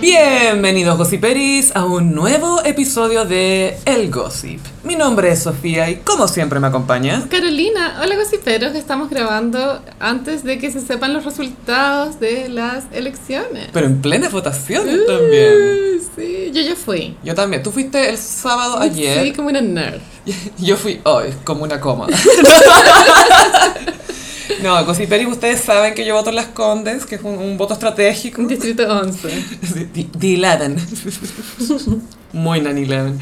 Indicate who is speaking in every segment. Speaker 1: Bienvenidos gossiperis a un nuevo episodio de El Gossip. Mi nombre es Sofía y como siempre me acompaña.
Speaker 2: Carolina, hola gossiperos, estamos grabando antes de que se sepan los resultados de las elecciones.
Speaker 1: Pero en plenas votaciones también.
Speaker 2: Uh, Sí, yo ya fui.
Speaker 1: Yo también. Tú fuiste el sábado
Speaker 2: Sí,
Speaker 1: ayer.
Speaker 2: como una nerd.
Speaker 1: Yo fui hoy, como una cómoda. No, gossiperis, ustedes saben que yo voto en Las Condes, que es un, un voto estratégico.
Speaker 2: Distrito 11.
Speaker 1: The the Eleven. Muy Nani Eleven.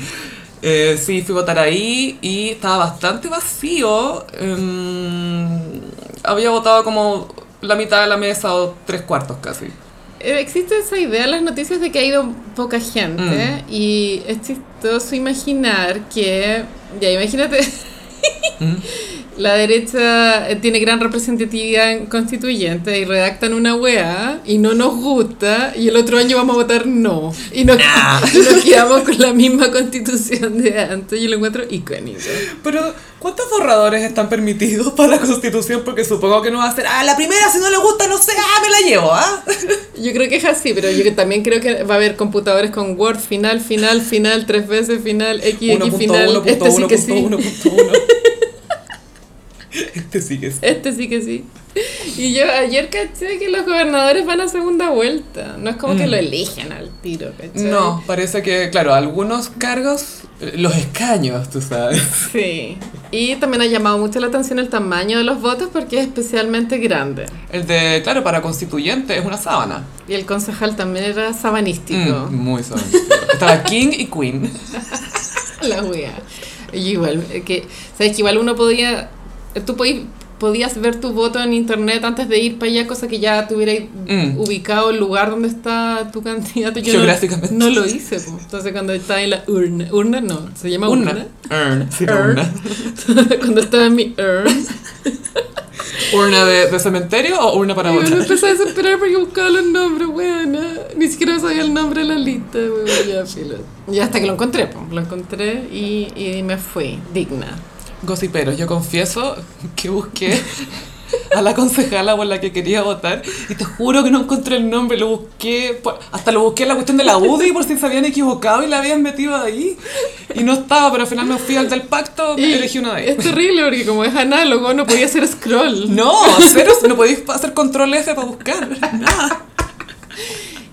Speaker 1: Eh, sí, fui a votar ahí y estaba bastante vacío. Em, había votado como la mitad de la mesa o tres cuartos casi.
Speaker 2: Eh, Existe esa idea en las noticias de que ha ido poca gente y es chistoso imaginar que, ya imagínate, la derecha eh, tiene gran representatividad en constituyente y redactan una weá y no nos gusta y el otro año vamos a votar no y nos, y nos quedamos con la misma constitución de antes y lo encuentro icónico.
Speaker 1: Pero, ¿cuántos borradores están permitidos para la Constitución? Porque supongo que no va a ser, ah, la primera, si no le gusta, no sé, ah, me la llevo, ah.
Speaker 2: Yo creo que es así, pero yo también creo que va a haber computadores con Word final, final, final, tres veces final, X, X, final. este sí que sí.
Speaker 1: 1.1.1.1. Este sí que sí.
Speaker 2: Este sí que sí. Y yo ayer caché que los gobernadores van a segunda vuelta. No es como que lo eligen al tiro, ¿cachai?
Speaker 1: Mm. No, parece que, claro, algunos cargos, eh, los escaños, tú sabes.
Speaker 2: Sí. Y también ha llamado mucho la atención el tamaño de los votos porque es especialmente grande.
Speaker 1: El de, claro, para constituyente es una sábana.
Speaker 2: Y el concejal también era sabanístico.
Speaker 1: Mm, muy sábana. Estaba King y Queen.
Speaker 2: La wea. Y igual, eh, que, ¿sabes? Que igual uno podía. Tú podí- podías ver tu voto en internet antes de ir para allá, cosa que ya tuvierais
Speaker 1: Mm.
Speaker 2: ubicado el lugar donde está tu candidato. no-
Speaker 1: Geográficamente.
Speaker 2: No, lo hice, po. Entonces, cuando estaba en la urna. ¿Urna? No, se llama urna.
Speaker 1: Urna. Urna. Sí,
Speaker 2: Urn.
Speaker 1: urna.
Speaker 2: cuando estaba en mi urna.
Speaker 1: ¿Urna de, de cementerio o urna para
Speaker 2: Y me
Speaker 1: votar?
Speaker 2: empecé a desesperar porque buscaba los nombres, weona. Ni siquiera sabía el nombre de la lista, weón. Ya, filo. Y hasta que lo encontré, po. Lo encontré y, y me fui, digna.
Speaker 1: Gossiperos, yo confieso que busqué a la concejala por la que quería votar y te juro que no encontré el nombre, lo busqué, por- hasta lo busqué en la cuestión de la UDI por si se habían equivocado y la habían metido ahí y no estaba, pero al final me fui al del pacto y
Speaker 2: Y
Speaker 1: elegí una de ellas.
Speaker 2: Es terrible porque como es análogo no podía hacer scroll.
Speaker 1: No, cero, no podéis hacer control F para buscar. Nada.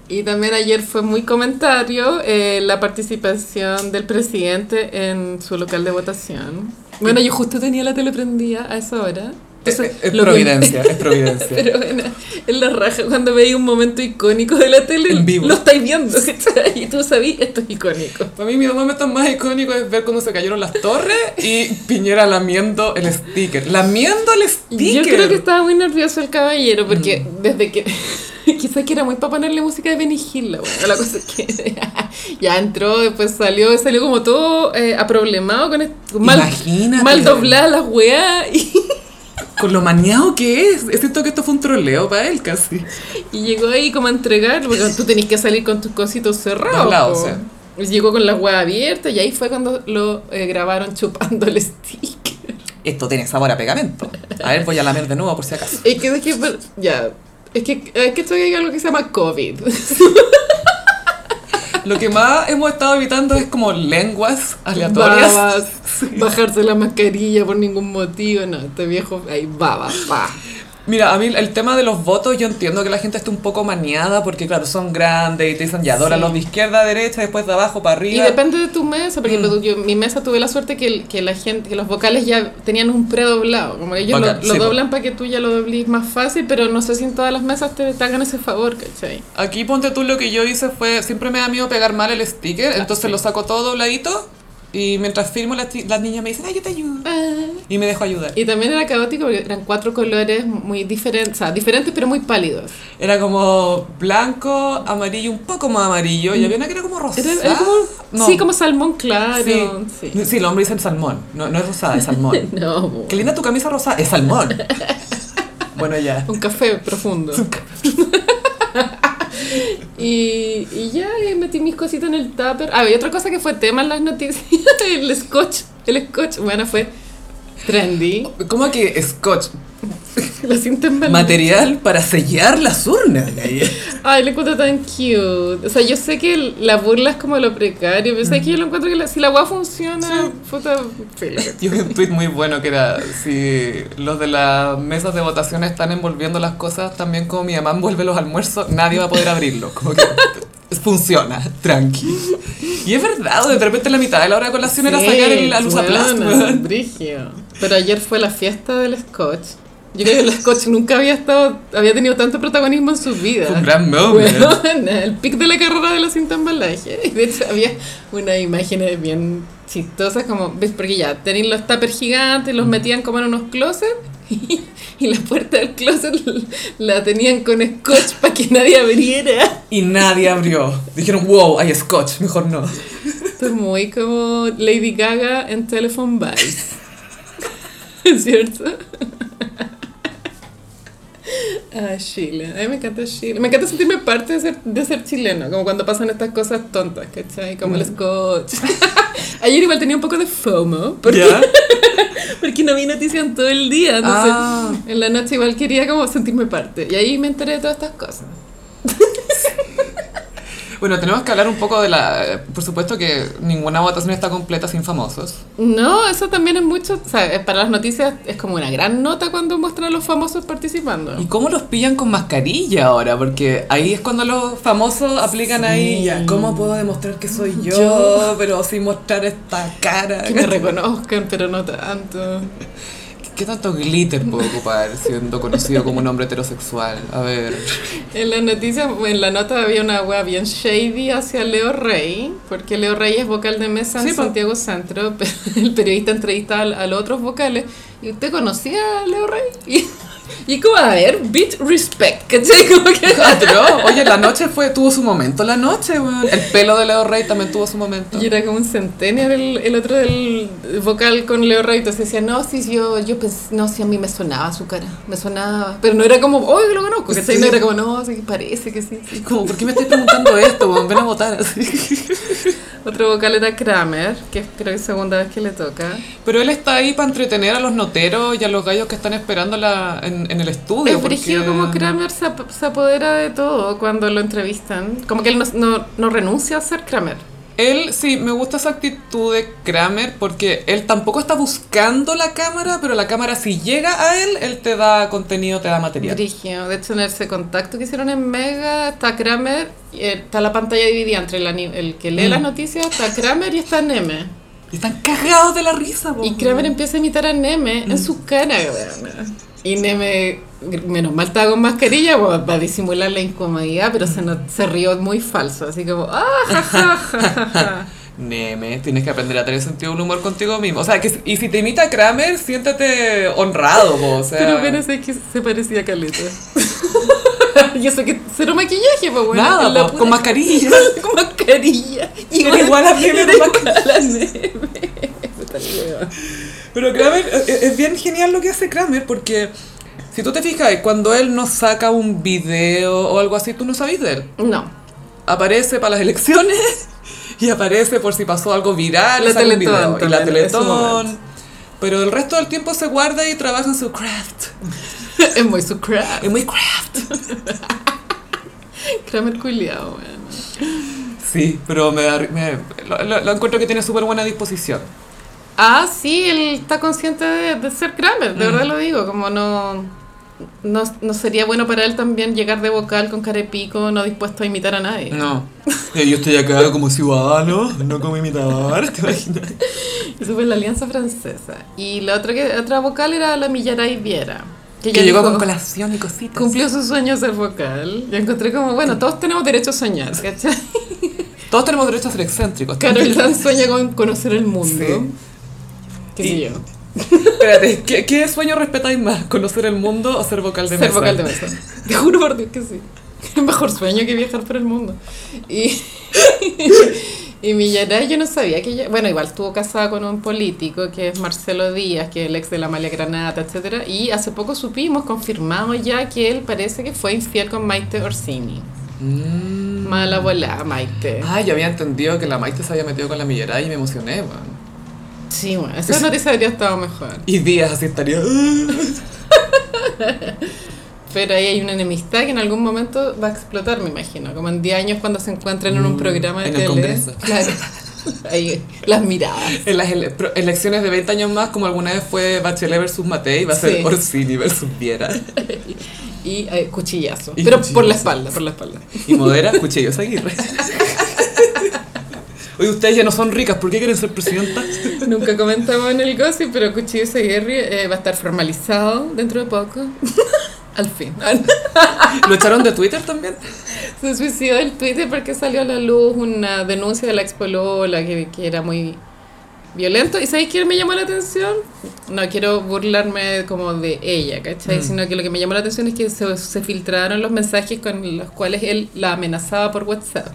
Speaker 2: Y también ayer fue muy comentario eh, la participación del presidente en su local de votación. Bueno, yo justo tenía la tele prendida a esa hora. Entonces,
Speaker 1: Eh,
Speaker 2: lo vi-
Speaker 1: es providencia.
Speaker 2: Pero bueno, en la raja cuando veis un momento icónico de la tele,
Speaker 1: En vivo.
Speaker 2: lo estáis viendo, ¿cachai? Y tú sabís, esto es icónico.
Speaker 1: Para mí mi momento más icónico es ver cómo se cayeron las torres y Piñera lamiendo el sticker. Lamiendo el sticker.
Speaker 2: Yo creo que estaba muy nervioso el caballero porque desde que... Quizás que era muy para ponerle música de Benny Hill, la wea. la cosa es que ya entró, después salió, salió como todo eh, aproblemado con esto. Mal,
Speaker 1: Imagínate.
Speaker 2: mal doblada la weá y,
Speaker 1: Con lo maniado que es. Es cierto que esto fue un troleo para él casi.
Speaker 2: y llegó ahí como a entregar, porque tú tenés que salir con tus cositos cerrados.
Speaker 1: Doblado,
Speaker 2: po.
Speaker 1: o sea.
Speaker 2: Y Llegó con la weá abierta y ahí fue cuando lo eh, grabaron chupando el stick.
Speaker 1: Esto tiene sabor a pegamento. A ver, voy a lamer de nuevo por si acaso.
Speaker 2: Es que, es que, pero- ya, es que, es que estoy algo que se llama COVID.
Speaker 1: Lo que más hemos estado evitando es como lenguas aleatorias.
Speaker 2: Babas, bajarse la mascarilla por ningún motivo, no, este viejo ahí baba, pa.
Speaker 1: Mira, a mí el tema de los votos, yo entiendo que la gente está un poco maniada porque, claro, son grandes y te dicen, ya, dólalos de izquierda a derecha, después de abajo para
Speaker 2: Y
Speaker 1: arriba.
Speaker 2: depende de tu mesa, porque
Speaker 1: Mm.
Speaker 2: pues, yo, mi mesa tuve la suerte que, el- que la gente, que los vocales ya tenían un predoblado, como que ellos
Speaker 1: Bacán,
Speaker 2: lo, lo
Speaker 1: sí, po.
Speaker 2: doblan para que tú ya lo doblís más fácil, pero no sé si en todas las mesas te, te hagan ese favor, ¿cachai?
Speaker 1: Aquí ponte tú lo que yo hice fue, siempre me da miedo pegar mal el
Speaker 2: Ah,
Speaker 1: sticker, entonces lo saco todo dobladito y mientras firmo las, ti- las niñas me dicen, ay, yo te ayudo.
Speaker 2: Ah.
Speaker 1: Y me dejo ayudar.
Speaker 2: Y también era caótico porque eran cuatro colores muy diferentes, o sea, diferentes pero muy pálidos.
Speaker 1: Era como blanco, amarillo, un poco más amarillo y había una que era como rosada.
Speaker 2: Mm. Era, era como,
Speaker 1: No.
Speaker 2: Sí, como salmón claro.
Speaker 1: Sí.
Speaker 2: Sí.
Speaker 1: Sí, el hombre dice el salmón, no, no es rosada, es salmón.
Speaker 2: No, po.
Speaker 1: Qué linda tu camisa rosada, es salmón. bueno, ya.
Speaker 2: un café profundo. y, y ya y metí mis cositas en el tupper. Ah, y otra cosa que fue tema en las noticias, el scotch. El scotch, bueno, fue trendy.
Speaker 1: ¿Cómo que Scotch?
Speaker 2: La cinta embalada.
Speaker 1: Material para sellar las urnas. gaya.
Speaker 2: Ay, lo encuentro tan cute. O sea, yo sé que el- la burla es como lo precario, pero sé que yo lo encuentro que la- si la agua funciona, puta.
Speaker 1: Yo vi un tweet muy bueno que era, si los de las mesas de votación están envolviendo las cosas, también como mi mamá envuelve los almuerzos, nadie va a poder abrirlo. Como que funciona, tranqui. Y es verdad, de repente la mitad de la hora de colación era sacar el, la luz a
Speaker 2: buena,
Speaker 1: plas, weón.
Speaker 2: brigio. Pero ayer fue la fiesta del Scotch. Yo creo que el Scotch nunca había estado, había tenido tanto protagonismo en su vida.
Speaker 1: Fue un gran momento.
Speaker 2: Weona, el pic de la carrera de la cinta embalaje. Y de hecho había unas imágenes bien chistosas, como, ¿ves? Porque ya tenían los tuppers gigantes, los metían como en unos closets. Y, y la puerta del closet la tenían con scotch para que nadie abriera.
Speaker 1: Y nadie abrió. Dijeron, wow, hay scotch, mejor no.
Speaker 2: Esto es muy como Lady Gaga en Telephone Vice. ¿Es cierto? Ah, Chile. A mí me encanta Chile. Me encanta sentirme parte de ser, de ser chileno. Como cuando pasan estas cosas tontas, ¿cachai? Como el scotch. Ayer igual tenía un poco de FOMO. Porque,
Speaker 1: ¿Ya?
Speaker 2: porque no vi noticias en todo el día. Entonces,
Speaker 1: Ah.
Speaker 2: en la noche igual quería como sentirme parte. Y ahí me enteré de todas estas cosas.
Speaker 1: Bueno, tenemos que hablar un poco de la... Por supuesto que ninguna votación está completa sin famosos.
Speaker 2: No, eso también es mucho. O sea, eh, para las noticias es como una gran nota cuando muestran a los famosos participando.
Speaker 1: ¿Y cómo los pillan con mascarilla ahora? Porque ahí es cuando los famosos aplican ahí. Ya, ¿cómo puedo demostrar que soy yo,
Speaker 2: Yo.
Speaker 1: pero sin mostrar esta cara?
Speaker 2: Que me reconozcan, pero no tanto.
Speaker 1: ¿Qué tanto glitter puedo ocupar siendo conocido como un hombre heterosexual? A ver.
Speaker 2: En la noticia, en la nota había una wea bien shady hacia Leo Rey, porque Leo Rey es vocal de mesa en
Speaker 1: Sí, po.
Speaker 2: Santiago Centro, pero el periodista entrevista al- a, los otros vocales, y usted conocía a Leo Rey. Y, y como, a ver, bitch, respect, ¿cachai? Como que...
Speaker 1: Cuatro. Ah, Oye, la noche fue, tuvo su momento la noche, weón. El pelo de Leo Rey también tuvo su momento.
Speaker 2: Y era como un centennial el, el otro del vocal con Leo Rey. Entonces decía, no, sí, yo, yo pensé, no, sí, a mí me sonaba su cara, me sonaba. Pero no era como, oh, yo lo conozco, ¿cachai?
Speaker 1: Sí.
Speaker 2: No era como, no, sí, parece que sí.
Speaker 1: Y como, ¿por qué me estás preguntando esto, weón? Ven a votar. así.
Speaker 2: Otro vocal era Kramer, que creo que es segunda vez que le toca.
Speaker 1: Pero él está ahí para entretener a los noteros y a los gallos que están esperando la, en, en el estudio.
Speaker 2: es brígido
Speaker 1: porque-
Speaker 2: como Kramer se, ap- se apodera de todo cuando lo entrevistan. Como que él no, no, no renuncia a ser Kramer.
Speaker 1: Él, sí, me gusta esa actitud de Kramer porque él tampoco está buscando la cámara, pero la cámara si llega a él, él te da contenido, te da material.
Speaker 2: Brígido. De hecho, en ese contacto que hicieron en Mega está Kramer, y eh, está la pantalla dividida entre el, ani- el que lee
Speaker 1: Mm.
Speaker 2: las noticias, está Kramer y está Neme.
Speaker 1: Y están cagados de la risa, po.
Speaker 2: Y Kramer em- empieza a imitar a Neme
Speaker 1: Mm.
Speaker 2: en su cara, weona. Y Neme, menos mal estaba con mascarilla, weón, para disimular la incomodidad, pero se, no- se rió muy falso, así como, ¡ah, ja, ja, ja, ja, ja".
Speaker 1: Neme, tienes que aprender a tener sentido del humor contigo mismo. O sea, que, si- y si te imita Kramer, siéntete honrado, po. O sea,
Speaker 2: Pero menos es que se parecía a Caleta. y eso que cero maquillaje, pues bueno.
Speaker 1: nada, po, con mascarilla.
Speaker 2: con mascarilla.
Speaker 1: Era igual a Neme
Speaker 2: Era
Speaker 1: con
Speaker 2: igual a Neme. Puta la wea.
Speaker 1: Pero Kramer, eh, eh, es bien genial lo que hace Kramer porque... Si tú te fijas, cuando él nos saca un video o algo así, tú no sabes de él.
Speaker 2: No,
Speaker 1: aparece para las elecciones y aparece por si pasó algo viral
Speaker 2: La
Speaker 1: saca un
Speaker 2: Teletón
Speaker 1: video, y la
Speaker 2: también, es su
Speaker 1: Teletón
Speaker 2: momento.
Speaker 1: pero el resto del tiempo se guarda y trabaja en su craft
Speaker 2: es muy su crap.
Speaker 1: es muy craft
Speaker 2: Kramer culiao, weón.
Speaker 1: sí pero me, da- me- lo, lo- lo encuentro que tiene súper buena disposición
Speaker 2: Ah, sí, él está consciente de, de ser Kramer,
Speaker 1: Mm.
Speaker 2: de verdad lo digo, como no, no, no sería bueno para él también llegar de vocal con carepico, no dispuesto a imitar a nadie.
Speaker 1: no yo estoy acá como ciudadano no como imitador te imaginas
Speaker 2: Eso fue en la Alianza Francesa. Y la otra, que, otra vocal era la Millaray Viera.
Speaker 1: que
Speaker 2: ella
Speaker 1: llegó
Speaker 2: dijo,
Speaker 1: con colación y cositas
Speaker 2: Cumplió su sueño ser vocal. Yo encontré como, bueno, todos tenemos derecho a soñar, ¿cachai?
Speaker 1: todos tenemos derecho a ser excéntricos
Speaker 2: Carol Dan sueña con conocer el mundo.
Speaker 1: Sí.
Speaker 2: ¿Qué
Speaker 1: Y-
Speaker 2: sé yo?
Speaker 1: espérate ¿qué, qué sueño respetáis más conocer el mundo o ser vocal de
Speaker 2: ser
Speaker 1: mesa?
Speaker 2: vocal de mesa. Te juro por Dios que sí. Es mejor sueño que viajar por el mundo. Y, y Millaray, yo no sabía que ella. Bueno, igual estuvo casada con un político que es Marcelo Díaz, que es el ex de la Malia Granata, etcétera Y hace poco supimos, confirmamos ya que él parece que fue infiel con Maite Orsini.
Speaker 1: Mm.
Speaker 2: Mala volada, Maite.
Speaker 1: Ay, yo había entendido que la Maite se había metido con la millera y me emocioné, weón.
Speaker 2: Sí, bueno, esa noticia habría estado mejor.
Speaker 1: "Ah". Y días así estaría.
Speaker 2: Pero ahí hay una enemistad que en algún momento va a explotar, me imagino. Como en 10 años cuando se encuentren en un programa de
Speaker 1: Mm, en el
Speaker 2: tele.
Speaker 1: Congreso.
Speaker 2: Claro. Ahí, las miradas.
Speaker 1: En las ele- pro- elecciones de 20 años más, como alguna vez fue Bachelet versus Matei, va a ser
Speaker 2: Sí.
Speaker 1: Orsini versus Viera.
Speaker 2: Y eh, cuchillazo.
Speaker 1: Y
Speaker 2: Pero por
Speaker 1: cuchillazo.
Speaker 2: la espalda, por la espalda.
Speaker 1: Y Modera, Cuchillos Aguirre. Oye, ustedes ya no son ricas, ¿por qué quieren ser presidentas?
Speaker 2: Nunca comentamos en el gossip, pero Cuchillo Seguirri eh, va a estar formalizado dentro de poco. Al fin.
Speaker 1: ¿Lo echaron de Twitter también?
Speaker 2: Se suicidó el Twitter porque salió a la luz una denuncia de la expolola que, que era muy violento. ¿Y sabéis qué me llamó la atención? No quiero burlarme como de ella, ¿cachai?
Speaker 1: Mm.
Speaker 2: Sino que lo que me llamó la atención es que se, se filtraron los mensajes con los cuales él la amenazaba por WhatsApp.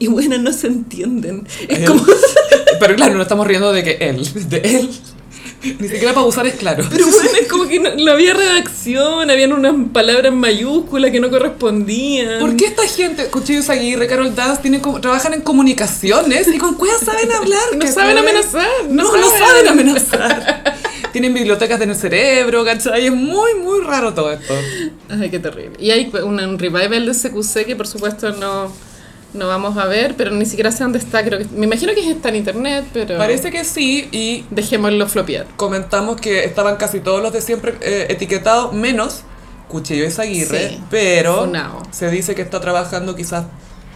Speaker 2: Y bueno, no se entienden.
Speaker 1: Eh.
Speaker 2: Es como,
Speaker 1: Pero claro, no estamos riendo de que él, de él. Ni siquiera para abusar es claro.
Speaker 2: pero bueno, es como que no, no había redacción, habían unas palabras mayúsculas que no correspondían.
Speaker 1: ¿Por qué esta gente, Cuchillos Aguirre, Carol Dance, tienen, como- trabajan en comunicaciones y con cuevas saben hablar?
Speaker 2: No
Speaker 1: que
Speaker 2: saben amenazar.
Speaker 1: No, no saben, amenazar. Tienen bibliotecas en el cerebro, ¿cachai? Es muy, muy raro todo esto.
Speaker 2: Ay, qué terrible. Y hay un, un revival de CQC que por supuesto no, no vamos a ver, pero ni siquiera sé dónde está. Creo que, me imagino que está en internet, pero
Speaker 1: Parece que sí, y
Speaker 2: dejémoslo flopear.
Speaker 1: comentamos que estaban casi todos los de siempre eh, etiquetados, menos Cuchillo y Aguirre,
Speaker 2: Sí,
Speaker 1: pero
Speaker 2: funao.
Speaker 1: se dice que está trabajando quizás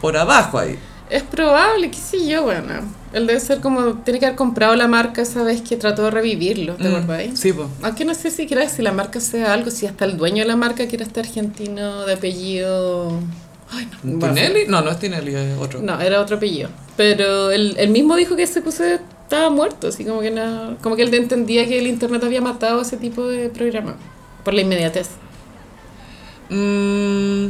Speaker 1: por abajo ahí.
Speaker 2: Es probable, qué sé yo, bueno. Él debe ser como, tiene que haber comprado la marca esa vez que trató de revivirlo, ¿te
Speaker 1: Mm,
Speaker 2: acordáis?
Speaker 1: Sí, pues.
Speaker 2: Aunque no sé siquiera si la marca sea algo, si hasta el dueño de la marca, que era este argentino de apellido... Ay, no. Bueno,
Speaker 1: ¿Tinelli? No, no es Tinelli, es otro.
Speaker 2: No, era otro apellido. Pero él, él mismo dijo que ese curso estaba muerto, así como que no, como que él entendía que el internet había matado ese tipo de programa por la inmediatez.
Speaker 1: Mm,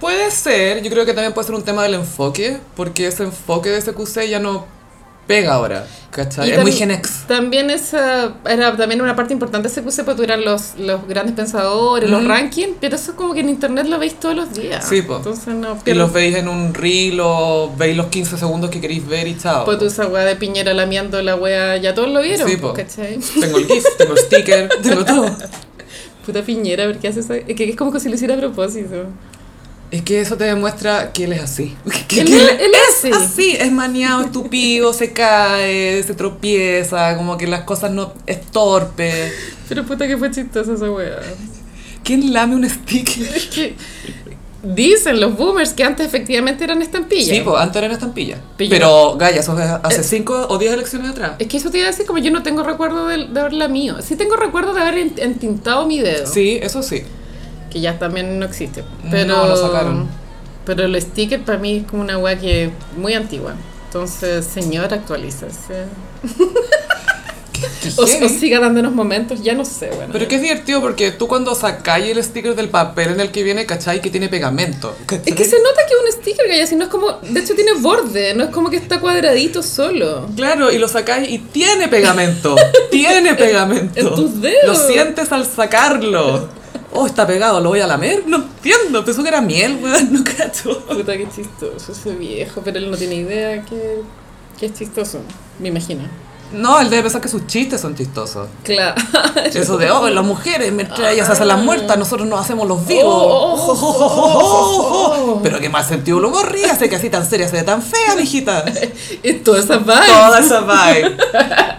Speaker 1: puede ser, yo creo que también puede ser un tema del enfoque, porque ese enfoque de CQC ya no pega ahora, ¿cachai?
Speaker 2: Y
Speaker 1: es muy
Speaker 2: tam-
Speaker 1: Genex.
Speaker 2: También esa era también una parte importante de ese curso porque eran los, los grandes pensadores, los
Speaker 1: Ujú.
Speaker 2: rankings, pero eso es como que en internet lo veis todos los días.
Speaker 1: Sí, po.
Speaker 2: Entonces no
Speaker 1: Y
Speaker 2: pero
Speaker 1: los veis en un reel o veis los 15 segundos que queréis ver y chao.
Speaker 2: Pues tú esa weá de Piñera lamiendo la weá, ya todos lo vieron,
Speaker 1: Sí, po.
Speaker 2: ¿cachai?
Speaker 1: Tengo el GIF, tengo el sticker, tengo todo.
Speaker 2: Puta Piñera, porque hace esa... Es que es como que si lo hiciera a propósito.
Speaker 1: Es que eso te demuestra que él es así. Que,
Speaker 2: Él
Speaker 1: que
Speaker 2: es-
Speaker 1: él
Speaker 2: él es
Speaker 1: es
Speaker 2: así.
Speaker 1: así, es maniado, estupido, se cae, se tropieza, como que las cosas no... es torpe.
Speaker 2: Pero puta que fue chistosa esa weá.
Speaker 1: ¿Quién lame un sticker?
Speaker 2: Es que Dicen los boomers que antes efectivamente eran estampillas.
Speaker 1: Sí, pues antes eran estampillas.
Speaker 2: Pillo.
Speaker 1: Pero, Gaya, eso es hace 5 o 10 elecciones atrás.
Speaker 2: Eh, Es que eso te iba a decir como yo no tengo recuerdo de, de haberla mío. Sí tengo recuerdo de haber ent- entintado mi dedo.
Speaker 1: Sí, eso sí.
Speaker 2: Que ya también no existe. Pero,
Speaker 1: No, lo sacaron.
Speaker 2: Pero el sticker para mí es como una weá que es muy antigua. Entonces, señor, actualízase. O, o siga dándonos momentos, ya no sé, bueno.
Speaker 1: Pero que es divertido porque tú cuando sacáis el sticker del papel en el que viene, ¿cachai? Que tiene pegamento.
Speaker 2: Es que se nota que es un sticker, que si no es como. De hecho, tiene borde, no es como que está cuadradito solo.
Speaker 1: Claro, y lo sacáis y tiene pegamento. tiene pegamento.
Speaker 2: en tus dedos.
Speaker 1: Lo sientes al sacarlo. Oh, está pegado, lo voy a lamer. No entiendo, pensó que era miel, weón, no cacho.
Speaker 2: Puta, qué chistoso ese viejo, pero él no tiene idea que, que es chistoso, me imagino.
Speaker 1: No, él debe pensar que sus chistes son chistosos.
Speaker 2: Claro.
Speaker 1: Eso de, oh, las mujeres, mientras ellas se hacen las muertas, nosotros nos hacemos los vivos.
Speaker 2: Oh, oh,
Speaker 1: oh, Pero qué mal sentido el humor, ríase, que así tan seria se ve tan fea, mijita.
Speaker 2: Y toda esa vaina.
Speaker 1: Toda esa vibe.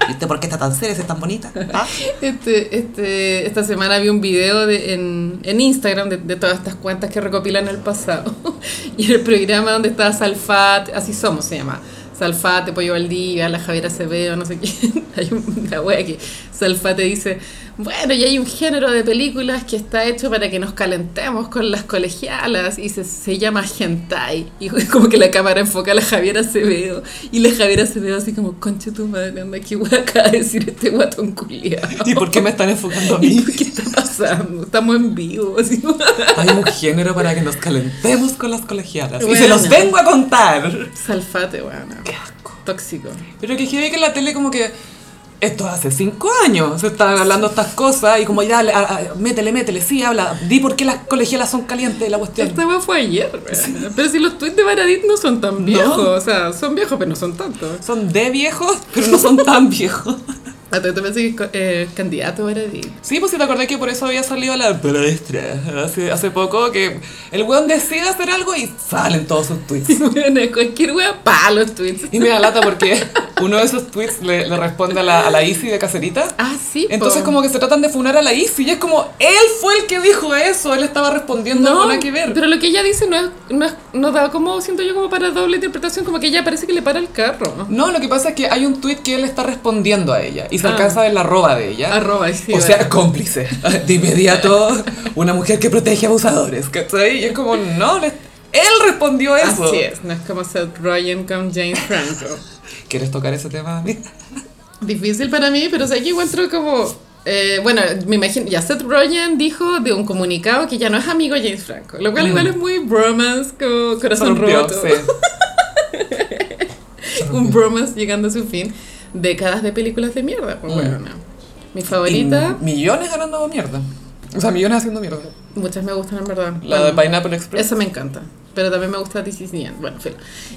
Speaker 1: ¿Viste por qué está tan seria, si es tan bonita? ¿Ah?
Speaker 2: Este, este, esta semana vi un video de, en, en Instagram de, de todas estas cuentas que recopilan el pasado. Y en el programa donde estaba Salfate, así somos se llama. Salfate, Pollo Valdivia, la Javiera Acevedo, no sé quién. Hay un- una wea que Salfate dice, bueno, y hay un género de películas que está hecho para que nos calentemos con las colegialas y se, se llama hentai. Y como que la cámara enfoca a la Javiera Acevedo. Y la Javiera Acevedo así como, concha tu madre, anda, qué wea acaba de decir este guatón culiado.
Speaker 1: ¿Y por qué me están enfocando a
Speaker 2: ¿Y
Speaker 1: mí?
Speaker 2: ¿Qué está pasando? Estamos en vivo. así como-
Speaker 1: Hay un género para que nos calentemos con las colegialas. Y
Speaker 2: Bueno.
Speaker 1: se los vengo a contar.
Speaker 2: Salfate, bueno.
Speaker 1: Qué asco.
Speaker 2: Tóxico.
Speaker 1: Pero que heavy que en la tele como que... Esto hace cinco años se estaban hablando estas cosas y como ya, dale, a- a- métele, métele, sí, habla, di por qué las colegialas son calientes la cuestión.
Speaker 2: Esta wea fue ayer, weona. pero si los tweets de Baradit no son tan viejos, o sea, son viejos pero no son tantos.
Speaker 1: Son de viejos, pero no son tan viejos.
Speaker 2: Ah, tú también soy eh, candidato a Edith.
Speaker 1: Sí, pues sí, te acordé que por eso había salido la palestra hace, hace poco, que el weón decide hacer algo y salen todos sus tweets.
Speaker 2: Bueno, cualquier wea, pa, los tweets.
Speaker 1: Y me da lata porque uno de esos tweets le, le responde a la, a la Isi de Caserita.
Speaker 2: Ah, sí. po.
Speaker 1: Entonces como que se tratan de funar a la Isi y es como, él fue el que dijo eso, él estaba respondiendo, no,
Speaker 2: No,
Speaker 1: nada que ver.
Speaker 2: pero lo que ella dice no es, no es- no da como, siento yo, como para doble interpretación, como que ella parece que le para el carro.
Speaker 1: No, lo que pasa es que hay un tweet que él está respondiendo a ella y se
Speaker 2: Ah.
Speaker 1: alcanza el arroba de ella.
Speaker 2: Arroba, sí.
Speaker 1: o sea,
Speaker 2: ¿verdad?
Speaker 1: cómplice. De inmediato, una mujer que protege a abusadores, ¿cachai? Y es como, no, le- él respondió eso.
Speaker 2: Así es, no es como Seth Rogen con James Franco.
Speaker 1: ¿Quieres tocar ese tema, amiga?
Speaker 2: Difícil para mí, pero sé que encuentro como... eh, bueno, me imagino, ya Seth Rogen dijo de un comunicado que ya no es amigo de James Franco, lo cual
Speaker 1: Mm.
Speaker 2: igual es muy bromance, como corazón
Speaker 1: Rompió,
Speaker 2: roto.
Speaker 1: sí.
Speaker 2: un bromance llegando a su fin. Décadas de películas de mierda, pues
Speaker 1: Mm.
Speaker 2: bueno, no. Mi favorita,
Speaker 1: Y millones ganando mierda. O sea, millones haciendo mierda.
Speaker 2: muchas me gustan en verdad.
Speaker 1: La de
Speaker 2: Bueno,
Speaker 1: Pineapple Express.
Speaker 2: Esa Mm. me encanta. Pero también me gusta This Is the End. Bueno, en fin.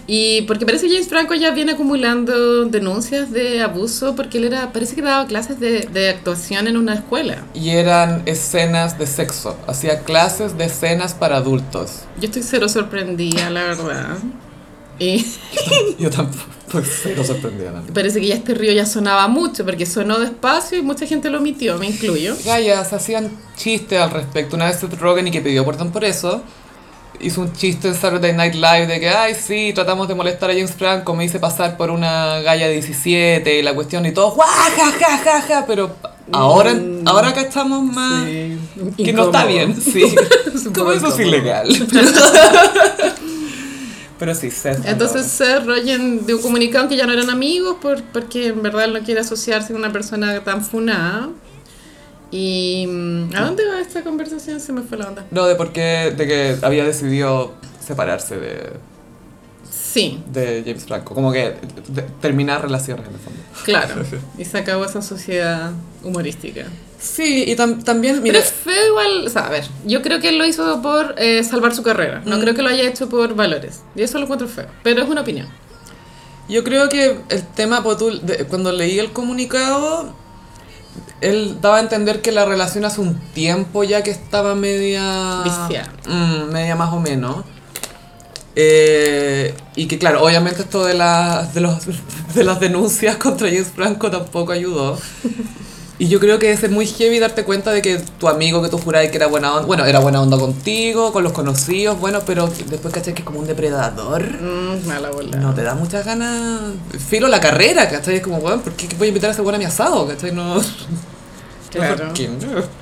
Speaker 2: Y porque parece que James Franco ya viene acumulando denuncias de abuso porque él era, parece que daba clases de, de actuación en una escuela.
Speaker 1: Y eran escenas de sexo. Hacía clases de escenas para adultos.
Speaker 2: Yo estoy cero sorprendida, la verdad. Y
Speaker 1: Yo tampoco. Pues cero sorprendida. ¿no?
Speaker 2: parece que ya este río ya sonaba mucho porque sonó despacio y mucha gente lo omitió, me incluyo.
Speaker 1: Gaya, se hacían chistes al respecto. Una vez Seth Rogen, y que pidió perdón por eso, hizo un chiste en Saturday Night Live de que, ay, sí, tratamos de molestar a James Franco, me hice pasar por una galla de 17 y la cuestión y todo, guaja, ja, ja, ja, pero ahora,
Speaker 2: Mm.
Speaker 1: ahora cachamos más Ah, que
Speaker 2: Incómodo.
Speaker 1: no está bien, sí.
Speaker 2: Es un poco
Speaker 1: Como eso es
Speaker 2: incómodo.
Speaker 1: ilegal. pero sí, Seth.
Speaker 2: Entonces Seth Rogen de un comunicado que ya no eran amigos por- porque en verdad él no quiere asociarse con una persona tan funada. ¿Y mm, a dónde va esta conversación? Se me fue la onda.
Speaker 1: No, de por qué, de que había decidido separarse de,
Speaker 2: Sí,
Speaker 1: de James Franco, como que de- terminar relaciones en el fondo.
Speaker 2: claro. Y se acabó esa sociedad humorística.
Speaker 1: Sí, y tam- también,
Speaker 2: Pero
Speaker 1: mira,
Speaker 2: es feo igual, o sea, a ver, yo creo que él lo hizo por eh, salvar su carrera. No creo que lo haya hecho por valores. Y eso lo encuentro feo. Pero es una opinión.
Speaker 1: yo creo que el tema, pues, tú, de- cuando leí el comunicado, él daba a entender que la relación hace un tiempo ya que estaba media...
Speaker 2: Viciada.
Speaker 1: Mm, media más o menos. Eh, y que claro, obviamente esto de, las de, los, de las denuncias contra James Franco tampoco ayudó. Y yo creo que es muy heavy darte cuenta de que tu amigo que tú jurabas que era buena onda, bueno, era buena onda contigo, con los conocidos, bueno, pero después caché que es como un depredador.
Speaker 2: Mm, mala bola.
Speaker 1: No te da muchas ganas. Filo la carrera, ¿cachai? Es como, weón, ¿por qué voy a invitar a ese weón a mi asado? ¿cachai? No.
Speaker 2: Claro.
Speaker 1: ¿Por qué no?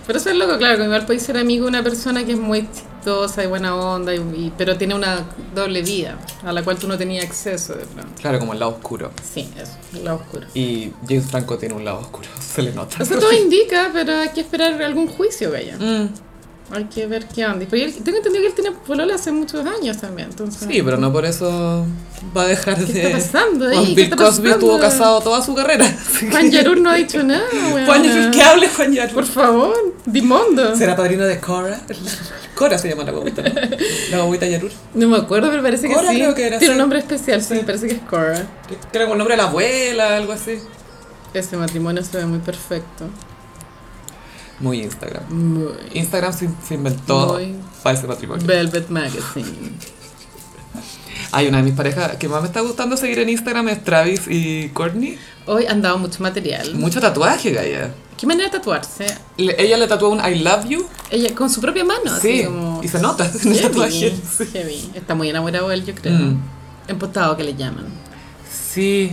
Speaker 2: Pero eso es loco, claro, que igual puede ser amigo de una persona que es muy chistosa y buena onda, y, y- pero tiene una doble vida a la cual tú no tenías acceso de pronto.
Speaker 1: Claro, como el lado oscuro.
Speaker 2: Sí, eso, la oscura.
Speaker 1: Y James Franco tiene un lado oscuro, se le nota.
Speaker 2: Eso todo indica, pero hay que esperar algún juicio, vaya.
Speaker 1: Mm,
Speaker 2: Hay que ver qué onda. Pero él- tengo entendido que él tiene polola hace muchos años también, entonces...
Speaker 1: Sí, pero no por eso va a dejar
Speaker 2: ¿Qué
Speaker 1: de.
Speaker 2: está pasando ahí?
Speaker 1: Juan
Speaker 2: ¿Qué
Speaker 1: Bill
Speaker 2: está
Speaker 1: Cosby estuvo
Speaker 2: pasando?
Speaker 1: casado toda su carrera. así que-
Speaker 2: Juan Yarur no ha dicho nada, weona.
Speaker 1: Juan Yarur, que hable Juan Yarur.
Speaker 2: Por favor, Dimondo.
Speaker 1: ¿Será padrino de Cora? Cora se llama la guaguita, ¿no? La guaguita Yarur.
Speaker 2: No me acuerdo, pero parece que
Speaker 1: Cora
Speaker 2: sí.
Speaker 1: creo que era,
Speaker 2: tiene un
Speaker 1: sí.
Speaker 2: nombre especial, sí,
Speaker 1: Sí.
Speaker 2: parece que es Cora.
Speaker 1: Que era como el nombre de la abuela, algo así.
Speaker 2: Ese matrimonio se ve muy perfecto.
Speaker 1: Muy Instagram.
Speaker 2: Muy.
Speaker 1: Instagram se, se inventó
Speaker 2: Muy.
Speaker 1: para ese matrimonio.
Speaker 2: Velvet Magazine.
Speaker 1: Hay una de mis parejas que más me está gustando seguir en Instagram es Travis y Courtney.
Speaker 2: Hoy han dado mucho material.
Speaker 1: Mucho tatuaje, Gaya.
Speaker 2: ¿Qué manera de tatuarse?
Speaker 1: Le- ella le tatuó un I love you.
Speaker 2: Ella con su propia mano, así
Speaker 1: sí,
Speaker 2: como.
Speaker 1: y se nota en el
Speaker 2: Heavy,
Speaker 1: tatuaje.
Speaker 2: heavy. Está muy enamorado de él, yo creo.
Speaker 1: Mm.
Speaker 2: Empotado que le llaman.
Speaker 1: Sí.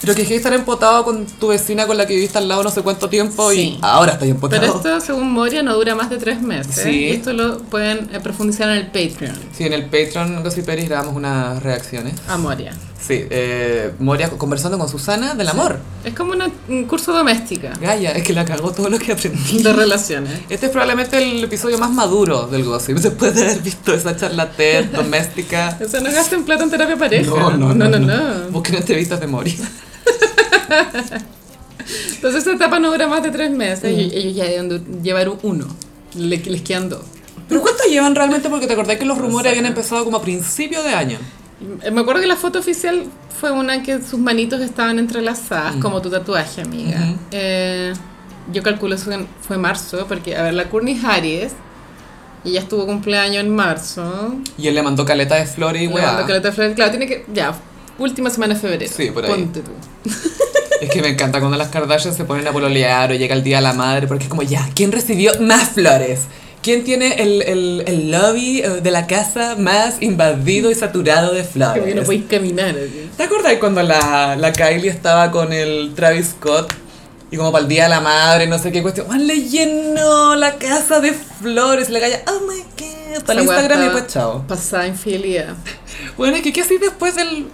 Speaker 1: Pero que es que estar empotado con tu vecina con la que viviste al lado no sé cuánto tiempo y
Speaker 2: Sí.
Speaker 1: ahora estás
Speaker 2: Pero
Speaker 1: empotado.
Speaker 2: esto, según Moria, no dura más de tres meses.
Speaker 1: Sí.
Speaker 2: Y esto lo pueden eh, profundizar en el Patreon.
Speaker 1: Sí, en el Patreon Gossiperis grabamos unas reacciones.
Speaker 2: A Moria.
Speaker 1: Sí, eh, Moria conversando con Susana del amor.
Speaker 2: Es como una- un curso doméstica
Speaker 1: Gaya, es que la cagó todo lo que aprendí.
Speaker 2: de relaciones.
Speaker 1: Este es probablemente el episodio más maduro del Gossip, después de haber visto esa charlatán doméstica.
Speaker 2: O sea, no gasten plata en terapia de pareja. ¿Eh? no, no.
Speaker 1: Busquen entrevistas de Moria.
Speaker 2: Entonces esa etapa no dura más de tres meses.
Speaker 1: Mm.
Speaker 2: Ellos, ellos ya deben du- llevar uno. Le- les quedan dos.
Speaker 1: ¿Pero cuánto llevan realmente? Porque te acordás que los rumores habían empezado como a principio de año.
Speaker 2: Me acuerdo que la foto oficial fue una que sus manitos estaban entrelazadas, como tu tatuaje, amiga.
Speaker 1: Mm. Ujú.
Speaker 2: Eh, yo calculo eso en- fue marzo, porque, a ver, la Courtney Harris, ella estuvo cumpleaños en marzo.
Speaker 1: Y él le mandó caleta de flores y
Speaker 2: Le mandó
Speaker 1: weá.
Speaker 2: caleta de flores. Claro, tiene que. Ya, última semana de febrero.
Speaker 1: Sí, por ahí.
Speaker 2: Ponte tú.
Speaker 1: Es que me encanta cuando las Kardashian se ponen a pololear o llega el día de la madre, porque es como ya, ¿quién recibió más flores? ¿Quién tiene el, el, el lobby eh, de la casa más invadido y saturado de
Speaker 2: Como que no
Speaker 1: flores?
Speaker 2: podéis caminar. así.
Speaker 1: ¿Te acordás cuando la, la Kylie estaba con el Travis Scott? Y como para el día de la madre, no sé qué cuestión. ¡Ah, le llenó la casa de flores! Y La galla, ¡oh my god! Para el
Speaker 2: Esa weá
Speaker 1: Instagram y
Speaker 2: estaba
Speaker 1: pues chao.
Speaker 2: Pasada infidelidad.
Speaker 1: Bueno, es que ¿qué hacís después de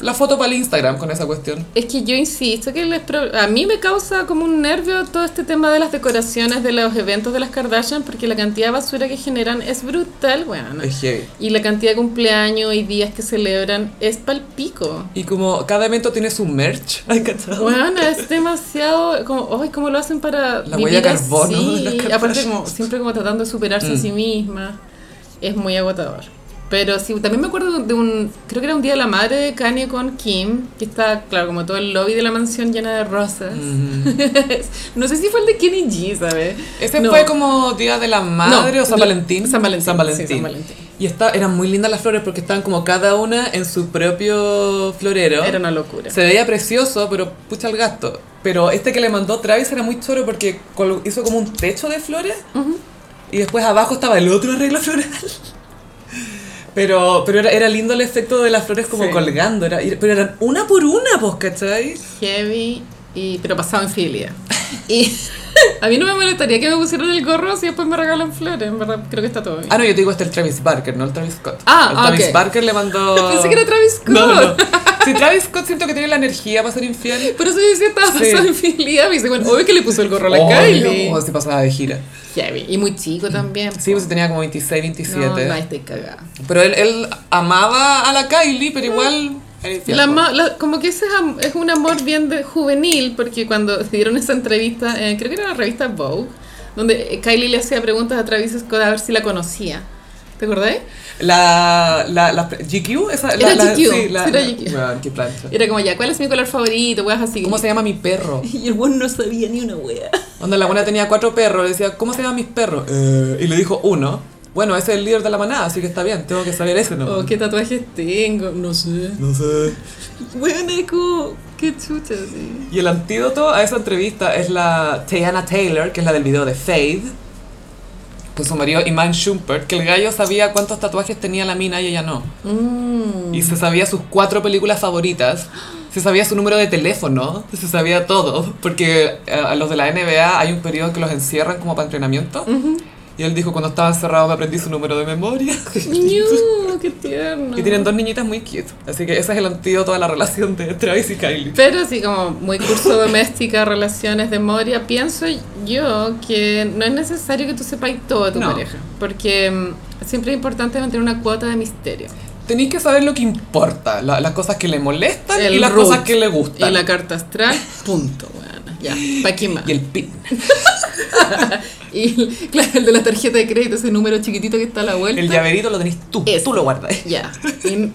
Speaker 1: la foto para el Instagram con esa cuestión?
Speaker 2: Es que yo insisto que les pro- a mí me causa como un nervio todo este tema de las decoraciones de los eventos de las Kardashian porque la cantidad de basura que generan es brutal, bueno.
Speaker 1: Es heavy.
Speaker 2: Y la cantidad de cumpleaños y días que celebran es palpico.
Speaker 1: Y como cada evento tiene su merch. Ay, cachado.
Speaker 2: Bueno, es demasiado como, ay, cómo lo hacen para
Speaker 1: La huella de carbono
Speaker 2: así?
Speaker 1: de las
Speaker 2: Y aparte
Speaker 1: Kardashian.
Speaker 2: como siempre como tratando de superarse a
Speaker 1: Mm.
Speaker 2: sí misma. Es muy agotador. Pero sí, también me acuerdo de un, creo que era un día de la madre de Kanye con Kim, que está, claro, como todo el lobby de la mansión llena de rosas.
Speaker 1: Mm.
Speaker 2: no sé si fue el de Kenny G, ¿sabes?
Speaker 1: Ese
Speaker 2: No.
Speaker 1: fue como Día de la Madre
Speaker 2: No,
Speaker 1: o San
Speaker 2: la-
Speaker 1: Valentín.
Speaker 2: San Valentín,
Speaker 1: San Valentín.
Speaker 2: sí, San Valentín.
Speaker 1: Y está, eran muy lindas las flores porque estaban como cada una en su propio florero.
Speaker 2: Era una locura.
Speaker 1: Se veía precioso, pero pucha el gasto. Pero este que le mandó Travis era muy choro porque col- hizo como un techo de flores y después abajo estaba el otro arreglo floral. Pero, pero era, era lindo el efecto de las flores como
Speaker 2: Sí.
Speaker 1: colgando, era, y- pero eran una por una, pues, ¿cachai?
Speaker 2: Heavy, y, pero pasado en filia. Y a mí no me molestaría que me pusieran el gorro si después me regalan flores, en verdad, creo que está todo bien.
Speaker 1: Ah, no, yo te digo este el Travis Barker, no el Travis Scott.
Speaker 2: Ah,
Speaker 1: el
Speaker 2: ah,
Speaker 1: Travis
Speaker 2: ok.
Speaker 1: Barker le mandó.
Speaker 2: Pensé que era Travis Scott.
Speaker 1: No, no, no. Si Travis Scott siento que tiene la energía para ser infiel.
Speaker 2: Por eso yo decía, estaba
Speaker 1: Sí.
Speaker 2: pasando infidelidad. Me dice, bueno, obvio que le puso el gorro a la
Speaker 1: Oh,
Speaker 2: Kylie.
Speaker 1: no, se pasaba de gira.
Speaker 2: Heavy. Y muy chico también.
Speaker 1: Sí, pues tenía como 26,
Speaker 2: no,
Speaker 1: 27.
Speaker 2: no, ahí estoy cagada.
Speaker 1: Pero él, él amaba a la Kylie, pero igual. eh, era infiel,
Speaker 2: Mm. Eh, La
Speaker 1: po.
Speaker 2: ma- la- como que ese es, am- es un amor bien de- juvenil, porque cuando dieron esa entrevista, eh, creo que era la revista Vogue, donde eh, Kylie le hacía preguntas a Travis Scott a ver si la conocía. ¿Te acordáis?
Speaker 1: La, la, la- GQ, esa. la-
Speaker 2: Era
Speaker 1: la-
Speaker 2: GQ,
Speaker 1: Sí, la,
Speaker 2: sí, era
Speaker 1: la-
Speaker 2: GQ.
Speaker 1: Weón, qué plancha.
Speaker 2: Era como ya, ¿cuál es mi color favorito? Weas así.
Speaker 1: ¿Cómo se llama mi perro?
Speaker 2: Y el buen no sabía ni una wea.
Speaker 1: Cuando la buena tenía cuatro perros, le decía, ¿cómo se llaman mis perros? Eh, y le dijo uno. Bueno, ese es el líder de la manada, así que está bien, tengo que saber ese, ¿no?
Speaker 2: Oh, qué tatuajes tengo, no sé.
Speaker 1: No sé.
Speaker 2: Weón, es como, qué chucha, sí.
Speaker 1: Y el antídoto a esa entrevista es la Tiana Taylor, que es la del video de Fade, con su marido Iman Schumpert, que el gallo sabía cuántos tatuajes tenía la mina y ella no.
Speaker 2: Mm.
Speaker 1: Y se sabía sus cuatro películas favoritas, se sabía su número de teléfono, se sabía todo, porque eh, a los de la NBA hay un periodo en que los encierran como para entrenamiento. Y él dijo, cuando estaba encerrado me aprendí su número de memoria.
Speaker 2: Ñu, qué tierno.
Speaker 1: Y tienen dos niñitas muy cute. Así que ese es el antídoto a la relación de Travis y Kylie.
Speaker 2: Pero así como muy curso doméstica, relaciones de Moria, pienso yo que no es necesario que tú sepas todo de tu
Speaker 1: No.
Speaker 2: pareja. Porque mm, siempre es importante mantener una cuota de misterio.
Speaker 1: Tenéis que saber lo que importa, la- las cosas que le molestan
Speaker 2: El
Speaker 1: y las
Speaker 2: root.
Speaker 1: cosas que le gustan.
Speaker 2: Y la carta astral, punto, bueno, ya, pa' qué más.
Speaker 1: Y el pin.
Speaker 2: Y el- claro, el de la tarjeta de crédito, ese número chiquitito que está a la vuelta.
Speaker 1: El llaverito lo tenéis tú.
Speaker 2: Eso.
Speaker 1: Tú lo guardas.
Speaker 2: Ya, Y, mm,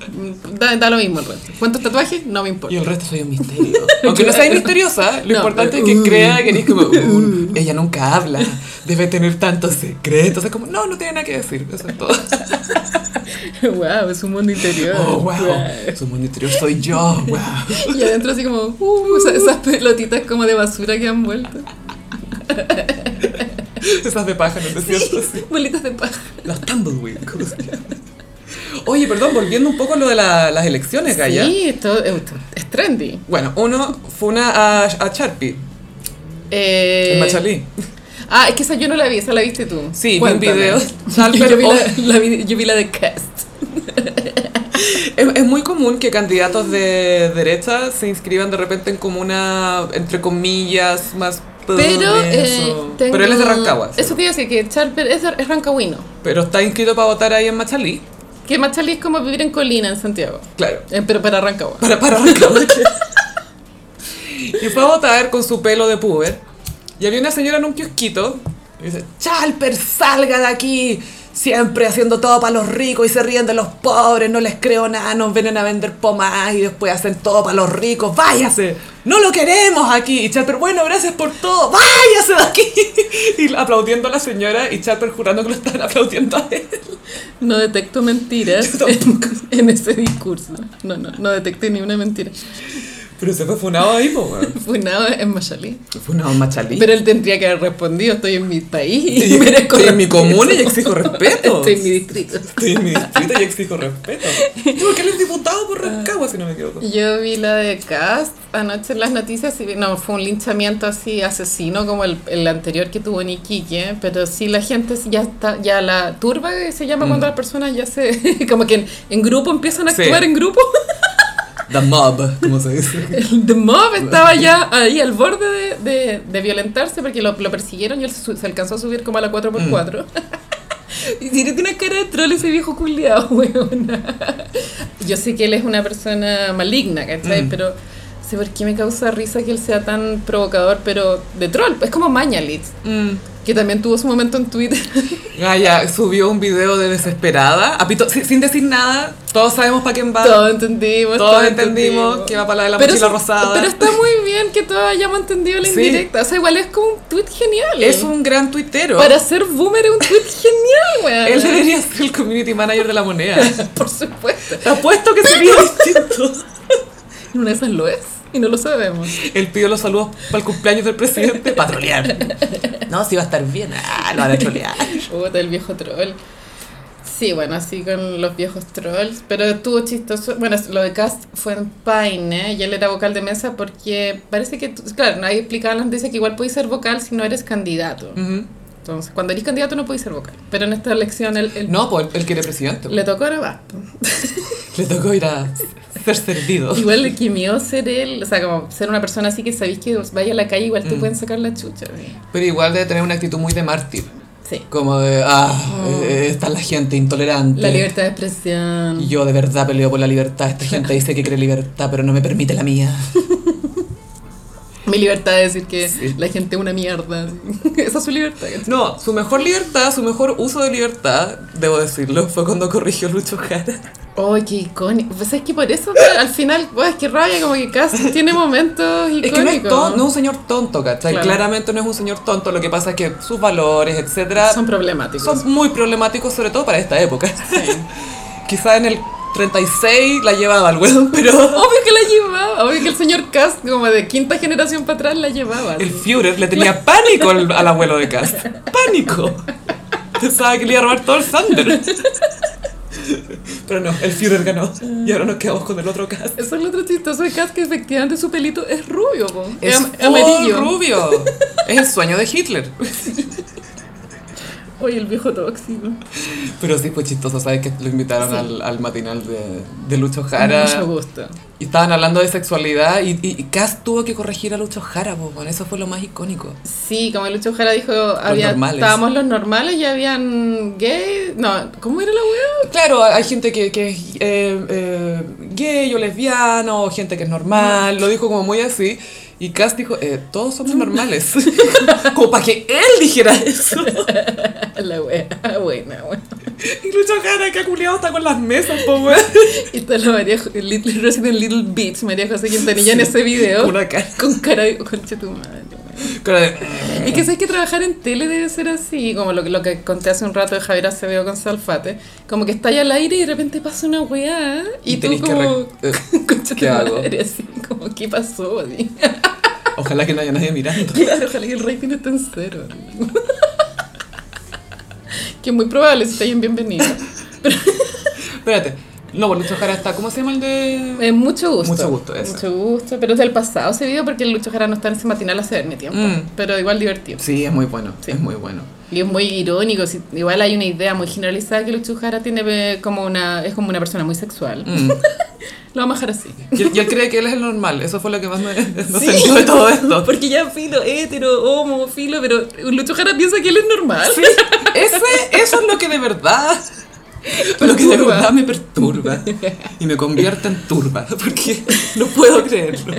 Speaker 2: da, da lo mismo el resto. ¿Cuántos tatuajes? No me importa.
Speaker 1: Y el resto soy un misterio. Aunque no seas misteriosa, lo
Speaker 2: No,
Speaker 1: importante
Speaker 2: pero-
Speaker 1: es que
Speaker 2: uh,
Speaker 1: crea que eres como. "Uh, ella nunca habla, debe tener tantos secretos. Es como, no, no tiene nada que decir. Eso es todo.
Speaker 2: wow, es un mundo interior.
Speaker 1: Oh, wow.
Speaker 2: Guau.
Speaker 1: Soy muy misterioso, soy yo. Wow.
Speaker 2: Y adentro así como, uh, esa- esas pelotitas como de basura que han vuelto.
Speaker 1: Esas de paja, ¿no es cierto? Sí.
Speaker 2: Bolitas de paja.
Speaker 1: Los tumbleweed. ¿cómo se llama? Oye, perdón, volviendo un poco a lo de la- las elecciones, Gaya.
Speaker 2: Sí, esto, esto es trendy.
Speaker 1: Bueno, uno fue una a, a Sharpie,
Speaker 2: Eh,
Speaker 1: en Machalí.
Speaker 2: Ah, es que esa yo no la vi, esa la viste tú.
Speaker 1: Sí, vi un
Speaker 2: Cuéntame.
Speaker 1: video.
Speaker 2: yo, vi la, la vi- yo vi la de Cast.
Speaker 1: Es, es muy común que candidatos de derecha se inscriban de repente en como una, entre comillas, más...
Speaker 2: Pero, eh,
Speaker 1: eso.
Speaker 2: tengo-
Speaker 1: Pero él es de Rancagua. sí.
Speaker 2: Eso te iba a decir que Charper es, de- es rancagüino.
Speaker 1: Pero está inscrito para votar ahí en Machalí.
Speaker 2: Que Machalí es como vivir en Colina, en Santiago.
Speaker 1: Claro.
Speaker 2: Eh, pero para Rancagua.
Speaker 1: Para, para Rancagua. y fue a votar con su pelo de puber. Y había una señora en un kiosquito. Y dice, Chalper, salga de aquí. siempre haciendo todo para los ricos y se ríen de los pobres, no les creo nada, nos vienen a vender pomas y después hacen todo para los ricos, váyase, no lo queremos aquí. Y Charper, bueno, gracias por todo, váyase de aquí. Y aplaudiendo a la señora y Charper jurando que lo están aplaudiendo a él.
Speaker 2: No detecto mentiras
Speaker 1: Yo
Speaker 2: en, en ese discurso. No, no, no detecté ni una mentira.
Speaker 1: Pero se fue funado ahí, po, weón.
Speaker 2: Fue nada en Machalí.
Speaker 1: Se funado en Machalí.
Speaker 2: Pero él tendría que haber respondido, estoy en mi país y,
Speaker 1: Y-
Speaker 2: merezco
Speaker 1: estoy en mi
Speaker 2: respeto.
Speaker 1: comuna y exijo respeto.
Speaker 2: Estoy en mi distrito.
Speaker 1: Estoy en mi distrito y exijo respeto. Porque él es diputado por Rancagua, si no me equivoco.
Speaker 2: Yo vi la de Cast anoche en las noticias y vi- no, fue un linchamiento así asesino como el, el anterior que tuvo en Iquique, pero sí la gente ya está, ya la turba eh, se llama cuando las personas ya se, como que en, en grupo empiezan a
Speaker 1: Sí.
Speaker 2: actuar en grupo,
Speaker 1: The mob, como se dice.
Speaker 2: el The Mob estaba ya ahí al borde de, de- de violentarse porque lo, lo persiguieron y él se, su- se alcanzó a subir como a la
Speaker 1: Mm.
Speaker 2: 4x4. Y tiene una cara de troll ese viejo culiado, weona. Yo sé que él es una persona maligna, ¿cachai?
Speaker 1: Mm.
Speaker 2: Pero sé por qué me causa risa que él sea tan provocador, pero de troll. Es como Mañalitz,
Speaker 1: Mm.
Speaker 2: que también tuvo su momento en Twitter.
Speaker 1: Gaya Ah, subió un video de desesperada, a pito- sin, sin decir nada, todos sabemos para quién va.
Speaker 2: Todos entendimos.
Speaker 1: Todos entendimos que va para la de la mochila
Speaker 2: sí-
Speaker 1: rosada.
Speaker 2: Pero está muy bien que todos hayamos entendido la
Speaker 1: Sí.
Speaker 2: indirecta. O sea, igual es como un tweet genial.
Speaker 1: Es un gran tuitero.
Speaker 2: Para ser boomer es un tweet genial, weón.
Speaker 1: Él debería ser el community manager de la moneda.
Speaker 2: Por supuesto.
Speaker 1: Te apuesto que sería distinto.
Speaker 2: En una de esas lo es y no lo sabemos.
Speaker 1: Él pidió los saludos para el cumpleaños del presidente. Patrolear. No, si va a estar bien. Ah, lo van a trolear.
Speaker 2: Puta, el viejo troll. Sí, bueno, así con los viejos trolls. Pero estuvo chistoso. Bueno, lo de Cast fue en Paine. Y él era vocal de mesa porque parece que, tú- claro, nadie explicaba las noticias que igual podéis ser vocal si no eres candidato.
Speaker 1: Ujú.
Speaker 2: Entonces, cuando eres candidato no podéis ser vocal. Pero en esta elección él, él-
Speaker 1: No, pues él quiere presidente.
Speaker 2: le tocó ahora va.
Speaker 1: Le tocó ir a ser servido.
Speaker 2: Igual le quimió ser él. O sea, como ser una persona así que sabéis que vaya a la calle, igual te
Speaker 1: Mm.
Speaker 2: pueden sacar la chucha. ¿sí?
Speaker 1: Pero igual debe tener una actitud muy de mártir.
Speaker 2: Sí.
Speaker 1: Como de, ah,
Speaker 2: Mm.
Speaker 1: eh, está la gente intolerante.
Speaker 2: La libertad de expresión.
Speaker 1: Y yo de verdad peleo por la libertad. Esta gente dice que quiere libertad, pero no me permite la mía.
Speaker 2: Mi libertad de decir que
Speaker 1: Sí.
Speaker 2: la gente es una mierda. Esa es su libertad. ¿cachai?
Speaker 1: No, su mejor libertad, su mejor uso de libertad, debo decirlo, fue cuando corrigió a Lucho Jara.
Speaker 2: Ay, qué icónico. Pues es que por eso al final, pues, qué rabia, como que casi tiene momentos
Speaker 1: Es que no es,
Speaker 2: icónicos.
Speaker 1: ton- no es un señor tonto, ¿cachai?
Speaker 2: Claro.
Speaker 1: Claramente no es un señor tonto. Lo que pasa es que sus valores, etcétera,
Speaker 2: Son problemáticos.
Speaker 1: son muy problemáticos, sobre todo para esta época. Quizá en el 36 la llevaba el weón, pero
Speaker 2: Obvio que la llevaba, obvio que el señor Cast, como de quinta generación para atrás, la llevaba.
Speaker 1: El Führer le tenía pánico al, al abuelo de Cast. ¡Pánico! Pensaba que le iba a robar todo el Thunder. Pero no, el Führer ganó. Y ahora nos quedamos con el otro Cast.
Speaker 2: Eso es lo otro chistoso de Cast, que efectivamente su pelito es rubio, po.
Speaker 1: Es
Speaker 2: Am-
Speaker 1: full rubio. Es el sueño de Hitler.
Speaker 2: Oye, el viejo tóxico.
Speaker 1: Pero sí fue chistoso, ¿sabes? Que lo invitaron al, al matinal de, de Lucho
Speaker 2: Mucho
Speaker 1: Jara.
Speaker 2: gusto.
Speaker 1: Y estaban hablando de sexualidad y, y, y Cast tuvo que corregir a Lucho Jara, po, bueno, eso fue lo más icónico.
Speaker 2: Sí, como Lucho Jara dijo, había,
Speaker 1: normales.
Speaker 2: estábamos los normales y habían gay. No, ¿cómo era la wea?
Speaker 1: Claro, hay gente que, que es eh, eh, gay o lesbiana o gente que es normal, lo dijo como muy así. Y Cass dijo, eh, todos somos normales. como para que él dijera eso.
Speaker 2: La wea, buena, buena.
Speaker 1: Y Lucho Jara, que ha culiado está con las mesas, po, weón.
Speaker 2: Y está la María Jo- Little Resident Little Bitch, María José Quintanilla en ese video.
Speaker 1: Una cara.
Speaker 2: Con cara de concha tu madre. güey.
Speaker 1: Cara de,
Speaker 2: Es que sabes que trabajar en tele debe ser así, como lo, que- lo que conté hace un rato de Javier Acevedo con Salfate. Como que está ahí al aire y de repente pasa una weá y,
Speaker 1: Y
Speaker 2: tú
Speaker 1: tenés que
Speaker 2: como.
Speaker 1: re- Eh,
Speaker 2: Concha tu
Speaker 1: ¿qué hago?
Speaker 2: madre, así, como, ¿qué pasó? Así.
Speaker 1: Ojalá que no haya nadie mirando.
Speaker 2: Claro, ojalá que el rating esté en cero. que es muy probable si está ahí en bienvenido.
Speaker 1: Espérate. No, pues Lucho Jara está, ¿cómo se llama el de...?
Speaker 2: Eh, mucho gusto.
Speaker 1: Mucho gusto, eso.
Speaker 2: Mucho gusto, pero es del pasado ese video porque el Lucho Jara no está en ese matinal hace mi tiempo.
Speaker 1: Mm.
Speaker 2: Pero igual divertido.
Speaker 1: Sí, es muy bueno,
Speaker 2: Sí.
Speaker 1: es muy bueno.
Speaker 2: Y es muy irónico, si- igual hay una idea muy generalizada que Lucho Jara tiene eh, como una, es como una persona muy sexual.
Speaker 1: Mm.
Speaker 2: Lo vamos a dejar así.
Speaker 1: Y, él, y él cree que él es el normal, eso fue lo que más me sorprendió de todo esto.
Speaker 2: Porque ya filo, hétero, homo, filo, pero Lucho Jara piensa que él es normal.
Speaker 1: Sí, ese, eso es lo que de verdad. Lo que de
Speaker 2: Turba.
Speaker 1: verdad me perturba y me convierte en turba, porque no puedo creerlo.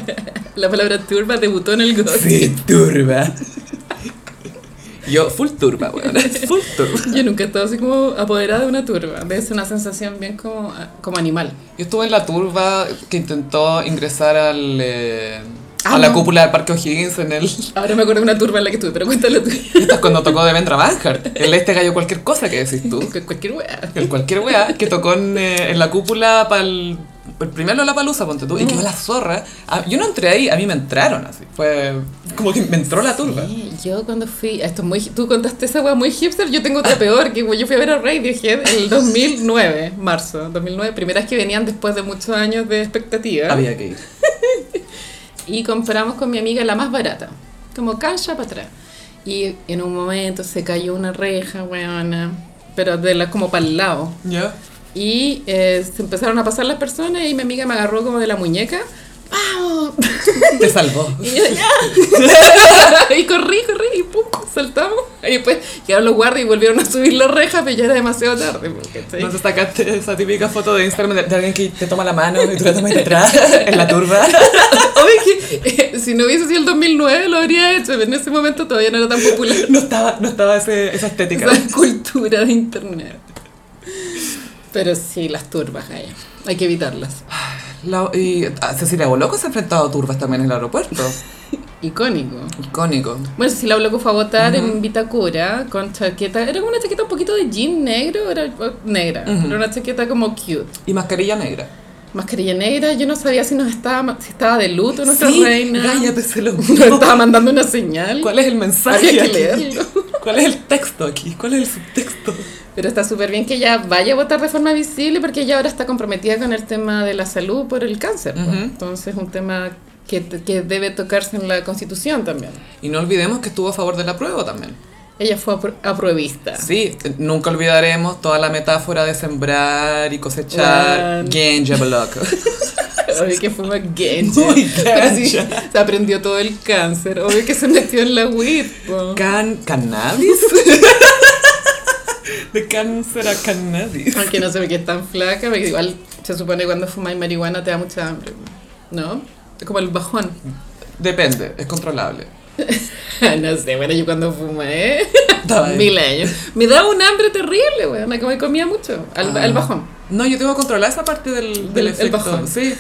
Speaker 2: La palabra turba debutó en el gossip.
Speaker 1: turba. Yo, full turba, weón. Full turba.
Speaker 2: Yo nunca he estado así como apoderada de una turba. Es una sensación bien como, ah, como animal.
Speaker 1: Yo estuve en la turba que intentó ingresar al, eh,
Speaker 2: Ah,
Speaker 1: a la
Speaker 2: no.
Speaker 1: cúpula del Parque O'Higgins en el.
Speaker 2: Ahora me acuerdo de una turba en la que estuve, pero cuéntale tú.
Speaker 1: Esto es cuando tocó Devendra Banhart. El este gallo, cualquier cosa que decís tú.
Speaker 2: Cu- Cualquier wea.
Speaker 1: El cualquier weá que tocó en, eh, en la cúpula para el. primero la palusa, ponte tú, y quedó la zorra. Ah, yo no entré ahí, a mí me entraron así. Fue como que me entró la turba.
Speaker 2: Sí, yo cuando fui, ah, esto es muy, tú contaste esa wea muy hipster, yo tengo otra peor, que yo fui a ver a Radiohead en el 2009, marzo 2009, primeras que venían después de muchos años de expectativa,
Speaker 1: Había que ir.
Speaker 2: y compramos con mi amiga la más barata, como cancha para atrás, y en un momento se cayó una reja, weona, pero de la, como para el lado,
Speaker 1: ¿Ya?
Speaker 2: y eh, se empezaron a pasar las personas y mi amiga me agarró como de la muñeca, ¡Vamos!
Speaker 1: Te salvó.
Speaker 2: Y yo, ¡ya! y corrí, corrí, y pum, saltamos. Y después llegaron los guardias y volvieron a subir las rejas, pero ya era demasiado tarde. pues, ¿cachai?
Speaker 1: No te sacaste esa típica foto de Instagram de, de alguien que te toma la mano y tú la tomas de atrás en la turba.
Speaker 2: Obvio que eh, si no hubiese sido el 2009 lo habría hecho, pero en ese momento todavía no era tan popular
Speaker 1: No estaba, no estaba ese- esa estética.
Speaker 2: esa cultura de internet. Pero sí, las turbas, Gaya. Hay que evitarlas.
Speaker 1: La- y ah, Cecilia Boloco se ha enfrentado a turbas también en el aeropuerto.
Speaker 2: Icónico.
Speaker 1: Icónico.
Speaker 2: Bueno, Cecilia Bloco fue a votar en Vitacura con chaqueta. Era como una chaqueta un poquito de jean negro, era eh, negra.
Speaker 1: Ujú.
Speaker 2: Era una chaqueta como cute.
Speaker 1: Y mascarilla negra.
Speaker 2: Mascarilla negra, yo no sabía si nos estaba, ma- si estaba de luto nuestra
Speaker 1: Sí,
Speaker 2: reina.
Speaker 1: Cállate, se lo
Speaker 2: Nos estaba mandando una señal.
Speaker 1: ¿Cuál es el mensaje?
Speaker 2: Había que
Speaker 1: aquí?
Speaker 2: leerlo.
Speaker 1: ¿Cuál es el texto aquí? ¿Cuál es el subtexto?
Speaker 2: Pero está súper bien que ella vaya a votar de forma visible porque ella ahora está comprometida con el tema de la salud por el cáncer. pues.
Speaker 1: Ujú.
Speaker 2: Entonces es un tema que, te- que debe tocarse en la constitución también.
Speaker 1: Y no olvidemos que estuvo a favor de la prueba también.
Speaker 2: Ella fue apro- apruebista.
Speaker 1: Sí, eh, nunca olvidaremos toda la metáfora de sembrar y cosechar.
Speaker 2: Bueno.
Speaker 1: Genja bloco.
Speaker 2: Obvio que fue una
Speaker 1: Muy
Speaker 2: gencha. Pero sí,
Speaker 1: gencha.
Speaker 2: se aprendió todo el cáncer. Obvio que se metió en la WIT. po.
Speaker 1: ¿Can cannabis? De cáncer a cannabis.
Speaker 2: Aunque no sé por qué es tan flaca, porque igual se supone que cuando fumáis marihuana te da mucha hambre, ¿no? Es como el bajón.
Speaker 1: Depende, es controlable.
Speaker 2: no sé, bueno, yo cuando fumé,
Speaker 1: Estaba ahí.
Speaker 2: mil años, me daba un hambre terrible, weón, como que comía mucho, al,
Speaker 1: Ah.
Speaker 2: al bajón.
Speaker 1: No, yo tengo que controlar esa parte del, del
Speaker 2: Del- el
Speaker 1: efecto.
Speaker 2: bajón.
Speaker 1: Sí.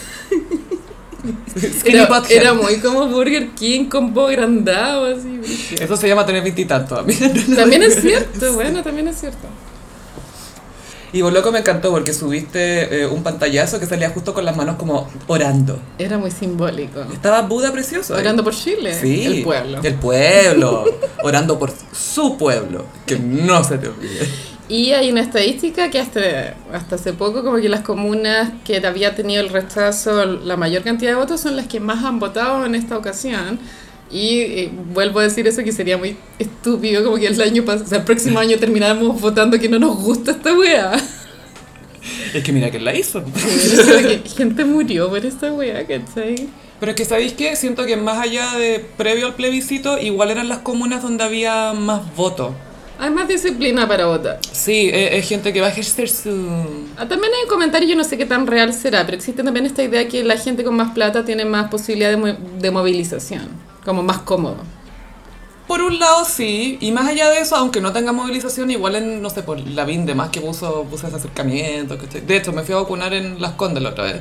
Speaker 1: Skinny
Speaker 2: Era,
Speaker 1: pothead.
Speaker 2: era muy como Burger King, combo grandado, así. brígido.
Speaker 1: Eso se llama tener veintitantos. a mí.
Speaker 2: También es cierto, bueno, también es cierto.
Speaker 1: Y Boloco me encantó porque subiste eh, un pantallazo que salía justo con las manos como orando.
Speaker 2: Era muy simbólico.
Speaker 1: Estaba Buda precioso. ahí.
Speaker 2: Orando por Chile,
Speaker 1: Sí,
Speaker 2: el pueblo.
Speaker 1: El pueblo. Orando por su pueblo. Que no se te olvide.
Speaker 2: Y hay una estadística que hasta, hasta hace poco, como que las comunas que había tenido el rechazo, la mayor cantidad de votos, son las que más han votado en esta ocasión. Y eh, vuelvo a decir eso que sería muy estúpido, como que el año pas- o sea, el próximo año terminamos votando que no nos gusta esta weá.
Speaker 1: Es que mira que la hizo.
Speaker 2: Que Gente murió por esta weá, ¿cachai?
Speaker 1: Pero es que sabéis que siento que más allá de previo al plebiscito, igual eran las comunas donde había más votos.
Speaker 2: Hay más disciplina para votar.
Speaker 1: Sí, es, es gente que va a ejercer su.
Speaker 2: Ah, También hay un comentario, yo no sé qué tan real será, pero existe también esta idea que la gente con más plata tiene más posibilidad de, mo- de movilización, como más cómodo.
Speaker 1: Por un lado sí, y más allá de eso, aunque no tenga movilización, igual en, no sé, por la de más que puso, puso ese acercamiento, ¿cachai? De hecho, me fui a vacunar en Las Condes la otra vez,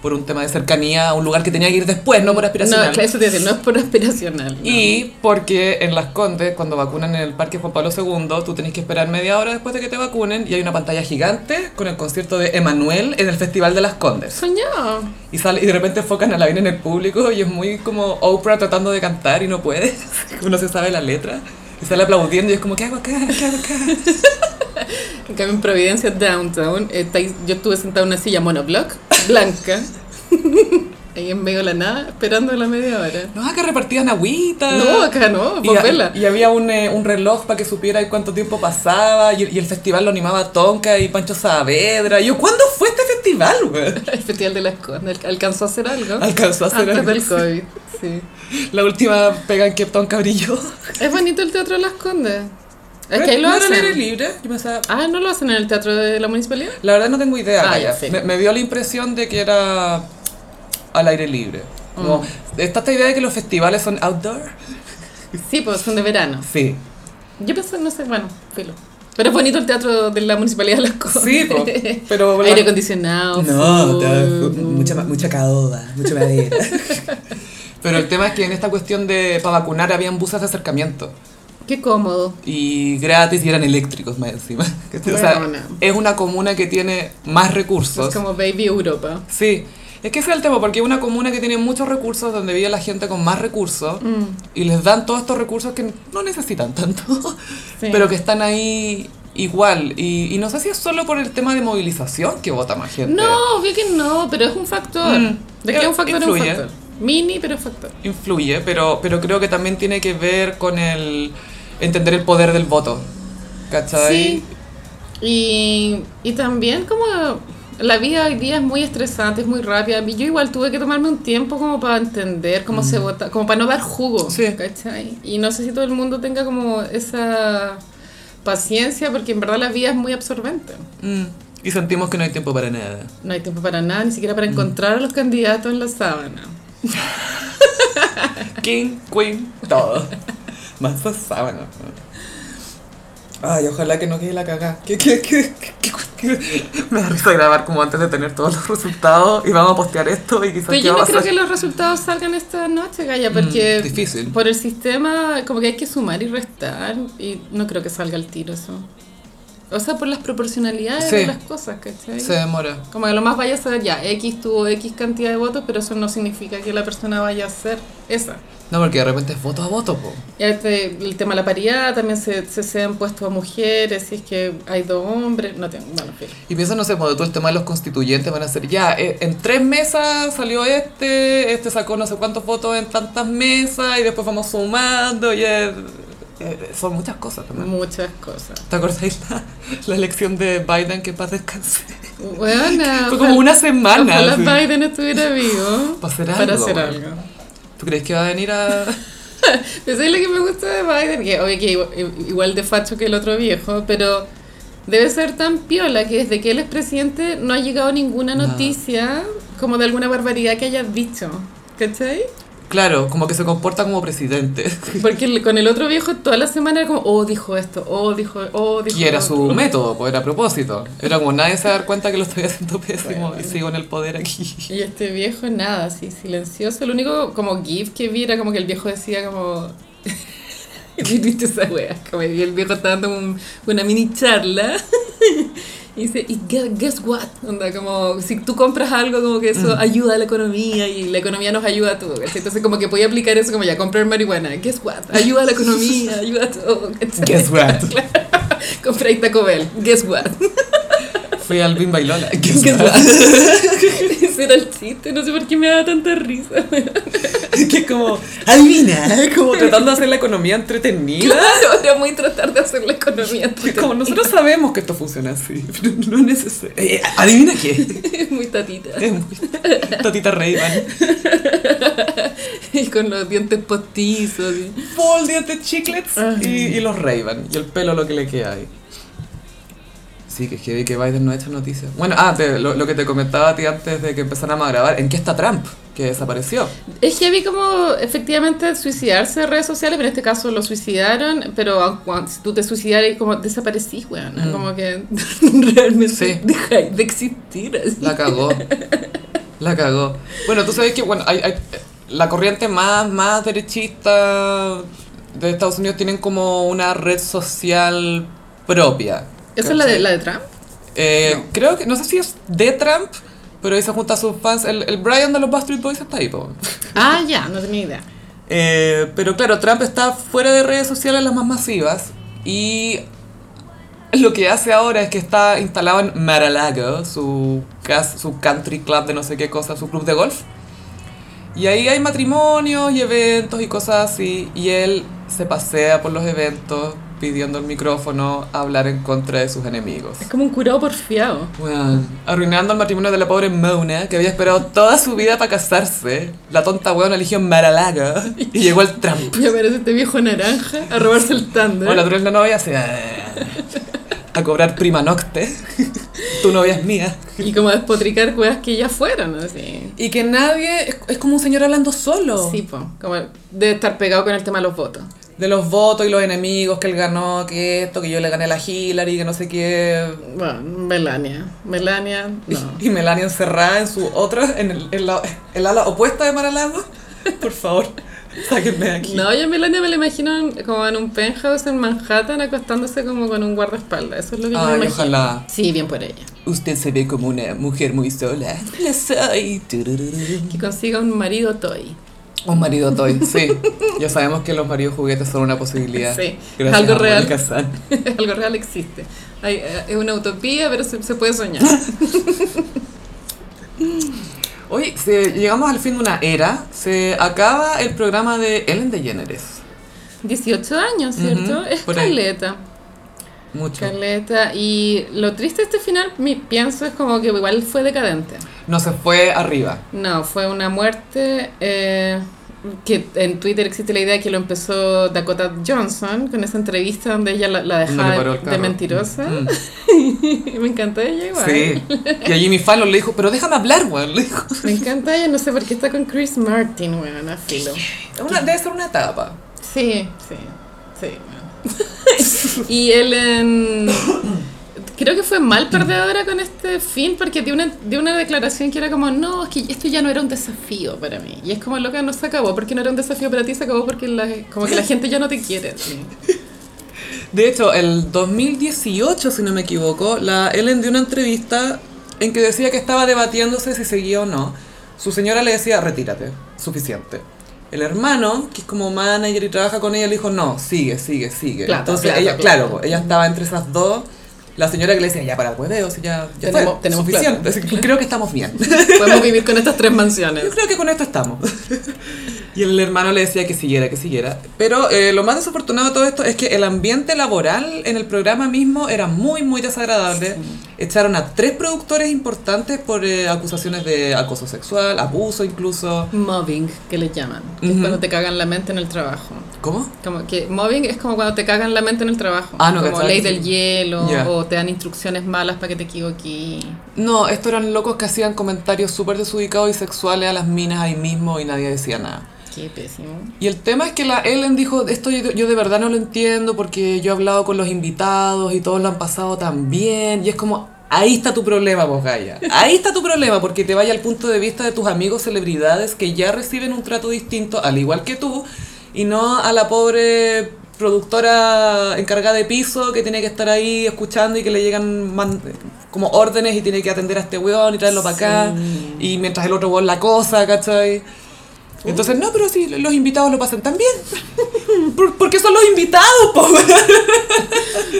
Speaker 1: por un tema de cercanía a un lugar que tenía que ir después, no por aspiracional.
Speaker 2: No, claro, eso te dice, no es por aspiracional. no.
Speaker 1: Y porque en Las Condes, cuando vacunan en el Parque Juan Pablo II, tú tenés que esperar media hora después de que te vacunen y hay una pantalla gigante con el concierto de Emanuel en el Festival de Las Condes.
Speaker 2: Soñado.
Speaker 1: Y, sale, y de repente enfocan a la en el público y es muy como Oprah tratando de cantar y no puede. Uno se sabe la letra. Y sale aplaudiendo y es como, ¿qué hago acá? ¿Qué hago acá?
Speaker 2: En cambio, en Providencia Downtown, está ahí- yo estuve sentada en una silla monoblock, blanca, ahí en medio de la nada, esperando la media hora.
Speaker 1: No, acá repartían agüita.
Speaker 2: No, acá no,
Speaker 1: Y,
Speaker 2: por
Speaker 1: a-
Speaker 2: verla.
Speaker 1: y había un, eh, un reloj para que supiera cuánto tiempo pasaba y, y el festival lo animaba Tonka y Pancho Saavedra. Y yo, ¿cuándo fue este festival, güey?
Speaker 2: El Festival de las Condes, ¿alca- ¿alcanzó a hacer algo?
Speaker 1: Alcanzó a hacer
Speaker 2: Antes
Speaker 1: algo,
Speaker 2: del
Speaker 1: sí.
Speaker 2: COVID, sí.
Speaker 1: La última pega en que Tonka brilló.
Speaker 2: Es bonito el Teatro de las Condes. Es
Speaker 1: Pero
Speaker 2: que ahí lo
Speaker 1: ¿no era al aire
Speaker 2: hacen.
Speaker 1: libre? Yo pensaba,
Speaker 2: Ah, ¿no lo hacen en el Teatro de la Municipalidad?
Speaker 1: La verdad no tengo idea,
Speaker 2: Ah,
Speaker 1: Gaya.
Speaker 2: ya sé.
Speaker 1: Me, me dio la impresión de que era al aire libre. Como,
Speaker 2: Mm.
Speaker 1: ¿Está esta idea de que los festivales son outdoor?
Speaker 2: Sí, pues son de verano.
Speaker 1: Sí.
Speaker 2: Yo pensé, no sé, bueno, pelo. Pero es bonito el teatro de la municipalidad de Las Condes.
Speaker 1: Sí, po, pero
Speaker 2: Aire acondicionado.
Speaker 3: No,
Speaker 2: fútbol.
Speaker 3: te- mucha, ma- mucha caoba, mucha madera.
Speaker 1: Pero el tema es que en esta cuestión de para vacunar habían buses de acercamiento
Speaker 2: Qué cómodo.
Speaker 1: y gratis y eran eléctricos más encima. O sea,
Speaker 2: Bueno, no.
Speaker 1: es una comuna que tiene más recursos.
Speaker 2: Es como Baby Europa.
Speaker 1: Sí, es que ese es el tema, porque es una comuna que tiene muchos recursos, donde vive la gente con más recursos,
Speaker 2: Mm.
Speaker 1: y les dan todos estos recursos que no necesitan tanto,
Speaker 2: Sí.
Speaker 1: pero que están ahí igual. Y, y no sé si es solo por el tema de movilización que vota más gente.
Speaker 2: No, vi que no, pero es un factor.
Speaker 1: Eh, Mm.
Speaker 2: ¿De qué es un factor? Es un
Speaker 1: Influye.
Speaker 2: factor. Mini, pero es factor.
Speaker 1: Influye, pero, pero creo que también tiene que ver con el entender el poder del voto. ¿Cachai?
Speaker 2: Sí. Y, y también como la vida hoy día es muy estresante, es muy rápida. Yo igual tuve que tomarme un tiempo como para entender cómo se vota, como para no dar jugo.
Speaker 1: Sí.
Speaker 2: ¿cachai? Y no sé si todo el mundo tenga como esa paciencia, porque en verdad la vida es muy absorbente.
Speaker 1: Mm. Y sentimos que no hay tiempo para nada.
Speaker 2: No hay tiempo para nada, ni siquiera para encontrar a los candidatos en la sábana.
Speaker 1: King, Queen, todo. Más sábanas. Ay, ojalá que no quede la cagada. ¿Qué, qué, qué, qué- qué- qué- Me da risa grabar como antes de tener todos los resultados y vamos a postear esto y quizás
Speaker 2: Pero
Speaker 1: qué
Speaker 2: yo
Speaker 1: va
Speaker 2: no
Speaker 1: a
Speaker 2: creo que
Speaker 1: pasar.
Speaker 2: los resultados salgan esta noche, Gaya, porque
Speaker 1: difícil.
Speaker 2: por el sistema como que hay que sumar y restar y no creo que salga el tiro eso. O sea, por las proporcionalidades
Speaker 1: Sí.
Speaker 2: de las cosas, ¿cachai?
Speaker 1: Se demora.
Speaker 2: Como que lo más vaya a ser ya, X tuvo X cantidad de votos, pero eso no significa que la persona vaya a ser esa.
Speaker 1: No, porque de repente es voto a voto, po.
Speaker 2: Y este, el tema de la paridad, también se, se se han puesto a mujeres, si es que hay dos hombres, no tengo, bueno, en fin.
Speaker 1: Y piensa, no sé, cuando todo el tema de los constituyentes van a ser ya, eh, en tres mesas salió este, este sacó no sé cuántos votos en tantas mesas y después vamos sumando y es- eh, son muchas cosas también.
Speaker 2: muchas cosas.
Speaker 1: ¿Te acordáis la, la elección de Biden que paz descanse?
Speaker 2: Bueno,
Speaker 1: Fue como una semana.
Speaker 2: Ah, Ojalá
Speaker 1: así.
Speaker 2: Biden estuviera vivo
Speaker 1: Para hacer
Speaker 2: para
Speaker 1: algo,
Speaker 2: hacer
Speaker 1: bueno.
Speaker 2: algo.
Speaker 1: ¿Tú crees que va a venir a...?
Speaker 2: Eso es lo que me gusta de Biden, que obvio que igual, igual de facho que el otro viejo, pero debe ser tan piola que desde que él es presidente no ha llegado ninguna
Speaker 1: Nada.
Speaker 2: noticia como de alguna barbaridad que haya dicho. ¿Cachai?
Speaker 1: Claro, como que se comporta como presidente.
Speaker 2: Porque el- con el otro viejo toda la semana era como, oh, dijo esto, oh, dijo, oh, dijo
Speaker 1: Y era
Speaker 2: lo
Speaker 1: su
Speaker 2: otro".
Speaker 1: método, pues era a propósito. Era como nadie se va a dar cuenta que lo estoy haciendo pésimo
Speaker 2: Bueno.
Speaker 1: y sigo en el poder aquí.
Speaker 2: Y este viejo nada, así silencioso. El único como gif que vi era como que el viejo decía como... ¿Viste esa wea? Como que el viejo estaba dando un- una mini charla. y dice, y gue- guess what? Onda, como si tú compras algo como que eso ayuda a la economía y la economía nos ayuda a todo. ¿cachai? Entonces como que podía aplicar eso como ya, comprar marihuana. Guess what? Ayuda a la economía, ayuda a todo. ¿cachai?
Speaker 3: Guess what?
Speaker 2: Compré Taco Bell. Guess what?
Speaker 1: Fui al Bimba y Lola.
Speaker 2: Guess what? Ese era el chiste, no sé por qué me daba tanta risa.
Speaker 1: que es como,
Speaker 3: Adivina,
Speaker 1: como tratando de hacer la economía entretenida.
Speaker 2: Claro, era muy tratar de hacer la economía.
Speaker 1: Es Como nosotros sabemos que esto funciona así, pero no es necesario. Eh, ¿Adivina qué?
Speaker 2: Es muy tatita.
Speaker 1: Es muy- Tatita Reyvan.
Speaker 2: Y con los dientes postizos. y-
Speaker 1: Paul de chiclets
Speaker 2: Ay.
Speaker 1: y, y los Raven y el pelo lo que le queda ahí. Sí, que heavy que Biden no ha hecho noticias. Bueno, ah, te- lo, lo que te comentaba a ti antes de que empezáramos a grabar, ¿en qué está Trump? Que desapareció.
Speaker 2: Es heavy como efectivamente suicidarse en redes sociales, pero en este caso lo suicidaron, pero aun cuan- si tú te suicidaras como desaparecís, weón.
Speaker 1: Mm.
Speaker 2: Como que realmente
Speaker 1: Sí.
Speaker 2: dejáis de existir. así.
Speaker 1: La cagó. La cagó. Bueno, tú sabes que bueno, hay, hay- la corriente más, más derechista de Estados Unidos tienen como una red social propia.
Speaker 2: ¿Esa es la
Speaker 1: ¿cachai?
Speaker 2: de, la de Trump?
Speaker 1: Eh,
Speaker 2: No.
Speaker 1: Creo que, no sé si es de Trump, pero ahí se junta a sus fans. El, el Brian de los Bastard Boys está ahí, po.
Speaker 2: Ah, ya, no tenía idea.
Speaker 1: Eh, pero claro, Trump está fuera de redes sociales las más masivas y lo que hace ahora es que está instalado en Mar-a-Lago, su, cas- su country club de no sé qué cosa, su club de golf. Y ahí hay matrimonios y eventos y cosas así. Y él se pasea por los eventos pidiendo el micrófono a hablar en contra de sus enemigos.
Speaker 2: Es como un curado porfiado.
Speaker 1: Weón, arruinando el matrimonio de la pobre Mona, que había esperado toda su vida para casarse. La tonta weón eligió Mar-a-Lago y llegó el Trump.
Speaker 2: Y aparece este viejo naranja a robarse el tándem.
Speaker 1: Hola, tú eres la novia, se a cobrar prima nocte. tu novia es mía.
Speaker 2: Y como despotricar cosas que ya fueron, así.
Speaker 1: Y que nadie es, es como un señor hablando solo.
Speaker 2: Sí, po, como debe estar pegado con el tema de los votos.
Speaker 1: de los votos y los enemigos que él ganó, que esto, que yo le gané a la Hillary, que no sé qué.
Speaker 2: Bueno, Melania. Melania, no.
Speaker 1: Y, y Melania encerrada en su otra, en el, en la- el ala opuesta de Maralago. Por favor, sáquenme de aquí.
Speaker 2: No, yo a Melania me la imagino en- como en un penthouse en Manhattan acostándose como con un guardaespaldas. Eso es lo que yo me
Speaker 1: Ay,
Speaker 2: imagino.
Speaker 1: ojalá.
Speaker 2: Sí, bien por ella.
Speaker 1: Usted se ve como una mujer muy sola. La soy. Turururu.
Speaker 2: Que consiga un marido toy.
Speaker 1: Un marido toy, sí. Ya sabemos que los maridos juguetes son una posibilidad.
Speaker 2: Sí,
Speaker 1: Gracias
Speaker 2: algo
Speaker 1: a Manuel
Speaker 2: real.
Speaker 1: Casán.
Speaker 2: Algo real existe. Hay, eh, es una utopía, pero se, se puede soñar.
Speaker 1: Hoy se- llegamos al fin de una era. Se acaba el programa de Ellen DeGeneres.
Speaker 2: 18 años, ¿cierto?
Speaker 1: Ujú,
Speaker 2: es
Speaker 1: por ahí.
Speaker 2: caleta.
Speaker 1: Mucho.
Speaker 2: Caleta. Y lo triste de este final, mi, pienso, es como que igual fue decadente.
Speaker 1: No se fue arriba.
Speaker 2: No, fue una muerte eh, que en Twitter existe la idea que lo empezó Dakota Johnson con esa entrevista donde ella la, la
Speaker 1: No le
Speaker 2: dejaba
Speaker 1: paró el
Speaker 2: de
Speaker 1: carro.
Speaker 2: mentirosa.
Speaker 1: Mm.
Speaker 2: Me encanta ella igual.
Speaker 1: Sí. Y a Jimmy Fallon le dijo, pero déjame hablar, weón. Le dijo.
Speaker 2: Me encanta ella, no sé por qué está con Chris Martin, weón, a filo.
Speaker 1: Una- debe ser una etapa.
Speaker 2: Sí, sí, sí. bueno. y Ellen creo que fue mal perdedora con este fin porque dio una, dio una declaración que era como, no, es que esto ya no era un desafío para mí. Y es como, loca, no se acabó porque no era un desafío para ti, se acabó porque la, como que la gente ya no te quiere. sí.
Speaker 1: De hecho, el 2018, si no me equivoco, la Ellen dio una entrevista en que decía que estaba debatiéndose si seguía o no. Su señora le decía, retírate, suficiente. El hermano, que es como manager y trabaja con ella, le dijo, no, sigue, sigue, sigue.
Speaker 2: Plata,
Speaker 1: Entonces,
Speaker 2: plata,
Speaker 1: ella,
Speaker 2: plata.
Speaker 1: claro, pues, ella estaba entre esas dos. La señora que le decía, ya para el hueveo, si ya, ya
Speaker 2: Tenemos-
Speaker 1: fue,
Speaker 2: tenemos
Speaker 1: suficiente. Creo que estamos bien.
Speaker 2: Podemos vivir con estas tres
Speaker 1: Yo
Speaker 2: mansiones.
Speaker 1: creo que con esto estamos. Y el hermano le decía que siguiera, que siguiera. Pero eh, lo más desafortunado de todo esto es que el ambiente laboral en el programa mismo era muy, muy desagradable. Echaron a tres productores importantes por eh, acusaciones de acoso sexual, abuso incluso.
Speaker 2: Mobbing, que le llaman, que es
Speaker 1: Ujú.
Speaker 2: cuando te cagan la mente en el trabajo.
Speaker 1: ¿Cómo?
Speaker 2: Como que mobbing es como cuando te cagan la mente en el trabajo.
Speaker 1: Ah, no,
Speaker 2: como
Speaker 1: cachaba
Speaker 2: ley
Speaker 1: que sí.
Speaker 2: del hielo
Speaker 1: Ya.
Speaker 2: o te dan instrucciones malas para que te equivoques.
Speaker 1: No, estos eran locos que hacían comentarios súper desubicados y sexuales a las minas ahí mismo y nadie decía nada.
Speaker 2: Qué pésimo.
Speaker 1: Y el tema es que la Ellen dijo, esto yo, yo de verdad no lo entiendo porque yo he hablado con los invitados y todos lo han pasado tan bien. Y es como, ahí está tu problema, vos Gaia. Ahí está tu problema porque te vaya al punto de vista de tus amigos celebridades que ya reciben un trato distinto, al igual que tú, y no a la pobre productora encargada de piso que tiene que estar ahí escuchando y que le llegan man- como órdenes y tiene que atender a este weón y traerlo para acá. Y mientras el otro weón la cosa, ¿cachai? Entonces, no, pero si los invitados lo pasan tan bien. ¿Por, porque son los invitados, pobre?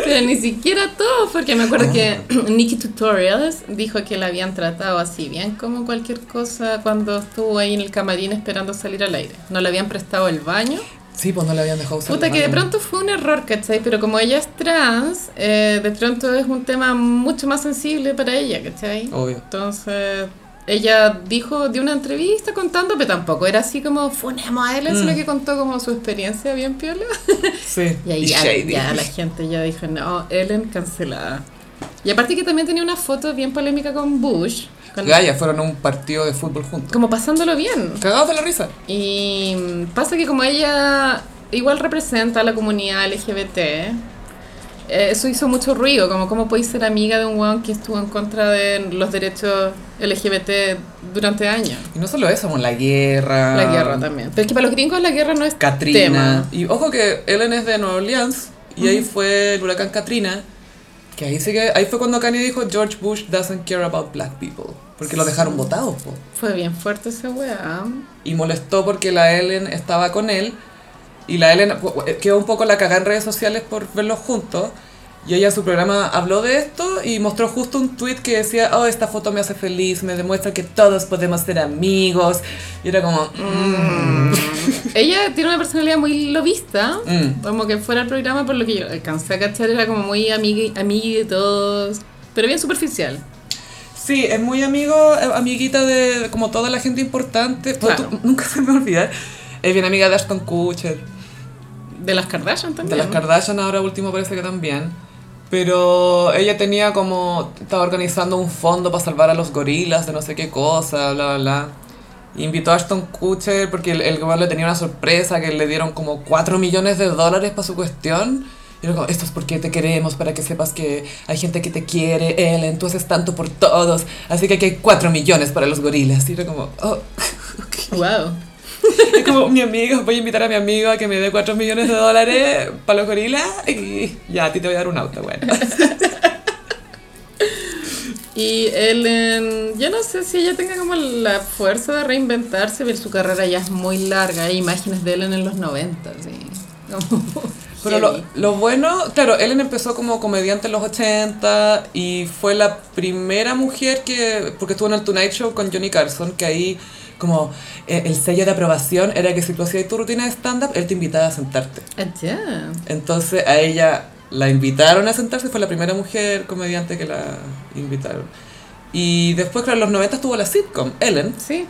Speaker 2: Pero ni siquiera todos, porque me acuerdo que Nikki Tutorials dijo que la habían tratado así bien como cualquier cosa cuando estuvo ahí en el camarín esperando salir al aire. No le habían prestado el baño.
Speaker 1: Sí, pues no le habían dejado usar
Speaker 2: Puta,
Speaker 1: la
Speaker 2: que de
Speaker 1: mano.
Speaker 2: pronto fue un error, ¿cachai? Pero como ella es trans, eh, de pronto es un tema mucho más sensible para ella, ¿cachai?
Speaker 1: Obvio.
Speaker 2: Entonces, ella dijo, dio una entrevista contando, pero tampoco era así como, funemos a él, sino que contó como su experiencia bien piola.
Speaker 1: Sí.
Speaker 2: Y ahí
Speaker 1: Y
Speaker 2: ya,
Speaker 1: shady.
Speaker 2: ya la gente ya dijo, no, Ellen cancelada. Y aparte que también tenía una foto bien polémica con Bush, con-
Speaker 1: Gaia fueron a un partido de fútbol juntos.
Speaker 2: como pasándolo bien.
Speaker 1: Cagados de la risa.
Speaker 2: Y mm, pasa que como ella igual representa a la comunidad LGBT, eh, eso hizo mucho ruido, como cómo podéis ser amiga de un weón que estuvo en contra de los derechos LGBT durante años.
Speaker 1: Y no solo eso, como la guerra.
Speaker 2: La guerra también. Pero es que para los gringos la guerra no es
Speaker 1: Ah. Katrina.
Speaker 2: tema.
Speaker 1: Y ojo que Ellen es de Nueva Orleans y ahí fue el huracán Katrina. Que ahí sí que ahí fue cuando Kanye dijo George Bush doesn't care about black people. Porque lo dejaron votados, po.
Speaker 2: Fue bien fuerte esa weá.
Speaker 1: y molestó porque la Ellen estaba con él y la Ellen pu- pu- quedó un poco la cagada en redes sociales por verlos juntos y ella en su programa habló de esto y mostró justo un tweet que decía oh esta foto me hace feliz me demuestra que todos podemos ser amigos y era como mm,
Speaker 2: Ella tiene una personalidad muy lobista.
Speaker 1: mm.
Speaker 2: Como que fuera el programa, por lo que yo alcancé a cachar, era como muy amigui, amigui de todos, pero bien superficial.
Speaker 1: sí es muy amigo eh, amiguita de como toda la gente importante Tú-
Speaker 2: Claro.
Speaker 1: tú- nunca se me olvida es bien amiga de Ashton Kutcher
Speaker 2: De las Kardashian también.
Speaker 1: De las Kardashian ahora último parece que también. Pero ella tenía como... Estaba organizando un fondo para salvar a los gorilas de no sé qué cosa, bla, bla, bla. Invitó a Ashton Kutcher porque el, el gobierno le tenía una sorpresa que le dieron como 4 millones de dólares para su cuestión. Y luego, esto es porque te queremos, para que sepas que hay gente que te quiere, Ellen, tú haces tanto por todos, así que aquí hay 4 millones para los gorilas. Y era como, oh, ok.
Speaker 2: Wow.
Speaker 1: Es como mi amigo, voy a invitar a mi amigo a que me dé 4 millones de dólares para los gorilas y ya a ti te voy a dar un auto, bueno.
Speaker 2: Y Ellen, yo no sé si ella tenga como la fuerza de reinventarse, pero su carrera ya es muy larga. Hay imágenes de Ellen en los 90, sí. Como-
Speaker 1: Pero lo, lo bueno, claro, Ellen empezó como comediante en los 80 y fue la primera mujer que, porque estuvo en el Tonight Show con Johnny Carson, que ahí como eh, el sello de aprobación era que si tú hacías tu rutina de stand-up, él te invitaba a sentarte.
Speaker 2: Ah, ya.
Speaker 1: Entonces a ella la invitaron a sentarse, fue la primera mujer comediante que la invitaron. Y después, claro, en los 90 estuvo la sitcom Ellen,
Speaker 2: Sí,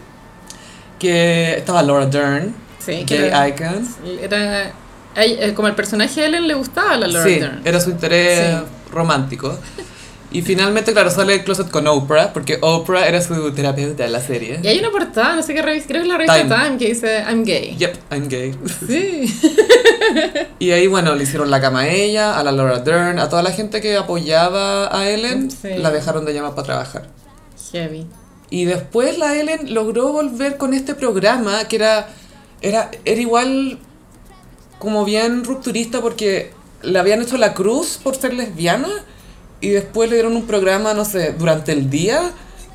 Speaker 1: que estaba Laura Dern,
Speaker 2: sí.
Speaker 1: Jay
Speaker 2: era-
Speaker 1: Icons.
Speaker 2: era- ay, eh, como el personaje de Ellen le gustaba la Laura
Speaker 1: sí,
Speaker 2: Dern.
Speaker 1: era su interés romántico. Y finalmente, claro, sale el closet con Oprah, porque Oprah era su terapeuta de la serie.
Speaker 2: Y hay una portada, no sé qué revista, creo que es la revista
Speaker 1: Time.
Speaker 2: Time, que dice I'm gay.
Speaker 1: Yep, I'm gay.
Speaker 2: Sí.
Speaker 1: Y ahí, bueno, le hicieron la cama a ella, a la Laura Dern, a toda la gente que apoyaba a Ellen,
Speaker 2: Sí.
Speaker 1: la dejaron de llamar para trabajar.
Speaker 2: Heavy.
Speaker 1: Y después la Ellen logró volver con este programa que era, era, era igual como bien rupturista porque le habían hecho la cruz por ser lesbiana y después le dieron un programa, no sé, durante el día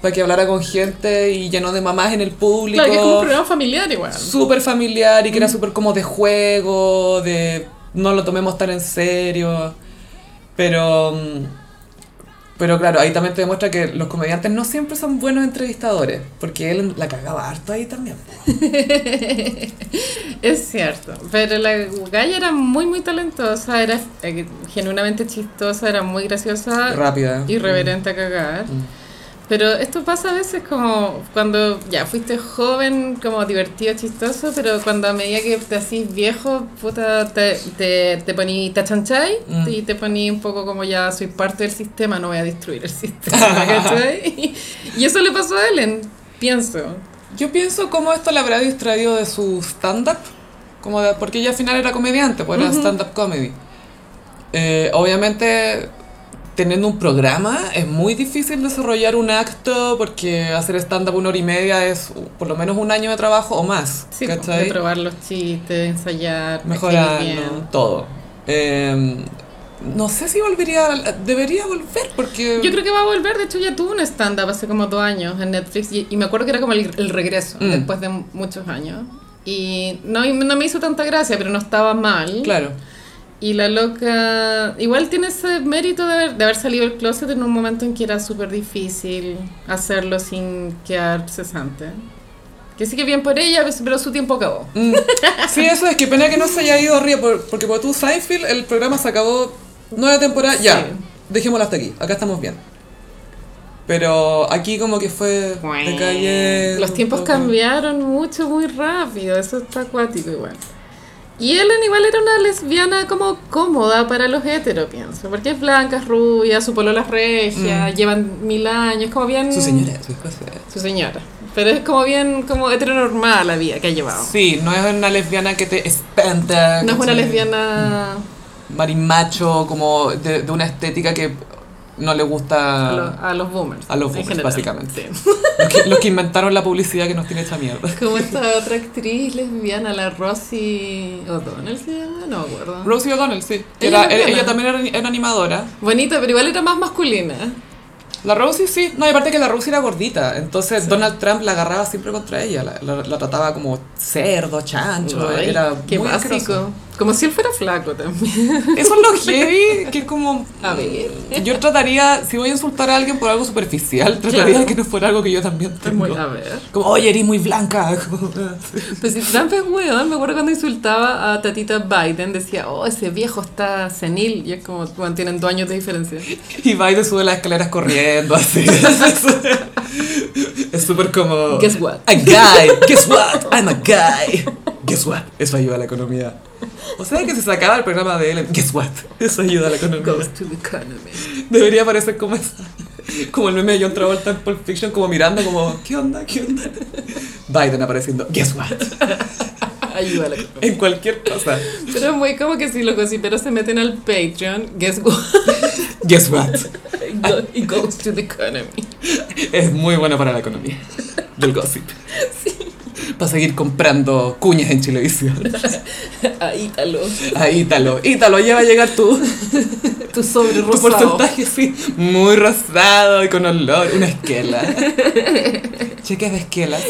Speaker 1: para que hablara con gente y llenó de mamás en el público.
Speaker 2: Claro, que es como un programa familiar igual.
Speaker 1: súper familiar y que era súper como de juego, de no lo tomemos tan en serio. Pero... mm, Pero claro, ahí también te demuestra que los comediantes no siempre son buenos entrevistadores, porque él la cagaba harto ahí también.
Speaker 2: Es cierto, pero la galla era muy, muy talentosa, era eh, genuinamente chistosa, era muy graciosa,
Speaker 1: Rápida.
Speaker 2: Ah, irreverente a cagar. Pero esto pasa a veces como cuando ya fuiste joven, como divertido, chistoso, pero cuando a medida que te hacís viejo, puta, te, te, te poní tachanchay
Speaker 1: Mm.
Speaker 2: y te poní un poco como ya soy parte del sistema, no voy a destruir el sistema, ¿cachai? Y eso le pasó a Ellen, pienso.
Speaker 1: Yo pienso cómo esto la habrá distraído de su stand-up, como de- porque ella al final era comediante, pues era stand-up comedy. Eh, obviamente, teniendo un programa es muy difícil desarrollar un acto, porque hacer stand-up una hora y media es uh, por lo menos un año de trabajo o más.
Speaker 2: Sí, po,
Speaker 1: ¿cachai?
Speaker 2: de probar los chistes, ensayar, escribir
Speaker 1: Mejorarlo,
Speaker 2: bien.
Speaker 1: todo. Eh, no sé si volvería, debería volver, porque...
Speaker 2: Yo creo que va a volver, de hecho ya tuvo un stand-up hace como dos años en Netflix y, y me acuerdo que era como el, el regreso
Speaker 1: Mm.
Speaker 2: después de mu- muchos años. Y no, y no me hizo tanta gracia, pero no estaba mal.
Speaker 1: Claro.
Speaker 2: Y la loca igual tiene ese mérito de haber, de haber salido del closet en un momento en que era súper difícil hacerlo sin quedar cesante. Que sí que bien por ella, pero su tiempo acabó.
Speaker 1: Mm. Sí, eso es que pena que no se haya ido arriba, por- porque por tu Seinfeld el programa se acabó nueva temporada,
Speaker 2: Sí.
Speaker 1: ya, dejémoslo hasta aquí, acá estamos bien. Pero aquí como que fue decayendo
Speaker 2: Pues, Los
Speaker 1: un
Speaker 2: tiempos
Speaker 1: poco.
Speaker 2: cambiaron mucho, muy rápido, eso está acuático igual. Y Ellen igual era una lesbiana como cómoda para los heteros, pienso, porque es blanca, es rubia, su polola es regia, llevan mil años, como bien...
Speaker 1: Mm. Su señora, su esposa.
Speaker 2: Su señora. Pero es como bien, como heteronormal la vida que ha llevado.
Speaker 1: Sí, no es una lesbiana que te espanta.
Speaker 2: No es una
Speaker 1: ¿cachai?
Speaker 2: lesbiana
Speaker 1: Mm. Marimacho, como de, de una estética que no le
Speaker 2: a, lo-
Speaker 1: gusta
Speaker 2: a los boomers.
Speaker 1: Ah. a los
Speaker 2: en
Speaker 1: boomers,
Speaker 2: general.
Speaker 1: básicamente.
Speaker 2: Sí.
Speaker 1: los que, los que inventaron la publicidad que nos tiene esta mierda.
Speaker 2: Como esta otra actriz lesbiana, la Rosie O'Donnell se llama, no me acuerdo.
Speaker 1: Rosie O'Donnell, sí. que
Speaker 2: Ella
Speaker 1: era- era-
Speaker 2: es lesbiana.
Speaker 1: ella también era, era animadora.
Speaker 2: Bonita, pero igual era más masculina.
Speaker 1: La Rosie sí, no, y aparte que la Rosie era gordita, entonces Donald Trump la agarraba siempre contra ella, la, la- la trataba como cerdo, chancho,
Speaker 2: Ay,
Speaker 1: era
Speaker 2: qué
Speaker 1: muy
Speaker 2: básico.
Speaker 1: asqueroso.
Speaker 2: Como si él fuera flaco también.
Speaker 1: Eso es lo heavy, que es como...
Speaker 2: A ver.
Speaker 1: Yo trataría, si voy a insultar a alguien por algo superficial, trataría de que no fuera algo que yo también
Speaker 2: Es
Speaker 1: tengo.
Speaker 2: muy, a ver.
Speaker 1: Como, oye, eres muy blanca. como-
Speaker 2: Pues si Trump es weón, me acuerdo cuando insultaba a Tatita Biden, decía, oh, ese viejo está senil. Y es como, bueno, tienen dos años de diferencia.
Speaker 1: Y Biden sube las escaleras corriendo, así. Es súper como...
Speaker 2: Guess what?
Speaker 1: A guy, guess what? I'm a guy. Guess what? Eso ayuda a la economía. O sea que si se acaba el programa de Ellen, guess what? Eso ayuda a la economía.
Speaker 2: Goes to the economy.
Speaker 1: Debería aparecer como esa, como el meme de John Travolta en Pulp Fiction, como mirando como, ¿qué onda? ¿Qué onda? Biden apareciendo, guess what,
Speaker 2: Ayúdala.
Speaker 1: en cualquier cosa,
Speaker 2: Pero es muy como que si los gossiperos se meten al Patreon, guess what?
Speaker 1: guess what,
Speaker 2: It go- it goes to the economy.
Speaker 1: es muy bueno para la economía del gossip. Para seguir comprando cuñas en Chilevisión.
Speaker 2: Ahí Ítalo.
Speaker 1: A Ítalo. Ítalo, ya va a llegar tu,
Speaker 2: Tu sobre
Speaker 1: tu
Speaker 2: rosado.
Speaker 1: porcentaje, sí. Muy rosado y con olor. Una esquela. Cheques de esquelas.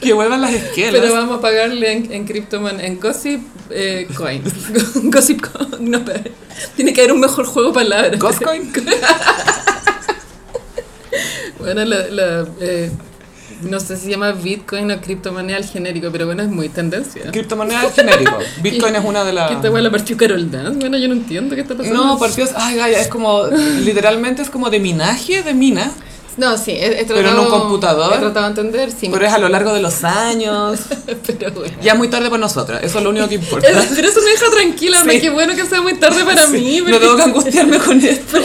Speaker 1: Que vuelvan las esquelas.
Speaker 2: Pero vamos a pagarle en, en Cryptoman, en Gossip eh, Coin. Gossip Coin, no, pero tiene que haber un mejor juego de palabras.
Speaker 1: Goscoin.
Speaker 2: Bueno, la, la, eh, no sé si se llama Bitcoin o criptomoneda al genérico, pero bueno, es muy tendencia.
Speaker 1: Criptomoneda es genérico. Bitcoin es una de las.
Speaker 2: Que esta weá la partió Carol Dance. Bueno, yo no entiendo qué está pasando.
Speaker 1: No, partidos. Ay, ay, es como. Literalmente es como de minaje de mina.
Speaker 2: No, sí, he, he
Speaker 1: Pero
Speaker 2: tratado,
Speaker 1: en un computador.
Speaker 2: He tratado de entender, sí.
Speaker 1: Pero es a lo largo de los años.
Speaker 2: pero bueno.
Speaker 1: Ya muy tarde para nosotras. Eso es lo único que importa.
Speaker 2: Es- Pero eso me deja tranquila,
Speaker 1: Sí.
Speaker 2: me qué bueno que sea muy tarde para
Speaker 1: Sí,
Speaker 2: mí.
Speaker 1: no
Speaker 2: porque-
Speaker 1: tengo que angustiarme con esto.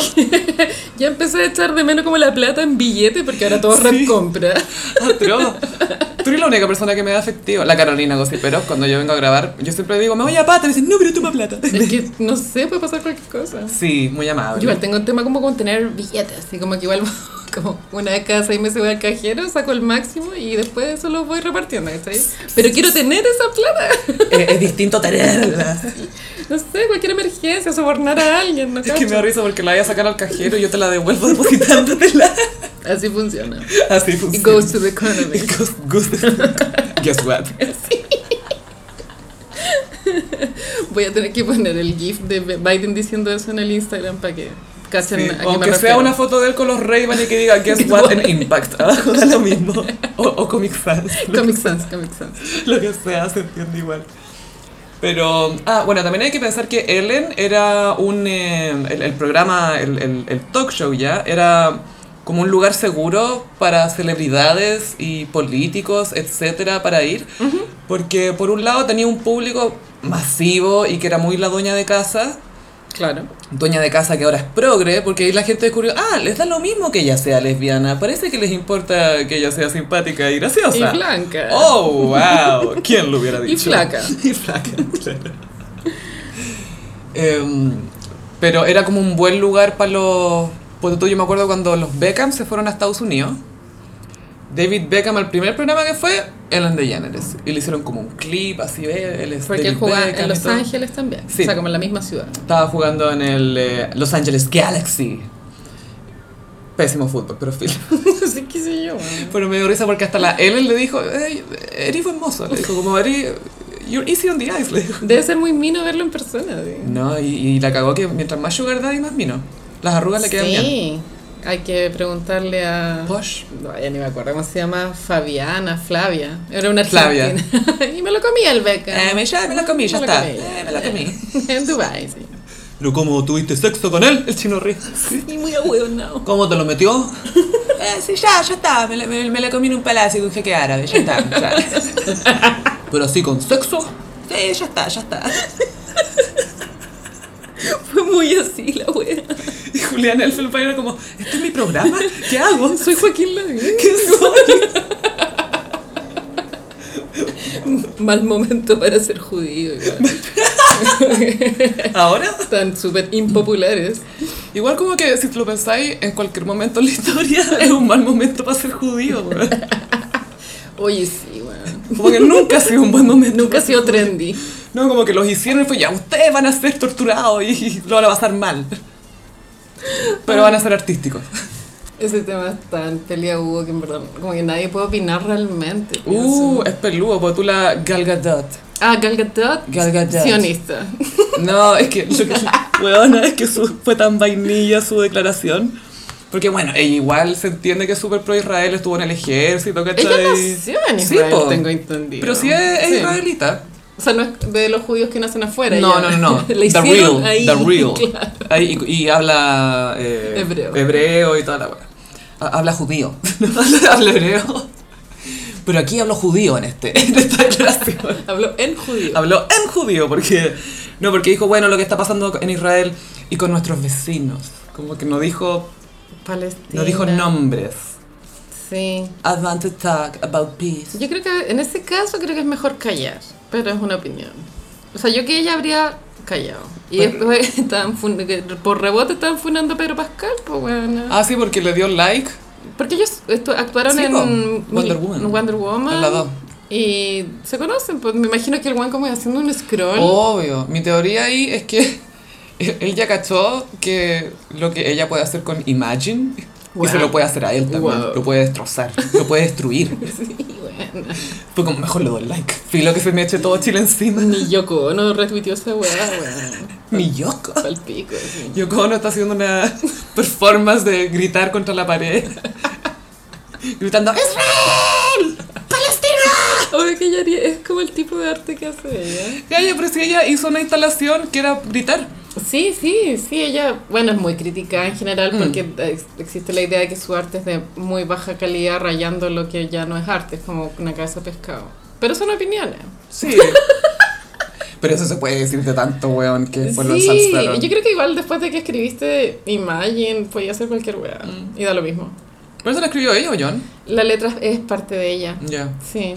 Speaker 2: Ya empecé a echar de menos como la plata en billete porque ahora todo
Speaker 1: Sí.
Speaker 2: rep compra.
Speaker 1: Atroz. Ah, Tú eres la única persona que me da efectivo. La Carolina Gossiperos, cuando yo vengo a grabar, yo siempre digo, me voy a pata. Me dicen, no, pero toma plata.
Speaker 2: Es que no sé, puede pasar cualquier cosa. Yo
Speaker 1: Sí, muy amable.
Speaker 2: igual tengo un tema como con tener billetes, así como que igual como una vez cada seis meses voy al cajero, saco el máximo y después de eso lo voy repartiendo, ¿cachai? Pero quiero tener esa plata.
Speaker 3: es, es distinto tenerla.
Speaker 2: No sé, cualquier emergencia, sobornar a alguien, ¿no?
Speaker 1: Es que me da
Speaker 2: cacho?
Speaker 1: risa porque la voy a sacar al cajero y yo te la devuelvo depositándotela.
Speaker 2: Así funciona.
Speaker 1: Así
Speaker 2: It
Speaker 1: funciona.
Speaker 2: goes to the economy.
Speaker 1: It goes- goes to- Guess what?
Speaker 2: Voy a tener que poner el GIF de Biden diciendo eso en el Instagram para que cachen
Speaker 1: Sí,
Speaker 2: a qué me
Speaker 1: Aunque sea
Speaker 2: refiero.
Speaker 1: una foto de él con los Ray-Ban y que diga Guess what and Impact. Abajo da lo mismo. O, o Comic Sans. Lo,
Speaker 2: Comic Sans, Comic Sans.
Speaker 1: lo que sea, se entiende igual. Pero, ah, bueno, también hay que pensar que Ellen era un. eh, el, el programa, el, el- el talk show ya, era como un lugar seguro para celebridades y políticos, etcétera, para ir. Porque por un lado tenía un público masivo y que era muy la dueña de casa
Speaker 2: Claro.
Speaker 1: dueña de casa que ahora es progre, porque ahí la gente descubrió, ah, les da lo mismo que ella sea lesbiana, parece que les importa que ella sea simpática y graciosa.
Speaker 2: y blanca.
Speaker 1: Oh, wow, ¿quién lo hubiera
Speaker 2: Y
Speaker 1: dicho?
Speaker 2: flaca.
Speaker 1: y flaca, claro. Em, pero era como un buen lugar para los... Por yo me acuerdo cuando los Beckham se fueron a Estados Unidos. David Beckham, al primer programa que fue, Ellen DeGeneres. Y le hicieron como un clip, así, ve, él es
Speaker 2: Porque él
Speaker 1: David
Speaker 2: jugaba
Speaker 1: Beckham
Speaker 2: en
Speaker 1: y
Speaker 2: Los
Speaker 1: todo.
Speaker 2: Ángeles también.
Speaker 1: Sí.
Speaker 2: O sea, como en la misma ciudad.
Speaker 1: Estaba jugando en el eh, Los Angeles Galaxy. Pésimo fútbol, pero filo.
Speaker 2: Así que sé yo. bueno.
Speaker 1: Pero me dio risa porque hasta la Ellen le dijo, "Ey, eres buen mozo. Le dijo, como, eres, you're easy on the ice, le dijo.
Speaker 2: Debe ser muy mino verlo en persona. sí.
Speaker 1: No, y, y la cagó que mientras más sugar daddy, más mino. Las arrugas le quedan bien.
Speaker 2: Sí. Hay que preguntarle a.
Speaker 1: Posh.
Speaker 2: No, ya ni me acuerdo cómo se llama. Fabiana, Flavia. Era una
Speaker 1: Flavia.
Speaker 2: argentina. y me lo comía el beca.
Speaker 1: Eh, me, ya me la comí, ya
Speaker 2: Me lo
Speaker 1: está.
Speaker 2: comí.
Speaker 1: Eh, me la comí.
Speaker 2: en Dubai, sí.
Speaker 1: Pero ¿cómo tuviste sexo con él? El chino ríe.
Speaker 2: Y muy ahueonado.
Speaker 1: ¿Cómo te lo metió? Eh, sí, ya, ya está. Me, la- me- me la comí en un palacio de un jeque árabe. Ya está. ya. Pero así con sexo. Sí, ya está, ya está.
Speaker 2: Fue muy así la wea.
Speaker 1: Y Julián Elfelpain era como, ¿este es mi programa? ¿Qué hago?
Speaker 2: Soy Joaquín Lavín.
Speaker 1: ¿Qué soy?
Speaker 2: Mal momento para ser judío. Igual.
Speaker 1: ¿Ahora?
Speaker 2: Están súper impopulares.
Speaker 1: Igual como que si lo pensáis, en cualquier momento en la historia es un mal momento para ser judío, weón.
Speaker 2: Oye, sí, weón.
Speaker 1: Como que nunca ha sido un buen momento.
Speaker 2: Nunca ha sido trendy.
Speaker 1: No, como que los hicieron y fue ya, ustedes van a ser torturados y, y lo van a pasar mal. Pero van a ser artísticos.
Speaker 2: Ese tema es tan peliagudo que en verdad como que nadie puede opinar realmente.
Speaker 1: Uh,
Speaker 2: pienso.
Speaker 1: es peludo, porque tú la Gal Gadot.
Speaker 2: ah, Gal Gadot,
Speaker 1: Gal Gadot.
Speaker 2: sionista.
Speaker 1: No, es que, lo que weona, es que su- fue tan vainilla su declaración. Porque bueno, ella igual se entiende que es súper pro Israel, estuvo en el ejército, ¿cachai?
Speaker 2: Ella nació en
Speaker 1: Sí,
Speaker 2: Israel,
Speaker 1: po.
Speaker 2: tengo entendido.
Speaker 1: Pero sí es, es
Speaker 2: Sí.
Speaker 1: israelita.
Speaker 2: O sea, no es de los judíos que nacen afuera.
Speaker 1: No,
Speaker 2: ella.
Speaker 1: no, no, no.
Speaker 2: La
Speaker 1: The
Speaker 2: hicieron
Speaker 1: real.
Speaker 2: ahí.
Speaker 1: The real.
Speaker 2: claro.
Speaker 1: Ahí, y, y habla eh,
Speaker 2: Hebreo.
Speaker 1: hebreo y toda la weá. Ha- Habla judío. habla, habla hebreo. Pero aquí hablo judío en, este, en esta declaración.
Speaker 2: Habló en judío.
Speaker 1: Habló en judío porque no porque dijo bueno lo que está pasando en Israel y con nuestros vecinos como que no dijo
Speaker 2: Palestina.
Speaker 1: no dijo nombres
Speaker 2: Sí.
Speaker 1: Advanced talk about peace.
Speaker 2: Yo creo que en ese caso creo que es mejor callar, pero es una opinión. O sea, yo que ella habría callado. Y después estaban fun- que por rebote estaban funando a Pedro Pascal, pues bueno.
Speaker 1: Ah, sí, porque le dio like.
Speaker 2: Porque ellos estu- actuaron
Speaker 1: Sí,
Speaker 2: en
Speaker 1: po.
Speaker 2: Mil-
Speaker 1: Wonder Woman.
Speaker 2: Wonder Woman.
Speaker 1: En la dos.
Speaker 2: Y se conocen, pues me imagino que el one como haciendo un scroll.
Speaker 1: Obvio. Mi teoría ahí es que él ya cachó que lo que ella puede hacer con Imagine.
Speaker 2: Wow.
Speaker 1: Y se lo puede hacer a él también.
Speaker 2: Wow.
Speaker 1: Lo puede destrozar. Lo puede destruir.
Speaker 2: Sí, bueno.
Speaker 1: Fue como, mejor le doy like. Filo que se me eche todo Chile encima.
Speaker 2: Ni Yoko no retuiteó esa weá, weón.
Speaker 1: Mi Yoko.
Speaker 2: Pal pico, sí.
Speaker 1: Yoko Ono está haciendo una performance de gritar contra la pared. Gritando, ¡Israel!
Speaker 2: Obvio que ella haría- es como el tipo de arte que hace ella.
Speaker 1: Gaya, pero si ella hizo una instalación que era gritar.
Speaker 2: Sí, sí, sí, ella, bueno, es muy criticada en
Speaker 1: Mm.
Speaker 2: general porque ex- existe la idea de que su arte es de muy baja calidad, rayando lo que ya no es arte, es como una cabeza de pescado. Pero son opiniones.
Speaker 1: Sí. Pero eso se puede decir de tanto, weón, que después lo
Speaker 2: sí,
Speaker 1: ensalzaron.
Speaker 2: yo creo que igual después de que escribiste Imagine, podía hacer cualquier weá
Speaker 1: Mm.
Speaker 2: y da lo mismo.
Speaker 1: ¿Pero eso lo escribió ella o John?
Speaker 2: La letra es parte de ella.
Speaker 1: Ya.
Speaker 2: Sí.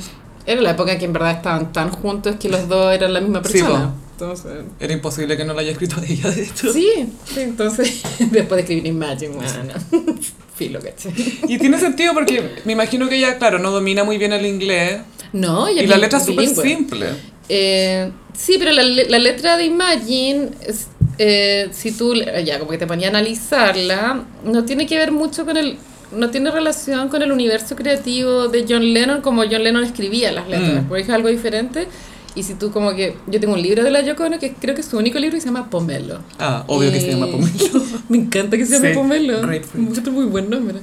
Speaker 2: Era la época en que en verdad estaban tan juntos que los dos eran la misma
Speaker 1: Sí,
Speaker 2: persona.
Speaker 1: po.
Speaker 2: entonces,
Speaker 1: Era imposible que no lo haya escrito ella, de hecho.
Speaker 2: sí, sí, entonces después de escribir Imagine, bueno, filo, caché.
Speaker 1: Y tiene sentido porque me imagino que ella, claro, no domina muy bien el inglés.
Speaker 2: No, ella
Speaker 1: Y la
Speaker 2: es
Speaker 1: letra es súper
Speaker 2: bilingüe.
Speaker 1: simple.
Speaker 2: Eh, sí, pero la, le- la letra de Imagine, es, eh, si tú le- ya como que te ponía a analizarla, no tiene que ver mucho con el. No tiene relación con el universo creativo de John Lennon, como John Lennon escribía las letras,
Speaker 1: Mm.
Speaker 2: porque es algo diferente. Y si tú, como que. Yo tengo un libro de la Yoko Ono que creo que es su único libro y se llama Pomelo.
Speaker 1: Ah, obvio que se llama
Speaker 2: Y-
Speaker 1: Pomelo.
Speaker 2: Eh, Me encanta que se llame
Speaker 1: Sí,
Speaker 2: Pomelo.
Speaker 1: grapefruit.
Speaker 2: Encuentro muy buen nombre.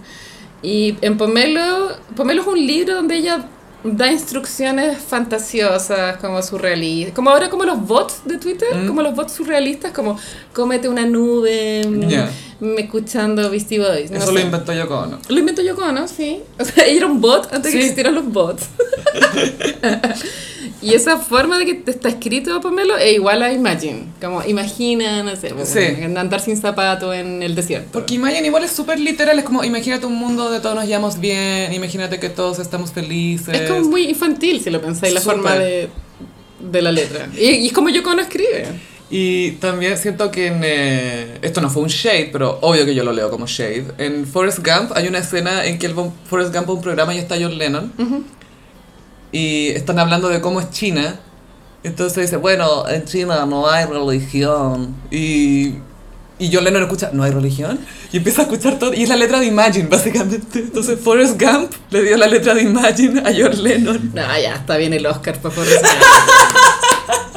Speaker 2: Y en Pomelo, Pomelo es un libro donde ella da instrucciones fantasiosas, como surrealistas, como ahora como los bots de Twitter,
Speaker 1: Mm.
Speaker 2: como los bots surrealistas, como cómete una nube, mm,
Speaker 1: Ya.
Speaker 2: me escuchando Beastie Boys. no
Speaker 1: Eso
Speaker 2: sé.
Speaker 1: lo inventó Yoko Ono.
Speaker 2: Lo inventó Yoko Ono, sí. O sea, ella era un bot antes
Speaker 1: Sí.
Speaker 2: que existieran los bots. y esa forma de que te está escrito Pomelo es igual a Imagine. Como imagina, no sé,
Speaker 1: Sí.
Speaker 2: bueno, andar sin zapato en el desierto.
Speaker 1: Porque Imagine igual es súper literal, es como imagínate un mundo de todos nos llevamos bien, imagínate que todos estamos felices.
Speaker 2: es como muy infantil si lo pensáis, la
Speaker 1: Súper.
Speaker 2: forma de, de la letra. Y, y es como Yoko Ono escribe.
Speaker 1: Y también siento que en... eh, esto no fue un shade, pero obvio que yo lo leo como shade. En Forrest Gump hay una escena en que él va a un- Forrest Gump va a un programa y está John Lennon. Y están hablando de cómo es China. Entonces dice, bueno, en China no hay religión. Y, y John Lennon escucha, ¿no hay religión? Y empieza a escuchar todo. Y es la letra de Imagine, básicamente. Entonces Forrest Gump le dio la letra de Imagine a John Lennon.
Speaker 2: No, ya está bien el Oscar, por favor.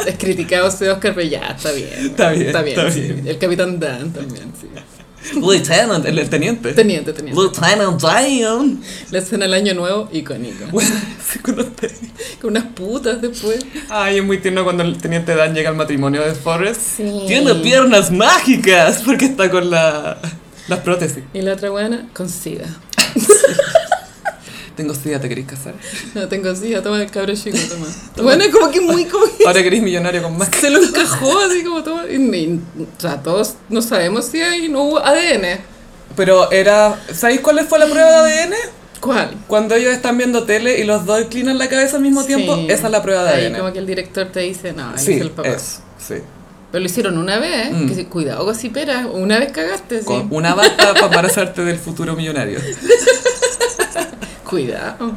Speaker 2: Es criticado ese Oscar, pero ya está bien.
Speaker 1: Está bien, está
Speaker 2: sí.
Speaker 1: bien.
Speaker 2: El Capitán Dan también, sí.
Speaker 1: Lieutenant, el, el teniente.
Speaker 2: Teniente, teniente.
Speaker 3: Lieutenant Dion.
Speaker 2: La escena del año nuevo, icónica.
Speaker 1: Bueno, sí, cuando te-
Speaker 2: Con unas putas después.
Speaker 1: Ay, es muy tierno cuando el teniente Dan llega al matrimonio de Forrest.
Speaker 2: Sí.
Speaker 1: Tiene piernas mágicas porque está con la, las prótesis.
Speaker 2: Y la otra buena, con sida.
Speaker 1: Tengo sida, ¿te querés casar?
Speaker 2: No tengo sida, toma el cabro chico, toma. Bueno, es como que muy como que
Speaker 1: Ahora querés millonario con más.
Speaker 2: se lo encajó así como toma. Y, y- o sea, todos no sabemos si hay, no hubo ADN.
Speaker 1: Pero era... ¿Sabéis cuál fue la prueba de ADN?
Speaker 2: ¿Cuál?
Speaker 1: Cuando ellos están viendo tele y los dos inclinan la cabeza al mismo tiempo,
Speaker 2: Sí.
Speaker 1: esa es la prueba de
Speaker 2: Ahí
Speaker 1: ADN.
Speaker 2: como que el director te dice, no, él
Speaker 1: sí,
Speaker 2: es el papá.
Speaker 1: es, sí.
Speaker 2: Pero lo hicieron una vez,
Speaker 1: Mm.
Speaker 2: que si- cuidado, gossipera, una vez cagaste, sí.
Speaker 1: Con una bata para embarazarte del futuro millonario.
Speaker 2: Cuidado.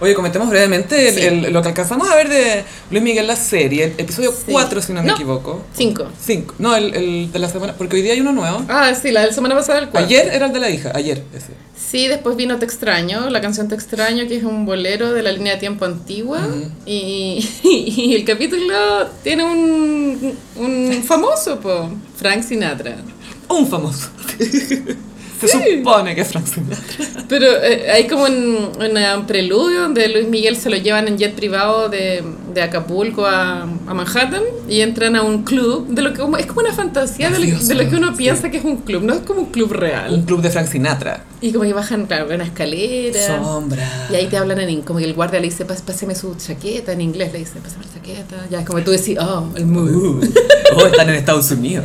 Speaker 1: Oye, comentemos brevemente el-
Speaker 2: Sí.
Speaker 1: el- lo que alcanzamos a ver de Luis Miguel la serie, el episodio
Speaker 2: Sí.
Speaker 1: 4, si no me
Speaker 2: No.
Speaker 1: equivoco.
Speaker 2: Cinco.
Speaker 1: Cinco. No, el, el de la semana. Porque hoy día hay uno nuevo.
Speaker 2: Ah, sí, la del semana pasada, el cuarto.
Speaker 1: Ayer era el de la hija. Ayer, ese.
Speaker 2: Sí, después vino Te Extraño, la canción Te Extraño, que es un bolero de la línea de tiempo antigua. y, y el capítulo tiene un, un famoso, po, Frank Sinatra.
Speaker 1: Un famoso. Se supone que es Frank Sinatra.
Speaker 2: Pero eh, hay como un, una- un preludio donde Luis Miguel se lo llevan en jet privado de, de Acapulco a, a Manhattan y entran a un club, de lo que como- es como una fantasía de lo,
Speaker 1: Mafioso,
Speaker 2: de lo que uno
Speaker 1: sí.
Speaker 2: piensa que es un club, no es como un club
Speaker 1: Un
Speaker 2: real.
Speaker 1: club de Frank Sinatra.
Speaker 2: Y como que bajan claro, una escalera.
Speaker 3: Sombra.
Speaker 2: Y ahí te hablan en in- como que el guardia le dice, "Pas- páseme su chaqueta, en inglés le dice, páseme la chaqueta. Ya, es como tú decís, oh, el mood.
Speaker 3: Uh, oh, están en Estados Unidos.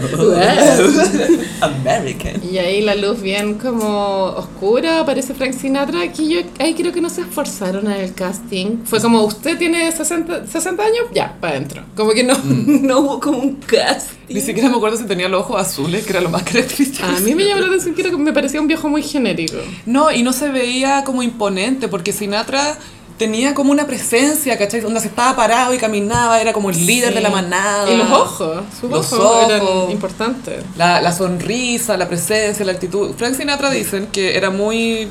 Speaker 3: American.
Speaker 2: Y ahí la luz bien como oscura, aparece Frank Sinatra, que yo ahí creo que no se esforzaron en el casting. Fue como, usted tiene 60, 60 años, ya, para adentro. Como que no,
Speaker 1: Mm.
Speaker 2: no hubo como un casting.
Speaker 1: Ni siquiera me acuerdo si tenía los ojos azules, que era lo más característico.
Speaker 2: A mí me llamó la atención que era como- me parecía un viejo muy genérico.
Speaker 1: No, y no se veía como imponente, porque Sinatra tenía como una presencia, ¿cachai? Donde se estaba parado y caminaba, era como el líder
Speaker 2: Sí.
Speaker 1: de la manada.
Speaker 2: Y los ojos, sus
Speaker 1: Los
Speaker 2: ojos, eran
Speaker 1: ojos.
Speaker 2: importantes.
Speaker 1: La, la sonrisa, la presencia, la actitud. Frank Sinatra dicen que era muy...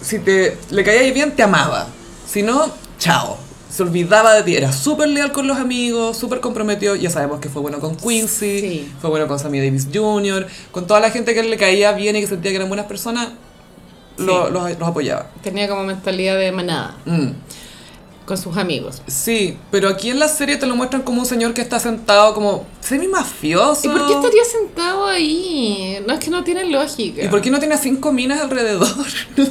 Speaker 1: Si te, le caías bien, te amaba. Si no, chao. Se olvidaba de ti. Era súper leal con los amigos, súper comprometido. Ya sabemos que fue bueno con Quincy,
Speaker 2: Sí.
Speaker 1: fue bueno con Sammy Davis Jr., con toda la gente que le caía bien y que sentía que eran buenas personas, lo- los, los apoyaba.
Speaker 2: Tenía como mentalidad de manada,
Speaker 1: Mm.
Speaker 2: con sus amigos.
Speaker 1: Sí, pero aquí en la serie te lo muestran como un señor que está sentado como semi-mafioso.
Speaker 2: ¿Y por qué estaría sentado ahí? No, es que no tiene lógica.
Speaker 1: ¿Y por qué no tiene a cinco minas alrededor?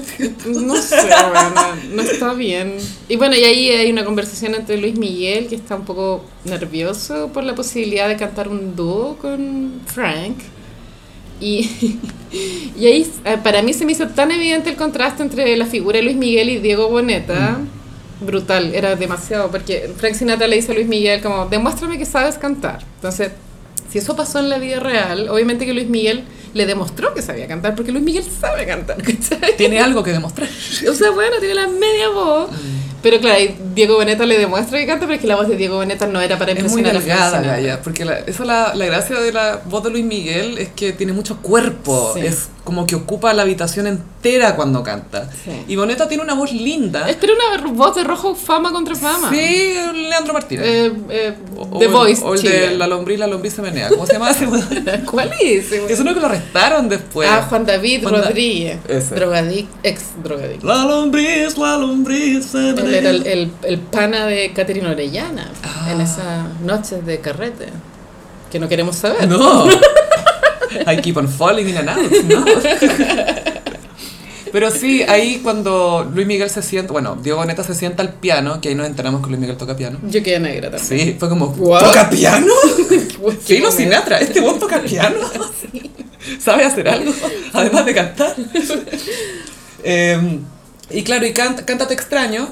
Speaker 2: No sé, bueno, no está bien. Y bueno, y ahí hay una conversación entre Luis Miguel, que está un poco nervioso por la posibilidad de cantar un dúo con Frank. Y, y ahí eh, para mí se me hizo tan evidente el contraste entre la figura de Luis Miguel y Diego Boneta. Brutal, era demasiado, porque Frank Sinatra le dice a Luis Miguel como, demuéstrame que sabes cantar. Entonces, si eso pasó en la vida real, obviamente que Luis Miguel le demostró que sabía cantar, porque Luis Miguel sabe cantar, ¿cachai?
Speaker 1: tiene algo que demostrar.
Speaker 2: O sea, bueno, tiene la media voz.
Speaker 1: Mm.
Speaker 2: Pero claro, ahí Diego Boneta le demuestra que canta, pero es que la voz de Diego Boneta no era para
Speaker 1: Es muy
Speaker 2: impresionar a Frank
Speaker 1: delgada,
Speaker 2: Sinatra.
Speaker 1: Gaya, porque la, esa la, la gracia de la voz de Luis Miguel es que tiene mucho cuerpo,
Speaker 2: Sí.
Speaker 1: es como que ocupa la habitación entera cuando canta.
Speaker 2: Sí.
Speaker 1: Y Boneta tiene una voz linda.
Speaker 2: Esta era una voz de rojo fama contra fama.
Speaker 1: Sí, Leandro Martínez.
Speaker 2: Eh, eh,
Speaker 1: O-
Speaker 2: The
Speaker 1: o el-
Speaker 2: Voice.
Speaker 1: O el
Speaker 2: Chile.
Speaker 1: de La lombriz, la lombriz se menea. ¿Cómo se llama ese?
Speaker 2: ¿Cuál es?
Speaker 1: Es uno que lo arrestaron después.
Speaker 2: Ah, Juan David
Speaker 1: Juan Da-
Speaker 2: Rodríguez.
Speaker 1: Ese.
Speaker 2: Drogadicto, ex drogadicto.
Speaker 1: La lombriz, la lombriz se
Speaker 2: Él
Speaker 1: menea.
Speaker 2: era el, el- el pana de Caterina Orellana
Speaker 1: Ah.
Speaker 2: en esas noches de carrete. Que no queremos saber.
Speaker 1: No. I keep on falling in and out. No. Pero sí, ahí cuando Luis Miguel se sienta, bueno, Diego Boneta se sienta al piano, que ahí nos enteramos que Luis Miguel toca piano.
Speaker 2: Yo quedé negra también.
Speaker 1: Sí, fue como,
Speaker 2: What?
Speaker 1: ¿toca piano? Sí,
Speaker 2: Qué
Speaker 1: no
Speaker 2: momento.
Speaker 1: Sinatra, este buen toca piano. ¿Sabe hacer algo? Además de cantar. Eh, y claro, y canta, Cántate Extraño,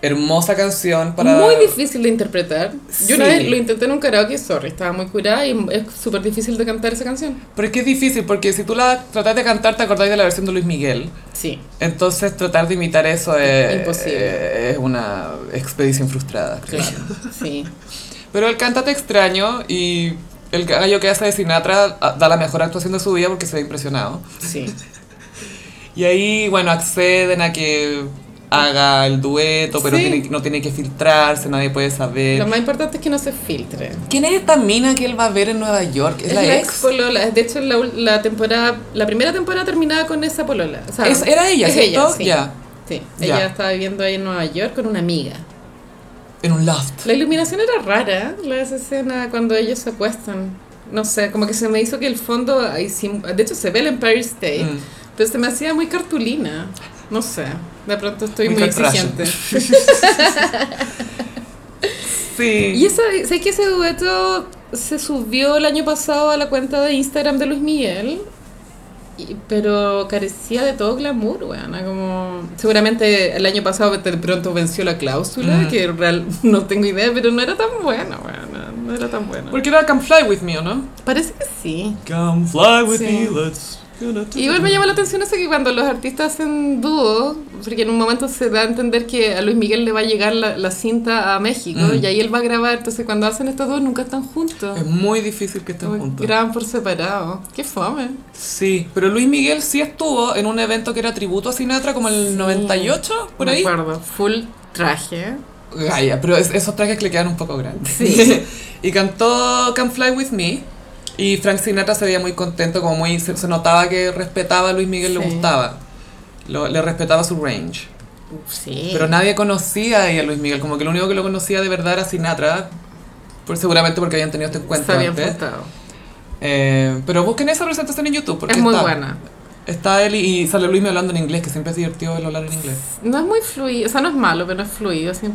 Speaker 1: hermosa canción para...
Speaker 2: Muy difícil de interpretar. Yo una
Speaker 1: Sí.
Speaker 2: vez lo intenté en un karaoke, sorry, estaba muy curada y es súper difícil de cantar esa canción.
Speaker 1: Pero es que es difícil, porque si tú la tratas de cantar, te acordáis de la versión de Luis Miguel.
Speaker 2: Sí.
Speaker 1: Entonces tratar de imitar eso es,
Speaker 2: Imposible.
Speaker 1: es una expedición frustrada. creo.
Speaker 2: Sí.
Speaker 1: Pero el cántate extraño y el gallo que hace de Sinatra ah, da la mejor actuación de su vida porque se ve impresionado.
Speaker 2: Sí.
Speaker 1: Y ahí, bueno, acceden a que haga el dueto, pero
Speaker 2: Sí.
Speaker 1: tiene- no tiene que filtrarse, nadie puede
Speaker 2: Lo
Speaker 1: saber.
Speaker 2: más importante es que no se filtre.
Speaker 1: ¿Quién es esta mina que él va a ver en Nueva York? ¿Es, la, ex?
Speaker 2: polola. De hecho, la, ul- la temporada, la primera temporada terminaba con esa polola. O sea,
Speaker 1: Es- era ella,
Speaker 2: es
Speaker 1: ¿cierto?
Speaker 2: sí.
Speaker 1: Ya.
Speaker 2: Sí.
Speaker 1: Ya.
Speaker 2: Ella estaba viviendo ahí en Nueva York con una amiga.
Speaker 1: En un loft.
Speaker 2: La iluminación era rara, la de esa escena cuando ellos se acuestan. No sé, como que se me hizo que el fondo, ahí sim- de hecho se ve el Empire State,
Speaker 1: Mm.
Speaker 2: pero se me hacía muy cartulina. No sé, de pronto estoy
Speaker 1: Muy
Speaker 2: muy,
Speaker 1: cartrashen.
Speaker 2: exigente.
Speaker 1: Sí.
Speaker 2: Y esa, sé que ese dueto se subió el año pasado a la cuenta de Instagram de Luis Miguel, y- pero carecía de todo glamour, weona, como seguramente el año pasado de pronto venció la cláusula,
Speaker 1: Mm.
Speaker 2: que real, no tengo idea, pero no era tan buena, weona, no era tan buena.
Speaker 1: Porque era Come Fly With Me, ¿o no?
Speaker 2: Parece que sí.
Speaker 1: Come fly
Speaker 2: with Sí. me,
Speaker 1: let's...
Speaker 2: Igual me llama la atención eso que cuando los artistas hacen dúo, porque en un momento se da a entender que a Luis Miguel le va a llegar la, la cinta a México
Speaker 1: Mm.
Speaker 2: y ahí él va a grabar, entonces cuando hacen estos dos nunca están juntos.
Speaker 1: Es muy difícil que estén
Speaker 2: Como
Speaker 1: juntos.
Speaker 2: Graban por separado. Qué fome.
Speaker 1: Sí, pero Luis Miguel sí estuvo en un evento que era tributo a Sinatra, como el 98, por
Speaker 2: Me
Speaker 1: ahí.
Speaker 2: acuerdo. Full traje.
Speaker 1: Gaia, pero es- esos trajes que le quedan un poco grandes.
Speaker 2: Sí.
Speaker 1: y cantó Can Fly With Me. Y Frank Sinatra se veía muy contento, como muy. Se, se notaba que respetaba a Luis Miguel, le
Speaker 2: Sí.
Speaker 1: gustaba. Lo- le respetaba su range.
Speaker 2: Sí.
Speaker 1: Pero nadie conocía ahí a Luis Miguel, como que lo único que lo conocía de verdad era Sinatra, por, seguramente porque habían tenido este encuentro
Speaker 2: Está bien
Speaker 1: antes.
Speaker 2: portado.
Speaker 1: Eh, pero busquen esa presentación en YouTube, porque
Speaker 2: Es muy
Speaker 1: está,
Speaker 2: buena.
Speaker 1: Está él y, y sale Luis me hablando en inglés, que siempre es divertido verlo hablar en inglés.
Speaker 2: No es muy fluido, o sea, no es malo, pero no es fluido 100%.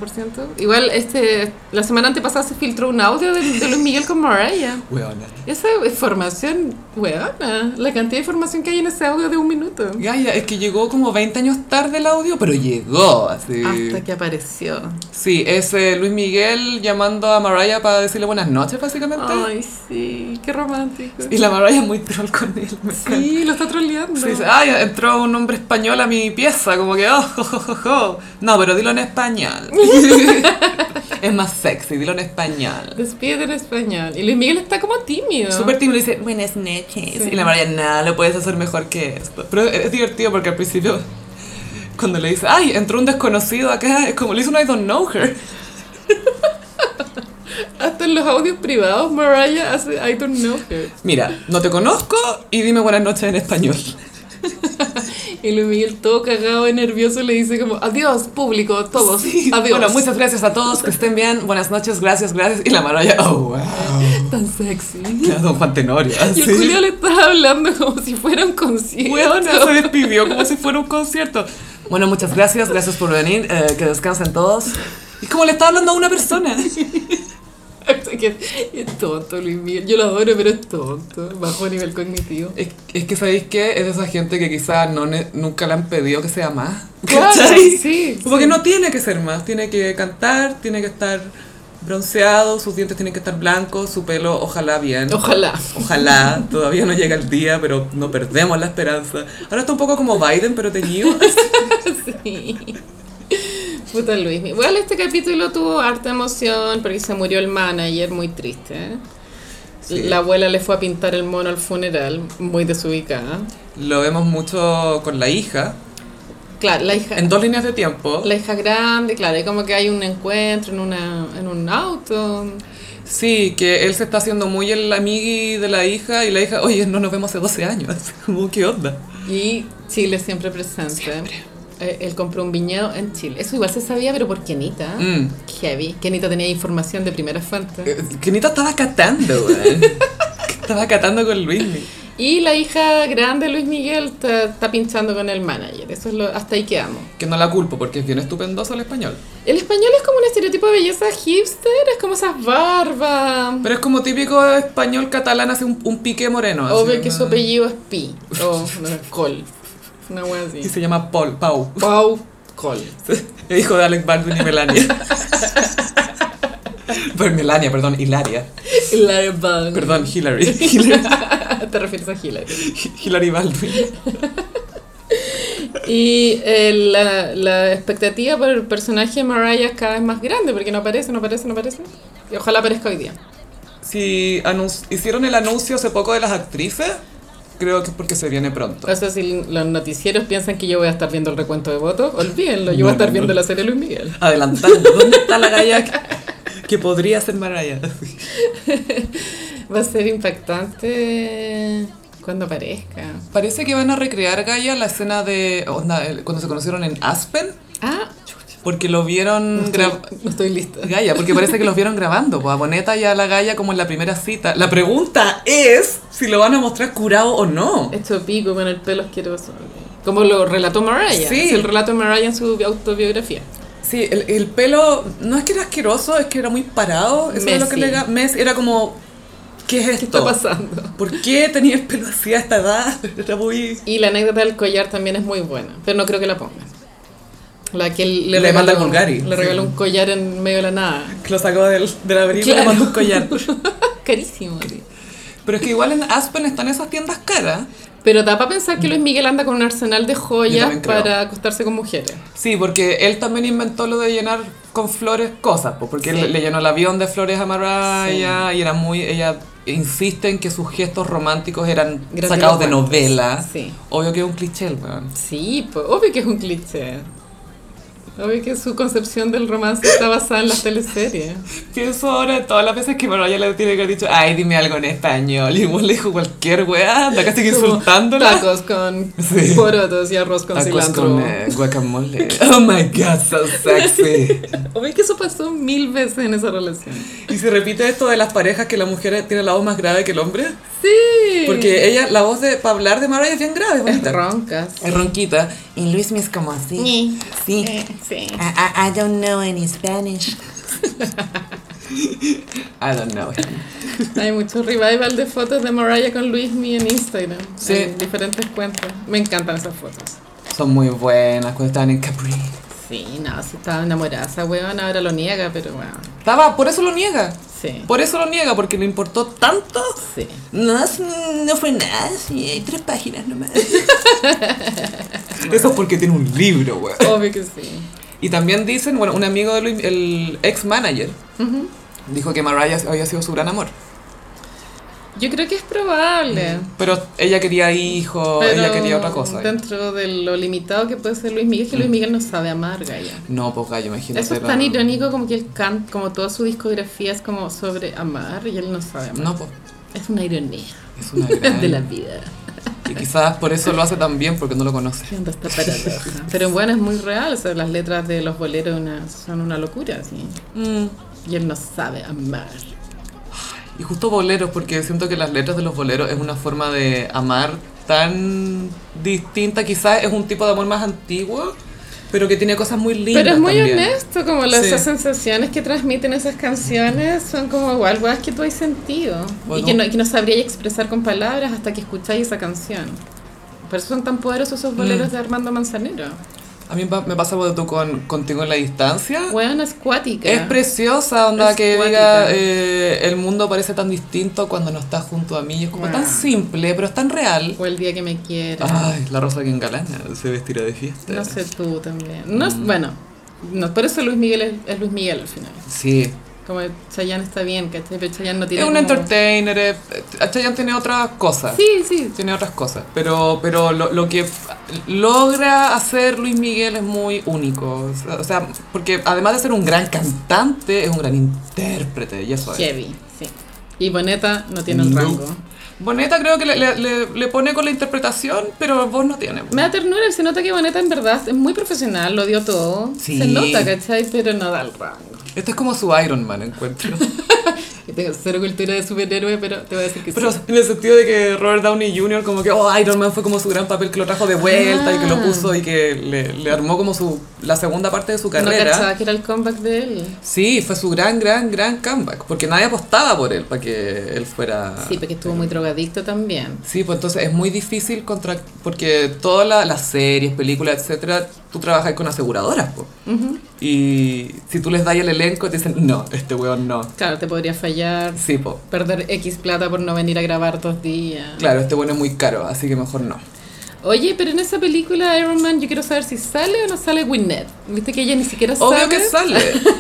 Speaker 2: Igual, este, la semana antepasada se filtró un audio de, de Luis Miguel con Mariah.
Speaker 1: Weona.
Speaker 2: Esa información, weona, la cantidad de información que hay en ese audio de un minuto.
Speaker 1: Gaia, es que llegó como 20 años tarde el audio, pero llegó, así.
Speaker 2: Hasta que apareció.
Speaker 1: Sí, es eh, Luis Miguel llamando a Mariah para decirle buenas noches, básicamente.
Speaker 2: Ay, sí, qué romántico.
Speaker 1: Y la Mariah es muy troll con él, me encanta.
Speaker 2: Sí, lo está troleando.
Speaker 1: Sí, dice, ay, entró un hombre español a mi pieza, como que, oh, jo, jo, jo, jo". No, pero dilo en español. es más sexy, dilo en español.
Speaker 2: Despide en español. Y Luis Miguel está como tímido.
Speaker 1: Súper tímido, dice, buenas noches.
Speaker 2: Sí.
Speaker 1: Y la María, nada, lo puedes hacer mejor que esto. Pero es divertido porque al principio, cuando le dice, ay, entró un desconocido acá, es como le hizo un I don't know her.
Speaker 2: Hasta en los audios privados, Mariah hace I don't know her.
Speaker 1: Mira, no te conozco y dime buenas noches en español.
Speaker 2: Y Luis Miguel todo cagado y nervioso le dice como, adiós, público, todos,
Speaker 1: Sí.
Speaker 2: Oh, adiós.
Speaker 1: Bueno, muchas gracias a todos, que estén bien, buenas noches, gracias, gracias. Y la María, oh, wow.
Speaker 2: Tan sexy.
Speaker 1: Claro, Don Juan Tenorio.
Speaker 2: Y
Speaker 1: así.
Speaker 2: el Julio le estaba hablando como si fuera un concierto.
Speaker 1: Weona, se despidió como si fuera un concierto. Bueno, muchas gracias, gracias por venir, eh, que descansen todos. Y como le estaba hablando a una persona.
Speaker 2: Que es tonto Luis Miguel. Yo lo adoro, pero es tonto. Bajo nivel cognitivo.
Speaker 1: Es, es que, ¿sabéis qué? Es de esa gente que quizás no ne- nunca le han pedido que sea más.
Speaker 2: Claro,
Speaker 1: ¿Cachai?
Speaker 2: sí,
Speaker 1: Como
Speaker 2: sí.
Speaker 1: que no tiene que ser más, tiene que cantar, tiene que estar bronceado, sus dientes tienen que estar blancos, su pelo ojalá bien.
Speaker 2: Ojalá.
Speaker 1: Ojalá, todavía no llega el día, pero no perdemos la esperanza. Ahora está un poco como Biden, pero teñido.
Speaker 2: Sí. Puta Luis. Miguel. Bueno, este capítulo tuvo harta emoción porque se murió el manager, muy triste. ¿eh?
Speaker 1: Sí.
Speaker 2: La abuela le fue a pintar el mono al funeral, muy desubicada.
Speaker 1: Lo vemos mucho con la hija,
Speaker 2: Claro, la hija,
Speaker 1: en dos líneas de tiempo.
Speaker 2: la hija grande, claro, y como que hay un encuentro en, una, en un auto.
Speaker 1: Sí, que él se está haciendo muy el amigui de la hija y la hija, oye, no nos vemos hace 12 años. Como, ¿qué onda?
Speaker 2: Y Chile siempre presente. Eh, él compró un viñedo en Chile. Eso igual se sabía, pero por Kenita.
Speaker 1: Mm.
Speaker 2: Heavy. Kenita tenía información de primera fuente.
Speaker 1: Eh, Kenita estaba catando, weón. estaba catando con Luis.
Speaker 2: Y la hija grande de Luis Miguel está, está pinchando con el manager. Eso es lo, hasta ahí quedamos.
Speaker 1: Que no la culpo porque es bien estupendoso el español.
Speaker 2: El español es como un estereotipo de belleza hipster, es como esas barbas.
Speaker 1: Pero es como típico español catalán, hace un, un pique moreno. así,
Speaker 2: Obvio que
Speaker 1: ¿no?
Speaker 2: su apellido es Pi o no, Col. Una wea
Speaker 1: Y
Speaker 2: así.
Speaker 1: se llama Paul, Pau.
Speaker 2: Pau Col.
Speaker 1: El hijo de Alex Baldwin y Melania. Pero Melania, perdón, Hilaria.
Speaker 2: Hilary Baldwin.
Speaker 1: Perdón, Hillary. Hillary,
Speaker 2: Te refieres a Hillary.
Speaker 1: Hillary Baldwin.
Speaker 2: Y eh, la, la expectativa por el personaje de Mariah es cada vez más grande porque no aparece, no aparece, no aparece. Y ojalá aparezca hoy día.
Speaker 1: Si anun- hicieron el anuncio hace poco de las actrices, creo que es porque se viene pronto.
Speaker 2: O sea, si los noticieros piensan que yo voy a estar viendo el recuento de votos, olvídenlo, yo
Speaker 1: No,
Speaker 2: voy a estar
Speaker 1: no,
Speaker 2: viendo
Speaker 1: no.
Speaker 2: la serie Luis Miguel.
Speaker 1: Adelantando, ¿dónde está la galla que, que podría ser Mariah?
Speaker 2: Va a ser impactante cuando aparezca.
Speaker 1: Parece que van a recrear Gaia la escena de onda, el- cuando se conocieron en Aspen,
Speaker 2: Ah, chucha.
Speaker 1: porque lo vieron
Speaker 2: No
Speaker 1: gra-
Speaker 2: estoy, no estoy lista.
Speaker 1: Gaia, porque parece que los vieron grabando, pues, a Boneta y a la Gaia como en la primera cita. La pregunta es si lo van a mostrar curado o no.
Speaker 2: Esto pico con el pelo asqueroso. Como lo relató Mariah.
Speaker 1: Sí.
Speaker 2: Es el relato de Mariah en su autobiografía.
Speaker 1: Sí, el, el pelo no es que era asqueroso, es que era muy parado. Eso es lo que
Speaker 2: Messi.
Speaker 1: le ga- Messi, era como, ¿qué es esto?
Speaker 2: ¿Qué está pasando?
Speaker 1: ¿Por qué tenía el pelo así a esta edad? Era muy...
Speaker 2: Y la anécdota del collar también es muy buena, pero no creo que la pongan. La que él le,
Speaker 1: Le manda al
Speaker 2: un-
Speaker 1: Bulgari.
Speaker 2: Le regaló un collar en medio de la nada.
Speaker 1: Lo sacó del, del abrigo y le
Speaker 2: Claro.
Speaker 1: mandó un collar.
Speaker 2: Carísimo.
Speaker 1: Pero es que igual en Aspen están esas tiendas caras.
Speaker 2: Pero da para pensar que Luis Miguel anda con un arsenal de
Speaker 1: Yo
Speaker 2: joyas
Speaker 1: también creo.
Speaker 2: para acostarse con mujeres.
Speaker 1: Sí, porque él también inventó lo de llenar con flores cosas, pues, porque
Speaker 2: Sí.
Speaker 1: él le llenó el avión de flores a Mariah y era muy... Ella insiste en que sus gestos románticos eran
Speaker 2: Grandes
Speaker 1: sacados de Ah.
Speaker 2: romances.
Speaker 1: novela.
Speaker 2: Sí. pues,
Speaker 1: Obvio que es un cliché, el weón.
Speaker 2: Sí, po, obvio que es un cliché. Obvio que su concepción del romance está basada en las teleseries.
Speaker 1: Pienso ahora en todas las veces que Mariah le tiene que haber dicho, ay, dime algo en español. Y igual le dijo cualquier weá, anda casi que
Speaker 2: Como
Speaker 1: insultándola.
Speaker 2: Tacos con
Speaker 1: Sí.
Speaker 2: porotos y arroz con
Speaker 1: Tacos
Speaker 2: cilantro.
Speaker 1: con eh, guacamole. Oh my god, so sexy.
Speaker 2: Obvio que eso pasó mil veces en esa relación.
Speaker 1: Y se repite esto de las parejas que la mujer tiene la voz más grave que el hombre.
Speaker 2: Sí.
Speaker 1: Porque ella, la voz de, para hablar de Mariah es bien grave, es bonita.
Speaker 2: roncas.
Speaker 1: Es ronquita. Y Luis me es como así. Sí.
Speaker 2: Mm. Eh, sí.
Speaker 1: I, I, I don't know any Spanish. I don't know.
Speaker 2: Hay mucho revival de fotos de Mariah con Luismi en Instagram.
Speaker 1: Sí.
Speaker 2: En diferentes cuentas. Me encantan esas fotos.
Speaker 1: Son muy buenas cuando estaban en Capri.
Speaker 2: Sí, no, si estaba enamorada esa weón, ahora lo niega, pero bueno.
Speaker 1: Estaba, por eso lo niega.
Speaker 2: Sí.
Speaker 1: Por eso lo niega, porque le importó tanto.
Speaker 2: Sí.
Speaker 1: No, no fue nada, sí, hay tres páginas nomás. Eso es porque tiene un libro, güey.
Speaker 2: Obvio que sí.
Speaker 1: Y también dicen, bueno, un amigo de Luis, el ex manager, dijo que Mariah había sido su gran amor.
Speaker 2: Yo creo que es probable.
Speaker 1: Pero ella quería hijos,
Speaker 2: Pero
Speaker 1: ella quería otra cosa.
Speaker 2: Dentro de lo limitado que puede ser Luis Miguel, es que Luis Miguel no sabe amar, Gaya.
Speaker 1: No, pues gallo, imagínate.
Speaker 2: Eso es
Speaker 1: era-
Speaker 2: tan irónico como que él canta, como toda su discografía es como sobre amar y él no sabe amar.
Speaker 1: No, pues.
Speaker 2: Es una ironía
Speaker 1: Es una gran.
Speaker 2: de la vida.
Speaker 1: Y quizás por eso lo hace tan bien, porque no lo conoce.
Speaker 2: ¿Qué onda esta paradoja? Pero bueno, es muy real. o sea, las letras de los boleros una- son una locura. sí.
Speaker 1: Mm.
Speaker 2: Y él no sabe amar.
Speaker 1: Y justo boleros, porque siento que las letras de los boleros es una forma de amar tan distinta. Quizás es un tipo de amor más antiguo, pero que tiene cosas muy lindas.
Speaker 2: Pero es muy
Speaker 1: también.
Speaker 2: honesto, como las
Speaker 1: Sí.
Speaker 2: esas sensaciones que transmiten esas canciones son como igual weas que tú has sentido.
Speaker 1: Bueno.
Speaker 2: Y que no, que no sabrías expresar con palabras hasta que escucháis esa canción. Por eso son tan poderosos esos
Speaker 1: Mm.
Speaker 2: boleros de Armando Manzanero.
Speaker 1: A mí pa- me pasa cuando tú con, contigo en la distancia.
Speaker 2: Weón es cuática.
Speaker 1: Es preciosa, onda
Speaker 2: Es
Speaker 1: que
Speaker 2: cuática.
Speaker 1: diga eh, el mundo parece tan distinto cuando no estás junto a mí. Y es como
Speaker 2: Wow.
Speaker 1: tan simple, pero es tan real.
Speaker 2: O el día que me quieras.
Speaker 1: Ay, la rosa que engalana se vestirá de fiesta.
Speaker 2: No sé tú también. No,
Speaker 1: Mm.
Speaker 2: Bueno, no, por eso Luis Miguel es, es Luis Miguel al final.
Speaker 1: Sí.
Speaker 2: Como Chayanne está bien, ¿cachai? Pero Chayanne no tiene.
Speaker 1: Es un
Speaker 2: como-
Speaker 1: entertainer. eh, Chayanne tiene otras cosas.
Speaker 2: Sí, sí.
Speaker 1: Tiene otras cosas. Pero, pero lo, lo que logra hacer Luis Miguel es muy único. O sea, porque además de ser un gran cantante, es un gran intérprete. Y eso es.
Speaker 2: Heavy, sí. Y Boneta no tiene el
Speaker 1: No.
Speaker 2: rango.
Speaker 1: Boneta creo que le, le- le- le pone con la interpretación, pero vos no tiene.
Speaker 2: Me da ternura, se nota que Boneta en verdad es muy profesional, lo dio todo.
Speaker 1: Sí.
Speaker 2: Se nota, ¿cachai? Pero no da el rango.
Speaker 1: Este es como su Iron Man, encuentro.
Speaker 2: Yo tengo cero cultura de superhéroe, pero te voy a decir que
Speaker 1: Pero
Speaker 2: sí.
Speaker 1: en el sentido de que Robert Downey Jr. como que, oh, Iron Man fue como su gran papel que lo trajo de vuelta y que lo
Speaker 2: Ah.
Speaker 1: puso y que le, le armó como su la segunda parte de su
Speaker 2: No
Speaker 1: carrera.
Speaker 2: cachaba que era el comeback de él.
Speaker 1: sí, fue su gran, gran, gran comeback. Porque nadie apostaba por él para que él fuera...
Speaker 2: Sí, porque estuvo muy drogadicto también.
Speaker 1: Sí, pues entonces es muy difícil contra... porque todas la- las series, películas, etcétera, tú trabajas con aseguradoras, po. Y si tú les das el elenco, te dicen, no, este weón no.
Speaker 2: Claro, te podría fallar,
Speaker 1: Sí, po.
Speaker 2: perder X plata por no venir a grabar dos días.
Speaker 1: Claro, este weón es muy caro, así que mejor no.
Speaker 2: Oye, pero en esa película Iron Man, yo quiero saber si sale o no sale Gwyneth. Viste que ella ni siquiera sabe.
Speaker 1: Obvio que sale.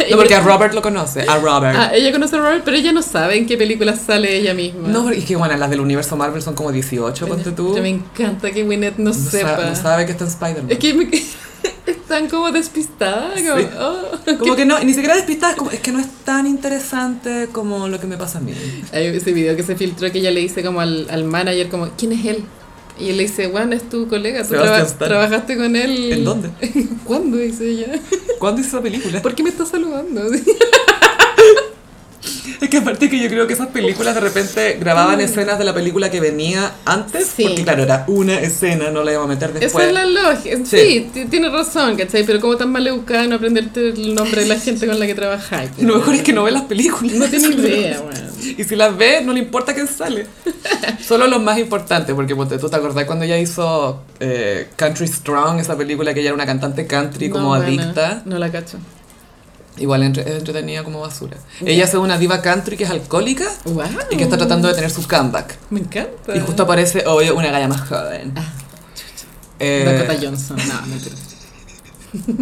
Speaker 1: No, porque a Robert lo conoce, a Robert.
Speaker 2: Ah, ella conoce a Robert, pero ella no sabe en qué película sale ella misma.
Speaker 1: No, porque es que bueno, las del universo Marvel son como 18, ponte tú.
Speaker 2: Yo me encanta que Gwyneth no,
Speaker 1: No sa-
Speaker 2: sepa.
Speaker 1: no sabe que está en Spider-Man.
Speaker 2: Es que me... están como despistadas. Como,
Speaker 1: Sí.
Speaker 2: oh.
Speaker 1: Como que no, ni siquiera despistada, es como, es que no es tan interesante como lo que me pasa a mí.
Speaker 2: Hay ese video que se filtró que ella le dice como al, al manager, como, ¿quién es él? Y él le dice, bueno, es tu colega, tú
Speaker 1: Sebastián
Speaker 2: traba-
Speaker 1: Stan.
Speaker 2: trabajaste con él.
Speaker 1: ¿En dónde?
Speaker 2: ¿Cuándo? Dice ella.
Speaker 1: ¿Cuándo hizo esa película?
Speaker 2: ¿Por qué me estás saludando?
Speaker 1: Es que aparte que yo creo que esas películas de repente grababan escenas de la película que venía antes,
Speaker 2: Sí.
Speaker 1: porque claro, era una escena, no la íbamos a meter
Speaker 2: Esa
Speaker 1: después.
Speaker 2: es la lógica. Sí,
Speaker 1: Sí.
Speaker 2: ti- tiene razón, ¿cachai? Pero como tan mal educada en aprenderte el nombre de la gente con la que trabajáis.
Speaker 1: Lo mejor es que no ve las películas.
Speaker 2: No tiene idea, weón.
Speaker 1: Y si las ves, no le importa quién sale. Solo los más importantes, porque ponte tú te acordás cuando ella hizo eh, Country Strong, esa película que ella era una cantante country como
Speaker 2: No, buena.
Speaker 1: adicta.
Speaker 2: No la cacho.
Speaker 1: Igual entre- es entretenida como basura. Ella es una diva country que es alcohólica
Speaker 2: Wow.
Speaker 1: y que
Speaker 2: Mm.
Speaker 1: está tratando de tener su comeback.
Speaker 2: Me encanta.
Speaker 1: Y justo aparece, obvio, una galla más joven.
Speaker 2: Ah.
Speaker 1: Eh,
Speaker 2: Dakota Johnson. No, mentira.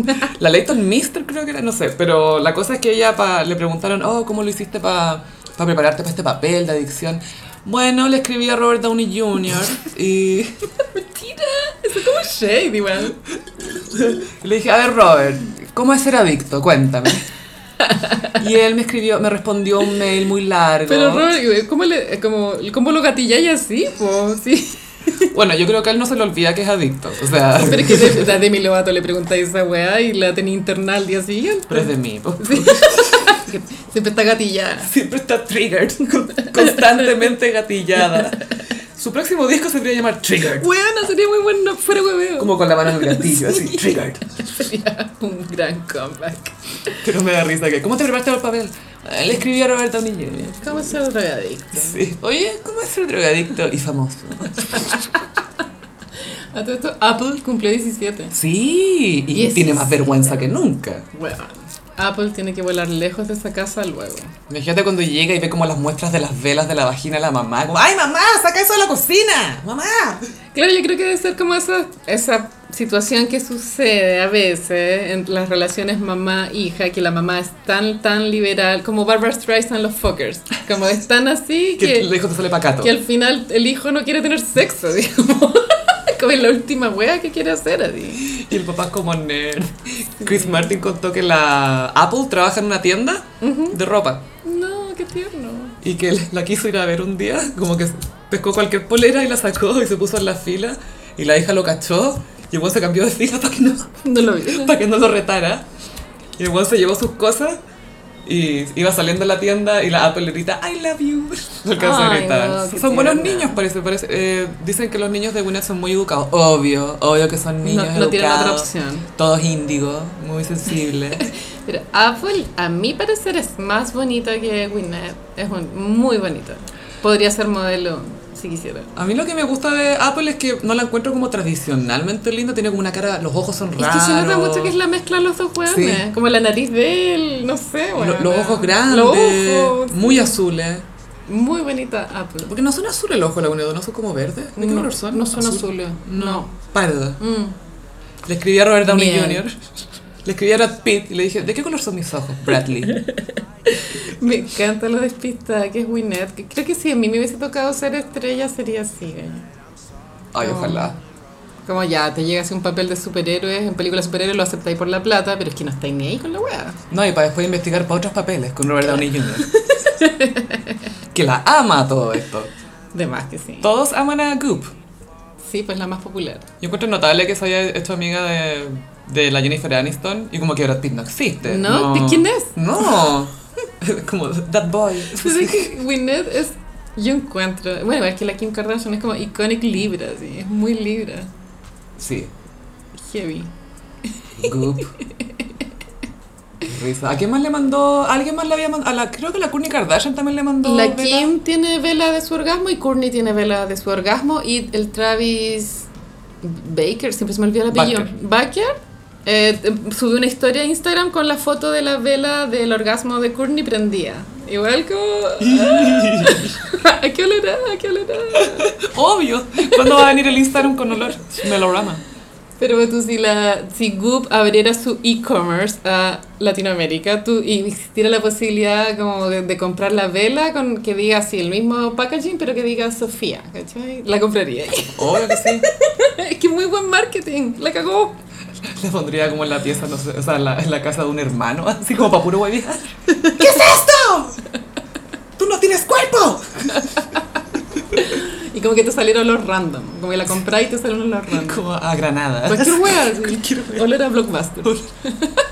Speaker 1: La Leighton Mister creo que era, no sé, pero la cosa es que ella pa- le preguntaron, oh, ¿cómo lo hiciste para prepararte para este papel de adicción? Bueno, le escribí a Robert Downey Jr. y
Speaker 2: Eso es como shade, igual.
Speaker 1: le dije, a ver Robert, ¿Cómo es ser adicto? Cuéntame. Y él me escribió, me respondió un mail muy largo.
Speaker 2: Pero Robert, eh, ¿cómo, le, cómo, cómo lo gatilláis así? po? Sí.
Speaker 1: Bueno, yo creo que a él no se le olvida que es adicto. O sea,
Speaker 2: Pero es que de- a Demi Lovato le preguntáis esa weá y la tenía interna al día siguiente.
Speaker 1: pero es de mí. pues. po.
Speaker 2: Sí. Siempre está gatillada.
Speaker 1: Siempre está triggered, con- constantemente gatillada. Su próximo disco se debería llamar Triggered.
Speaker 2: Weona, sería muy bueno fuera hueveo.
Speaker 1: Como con la mano en el gatillo, así, Triggered.
Speaker 2: Sería un gran comeback.
Speaker 1: Pero me da risa que, ¿cómo te preparaste para el papel? "Ah, Le escribí a Robert Downey Jr.
Speaker 2: ¿Cómo ser drogadicto?
Speaker 1: Sí. Oye, ¿cómo es ser drogadicto y famoso?
Speaker 2: A todo esto, Apple cumplió 17.
Speaker 1: Sí, y
Speaker 2: Yes.
Speaker 1: tiene más vergüenza que nunca.
Speaker 2: Weón. Apple tiene que volar lejos de esa casa luego.
Speaker 1: Imagínate cuando llega y ve como las muestras de las velas de la vagina de la mamá. Como, ¡Ay, mamá! ¡Saca eso de la cocina! ¡Mamá!
Speaker 2: Claro, yo creo que debe ser como esa, esa situación que sucede a veces en las relaciones mamá-hija, que la mamá es tan, tan liberal, como Barbara Streisand los fuckers. Como es tan así
Speaker 1: Que
Speaker 2: que,
Speaker 1: el hijo te sale pacato.
Speaker 2: que al final el hijo no quiere tener sexo, digamos. Como es la última wea que quiere hacer, así.
Speaker 1: Y el papá es como nerd. Chris Martin contó que la Apple trabaja en una tienda de ropa.
Speaker 2: No, qué tierno.
Speaker 1: Y que la quiso ir a ver un día, como que pescó cualquier polera y la sacó y se puso en la fila. Y la hija lo cachó y el weón se cambió de fila para que no,
Speaker 2: No lo vi.
Speaker 1: para que no lo retara. Y el weón se llevó sus cosas y iba saliendo a la tienda y la Apple le grita I love you. No alcanza a
Speaker 2: Ay,
Speaker 1: gritar.
Speaker 2: no, qué
Speaker 1: son buenos
Speaker 2: tierna.
Speaker 1: niños, parece. parece. Eh, dicen que los niños de Winnet son muy educados. Obvio, obvio que son niños
Speaker 2: No, no tienen otra
Speaker 1: educados.
Speaker 2: opción.
Speaker 1: Todos índigos, muy sensibles.
Speaker 2: Pero Apple, a mi parecer, es más bonita que Winnet. Es un- muy bonita. Podría ser modelo si quisiera.
Speaker 1: A mí lo que me gusta de Apple es que no la encuentro como tradicionalmente linda, tiene como una cara, los ojos son
Speaker 2: Es
Speaker 1: raros.
Speaker 2: que se nota mucho que es la mezcla de los dos hueones.
Speaker 1: Sí.
Speaker 2: Como la nariz de él, no sé,
Speaker 1: Lo-
Speaker 2: bueno.
Speaker 1: los ojos grandes,
Speaker 2: Los ojos.
Speaker 1: muy azules.
Speaker 2: Muy bonita Apple.
Speaker 1: Porque no son azules los ojos, la unidad, no son como verdes. ¿De qué
Speaker 2: No,
Speaker 1: color son?
Speaker 2: no son
Speaker 1: Azul.
Speaker 2: azules.
Speaker 1: No.
Speaker 2: No.
Speaker 1: Parda.
Speaker 2: Mm.
Speaker 1: Le escribí a Robert Downey
Speaker 2: Miel.
Speaker 1: Jr. Le escribí a Brad Pitt y le dije, ¿de qué color son mis ojos, Bradley?
Speaker 2: Me encanta lo despistada que es Winnet. que Creo que si a mí me hubiese tocado ser estrella sería así. gallo.
Speaker 1: Ay,
Speaker 2: No.
Speaker 1: ojalá.
Speaker 2: Como ya, te llega así un papel de superhéroes, en películas de superhéroes lo aceptáis por la plata, pero es que no estáis ni ahí con la wea.
Speaker 1: No, y para después investigar para otros papeles con Robert Downey Jr. que la ama todo esto.
Speaker 2: De más que sí.
Speaker 1: Todos aman a Goop.
Speaker 2: Sí, pues la más popular.
Speaker 1: Yo encuentro notable que se haya hecho amiga de, de la Jennifer Aniston y como que Brad Pitt no existe.
Speaker 2: ¿No? ¿De quién es?
Speaker 1: No. como That Boy.
Speaker 2: Entonces que Winnet es, yo encuentro, bueno, es que la Kim Kardashian es como iconic libra, sí, es muy libra,
Speaker 1: Sí.
Speaker 2: heavy.
Speaker 1: Goop. Qué Risa. ¿A quién más le mandó? ¿Alguien más le había mandado? A la, creo que la Kourtney Kardashian también le mandó.
Speaker 2: La
Speaker 1: vela.
Speaker 2: Kim tiene vela de su orgasmo y Courtney tiene vela de su orgasmo y el Travis Baker, siempre se me olvida el apellido,
Speaker 1: Baker.
Speaker 2: Baker, eh, eh, subió una historia a Instagram con la foto de la vela del orgasmo de Courtney prendida. Igual como... ah, ¿A qué olerá? ¿A qué olerá?
Speaker 1: Obvio. ¿Cuándo va a venir el Instagram con olor? Melorama.
Speaker 2: Pero tú, si, la, si Goop abriera su e-commerce a Latinoamérica tú, y existiera la posibilidad como de, de comprar la vela con que diga así el mismo packaging, pero que diga Sofía, ¿cachai? La compraría.
Speaker 1: Obvio que sí.
Speaker 2: es que muy buen marketing, la cagó.
Speaker 1: Le pondría como en la pieza, no sé, o sea, en la, en la casa de un hermano, así como para puro hueviar. ¿Qué es esto? ¡Tú no tienes cuerpo!
Speaker 2: Y como que te salieron los random, como que la compras y te salieron los random.
Speaker 1: Como a Granada.
Speaker 2: Cualquier wea, así.
Speaker 1: Cualquier wea.
Speaker 2: Olor a Blockbuster.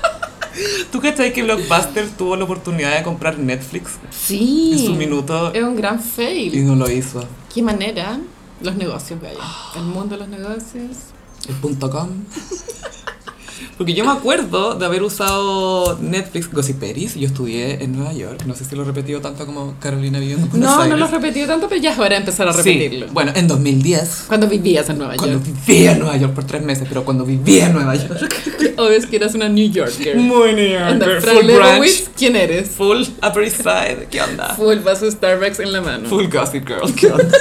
Speaker 1: ¿Tú cachai que Blockbuster tuvo la oportunidad de comprar Netflix
Speaker 2: Sí.
Speaker 1: en su minuto
Speaker 2: Es un gran
Speaker 1: y
Speaker 2: fail.
Speaker 1: no lo hizo?
Speaker 2: ¿Qué manera? Los negocios, gallo. El mundo de los negocios.
Speaker 1: El punto com. Porque yo me acuerdo de haber usado Netflix Gossiperis. Yo estudié en Nueva York. No sé si lo he repetido tanto como Carolina viviendo en Buenos
Speaker 2: No, no
Speaker 1: Aires.
Speaker 2: lo he repetido tanto, pero ya es hora de empezar a
Speaker 1: Sí,
Speaker 2: repetirlo.
Speaker 1: Bueno, en 2010.
Speaker 2: Cuando vivías en Nueva
Speaker 1: Cuando
Speaker 2: York.
Speaker 1: vivía en Nueva York por tres meses, pero cuando vivía en Nueva York.
Speaker 2: Obvio es que eras una New Yorker.
Speaker 1: Muy New
Speaker 2: Anda,
Speaker 1: Yorker,
Speaker 2: Fran
Speaker 1: full brunch,
Speaker 2: Lebowitz, ¿quién eres?
Speaker 1: full Upper East Side, ¿qué onda?
Speaker 2: Fue el vaso de Starbucks en la mano.
Speaker 1: Full Gossip Girl, ¿qué onda?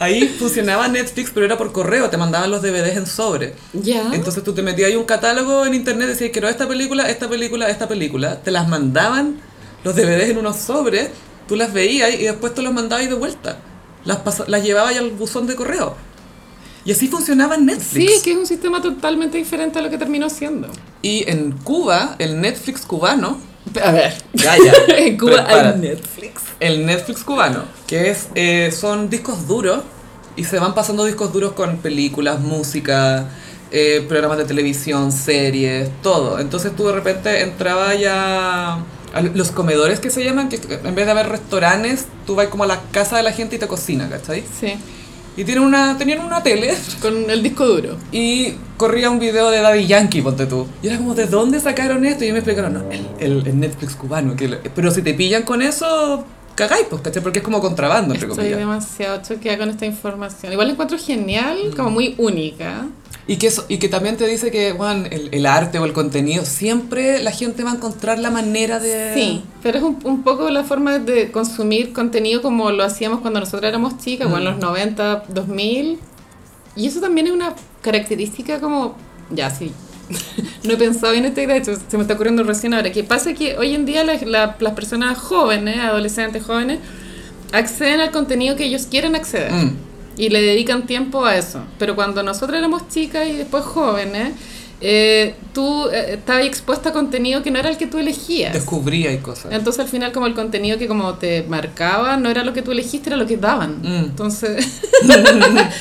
Speaker 1: Ahí funcionaba Netflix, pero era por correo, te mandaban los DVDs en sobre.
Speaker 2: Ya.
Speaker 1: Entonces tú te metías ahí un catálogo en internet, decías quiero esta película, esta película, esta película. Te las mandaban los DVDs en unos sobres, tú las veías y después te los mandabas ahí de vuelta. Las, pasa- las llevabas ahí al buzón de correo.
Speaker 3: Y así funcionaba
Speaker 2: Sí,
Speaker 3: Netflix.
Speaker 2: es que es un sistema totalmente diferente a lo que terminó siendo.
Speaker 1: Y en Cuba, el Netflix cubano,
Speaker 2: A ver,
Speaker 3: Gaya,
Speaker 2: en Cuba hay
Speaker 3: prepárate.
Speaker 2: Netflix.
Speaker 1: el Netflix cubano, que es eh, son discos duros y se van pasando discos duros con películas, música, eh, programas de televisión, series, todo. Entonces tú de repente entrabas ya a los comedores que se llaman, que en vez de haber restaurantes, tú vas como a la casa de la gente y te cocina, ¿cachai?
Speaker 2: Sí,
Speaker 1: Y tienen una, tenían una tele
Speaker 2: con el disco duro.
Speaker 1: y corría un video de Daddy Yankee, ponte tú. Y era como, ¿de dónde sacaron esto? Y ellos me explicaron, no, el, el- el Netflix cubano. Que lo- pero si te pillan con eso, cagáis, pues, ¿cachai? Porque es como contrabando, entre
Speaker 2: Estoy
Speaker 1: comillas.
Speaker 2: demasiado choqueada con esta información. Igual la encuentro genial, como muy única.
Speaker 1: Y que, eso- y que también te dice que, Juan, el, el arte o el contenido, siempre la gente va a encontrar la manera de...
Speaker 2: Sí, pero es un, un poco la forma de consumir contenido como lo hacíamos cuando nosotros éramos chicas, como en los 90, 2000. Y eso también es una característica como, ya sí, no he pensado bien esta idea, de hecho, se me está ocurriendo recién ahora, que pasa que hoy en día las- la- las personas jóvenes, adolescentes jóvenes, acceden al contenido que ellos quieren acceder
Speaker 1: Mm.
Speaker 2: y le dedican tiempo a eso. Pero cuando nosotros éramos chicas y después jóvenes, eh, tú eh, estabas expuesta a contenido que no era el que tú elegías.
Speaker 1: Descubría y cosas.
Speaker 2: Entonces al final como el contenido que como te marcaba no era lo que tú elegiste, era lo que daban.
Speaker 1: Mm.
Speaker 2: Entonces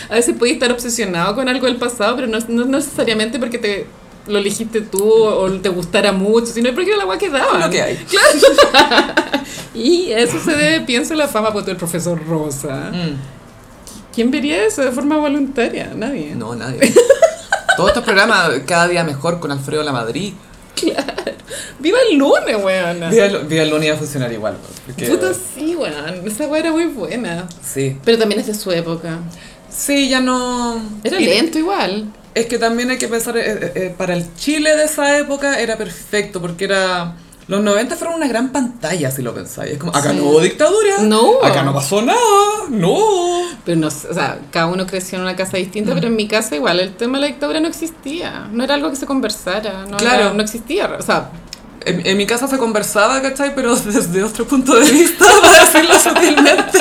Speaker 2: a veces podías estar obsesionado con algo del pasado, pero no, no necesariamente porque te lo elegiste tú o o te gustara mucho, sino porque era la agua que daban.
Speaker 1: Lo que hay.
Speaker 2: Y eso se debe, pienso, a la fama pues, del profesor Rosa.
Speaker 1: Mm.
Speaker 2: ¿Quién vería eso de forma voluntaria? Nadie.
Speaker 1: No, nadie. Todos estos programas, cada día mejor con Alfredo La Madrid.
Speaker 2: ¡Viva el lunes, weona!
Speaker 1: Vía el Vía el lunes iba a funcionar igual. pues, porque-
Speaker 2: Puta, sí, weón. Esa weá era muy buena.
Speaker 1: Sí.
Speaker 2: Pero también es de su época.
Speaker 1: Sí, ya no...
Speaker 2: Era
Speaker 1: Y-
Speaker 2: lento igual.
Speaker 1: Es que también hay que pensar, eh, eh, eh, para el Chile de esa época era perfecto, porque era... Los 90 fueron una gran pantalla, si lo pensáis. Es como, acá
Speaker 2: Sí.
Speaker 1: no hubo dictadura.
Speaker 2: No.
Speaker 1: Acá no pasó nada. No.
Speaker 2: Pero no, sé, o sea, cada uno creció en una casa distinta, pero en mi casa igual el tema de la dictadura no existía. No era algo que se conversara. No
Speaker 1: Claro.
Speaker 2: era- no existía. O sea,
Speaker 1: En, en mi casa se conversaba, ¿cachai? Pero desde otro punto de vista, para decirlo sutilmente.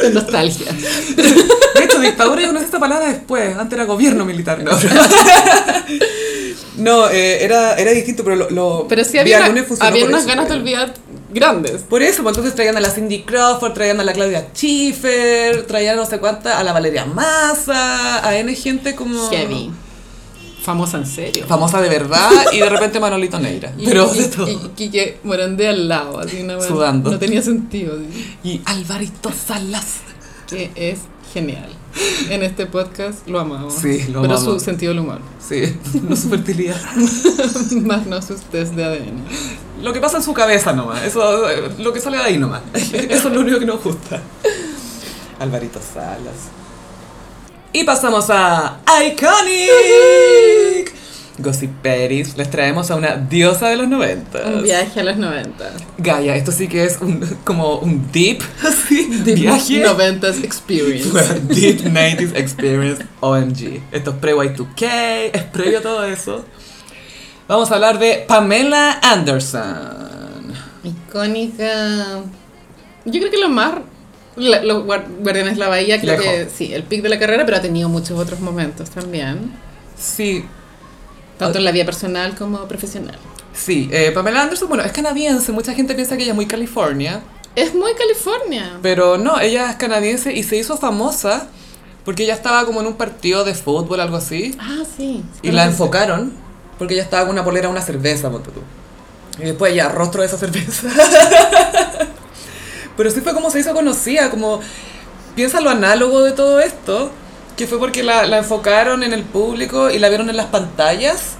Speaker 2: con nostalgia.
Speaker 1: De hecho, dictadura yo no sé esta palabra después. Antes era gobierno militar. No, no eh, era, era distinto, pero lo... lo-
Speaker 2: Pero sí
Speaker 1: Vía
Speaker 2: había, una-
Speaker 1: Lunes funcionó
Speaker 2: había
Speaker 1: por
Speaker 2: unas
Speaker 1: eso,
Speaker 2: ganas de
Speaker 1: creo.
Speaker 2: olvidar grandes.
Speaker 1: Por eso, pues entonces traían a la Cindy Crawford, traían a la Claudia Schiffer, traían no sé cuánta, a la Valeria Massa, a N gente como...
Speaker 2: Heavy. Famosa en serio.
Speaker 1: Famosa de verdad y de repente Manolito Neira.
Speaker 2: Y-
Speaker 1: Pero
Speaker 2: y,
Speaker 1: de todo.
Speaker 2: y- y Quique Morandé al lado, así una weá-
Speaker 1: Sudando.
Speaker 2: No tenía sentido. así,
Speaker 1: Y Alvarito Salas.
Speaker 2: Que es genial. En este podcast lo amamos.
Speaker 1: Sí, lo
Speaker 2: Pero su
Speaker 1: amamos.
Speaker 2: sentido del humor.
Speaker 1: Sí, no su fertilidad.
Speaker 2: Más no sus test de ADN.
Speaker 1: Lo que pasa en su cabeza nomás, eso, eh, lo que sale de ahí nomás. Eso es lo único que nos gusta. Alvarito Salas. Y pasamos a Iconic. Gossip Peris, les traemos a una diosa de los 90.
Speaker 2: Un viaje a los 90.
Speaker 1: Gaia, esto sí que es un, como un deep, así, viaje.
Speaker 2: 90s experience.
Speaker 1: deep 90s experience, OMG. Esto es pre-Y2K, es previo a todo eso. Vamos a hablar de Pamela Anderson.
Speaker 2: Icónica. Yo creo que lo más. la- los guar- Guardianes de la Bahía, creo
Speaker 1: Lejos.
Speaker 2: que sí, el pic de la carrera, pero ha tenido muchos otros momentos también.
Speaker 1: Sí, Ah.
Speaker 2: Tanto en la vida personal como profesional.
Speaker 1: sí. eh, Pamela Anderson, bueno, es canadiense. Mucha gente piensa que ella es muy California.
Speaker 2: Es muy California.
Speaker 1: Pero no, ella es canadiense y se hizo famosa porque ella estaba como en un partido de fútbol, algo así.
Speaker 2: Ah, sí.
Speaker 1: Y la enfocaron porque ella estaba con una polera, una cerveza, ponte tú. Y después ella rostro de esa cerveza. Pero sí fue como se hizo conocida, como piensa lo análogo de todo esto, que fue porque la, la enfocaron en el público y la vieron en las pantallas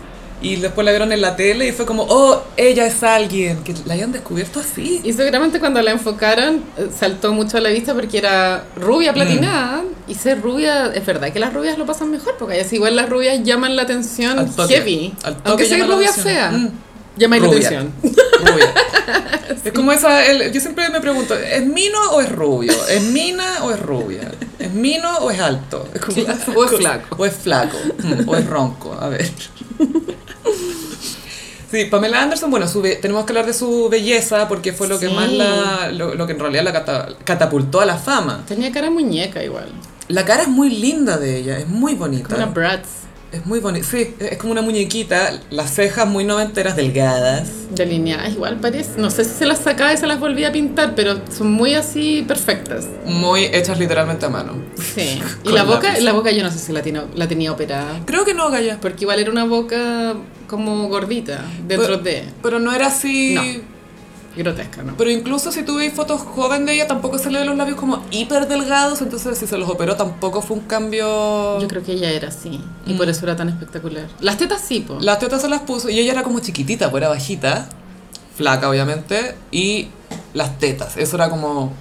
Speaker 1: y después la vieron en la tele y fue como, oh, ella es alguien, que la hayan descubierto así.
Speaker 2: Y seguramente cuando la enfocaron eh, saltó mucho a la vista porque era rubia
Speaker 1: Mm.
Speaker 2: platinada. Y ser rubia, es verdad que las rubias lo pasan mejor porque ellas igual las rubias llaman la atención
Speaker 1: Al toque,
Speaker 2: heavy.
Speaker 1: al toque
Speaker 2: aunque sea
Speaker 1: llama la
Speaker 2: rubia
Speaker 1: atención.
Speaker 2: fea,
Speaker 1: Mm.
Speaker 2: llama la
Speaker 1: Rubia.
Speaker 2: atención.
Speaker 1: Rubia. Es como esa, el- yo siempre me pregunto, ¿es mino o es rubio? ¿Es mina o es rubia? ¿Es mino o es alto? Es como-
Speaker 2: O es flaco.
Speaker 1: O es flaco, mm, o es ronco, a ver. Sí, Pamela Anderson, bueno, su be- tenemos que hablar de su belleza porque fue lo que
Speaker 2: Sí.
Speaker 1: más la, lo, lo que en realidad la cata- catapultó a la fama.
Speaker 2: Tenía cara de muñeca igual.
Speaker 1: La cara es muy linda de ella, es muy bonita.
Speaker 2: Como una Bratz
Speaker 1: Es muy bonita, sí, es como una muñequita, las cejas muy noventeras, delgadas.
Speaker 2: delineadas, igual parece. No sé si se las sacaba y se las volvía a pintar, pero son muy así perfectas.
Speaker 1: Muy hechas literalmente a mano.
Speaker 2: Sí. Y
Speaker 1: Con
Speaker 2: la boca,
Speaker 1: lápiz.
Speaker 2: la boca yo no sé si la, tiene- la tenía operada.
Speaker 1: Creo que no, Gaya.
Speaker 2: Porque igual era una boca como gordita, dentro
Speaker 1: Pero,
Speaker 2: de.
Speaker 1: pero no era así.
Speaker 2: No. Grotesca, ¿no?
Speaker 1: Pero incluso si tú veis fotos joven de ella, tampoco se le ven los labios como hiper delgados. Entonces, si se los operó, tampoco fue un cambio.
Speaker 2: Yo creo que ella era así. Y
Speaker 1: Mm.
Speaker 2: por eso era tan espectacular. Las tetas sí, po.
Speaker 1: Las tetas se las puso y ella era como chiquitita, pues era bajita, flaca obviamente, y las tetas, eso era como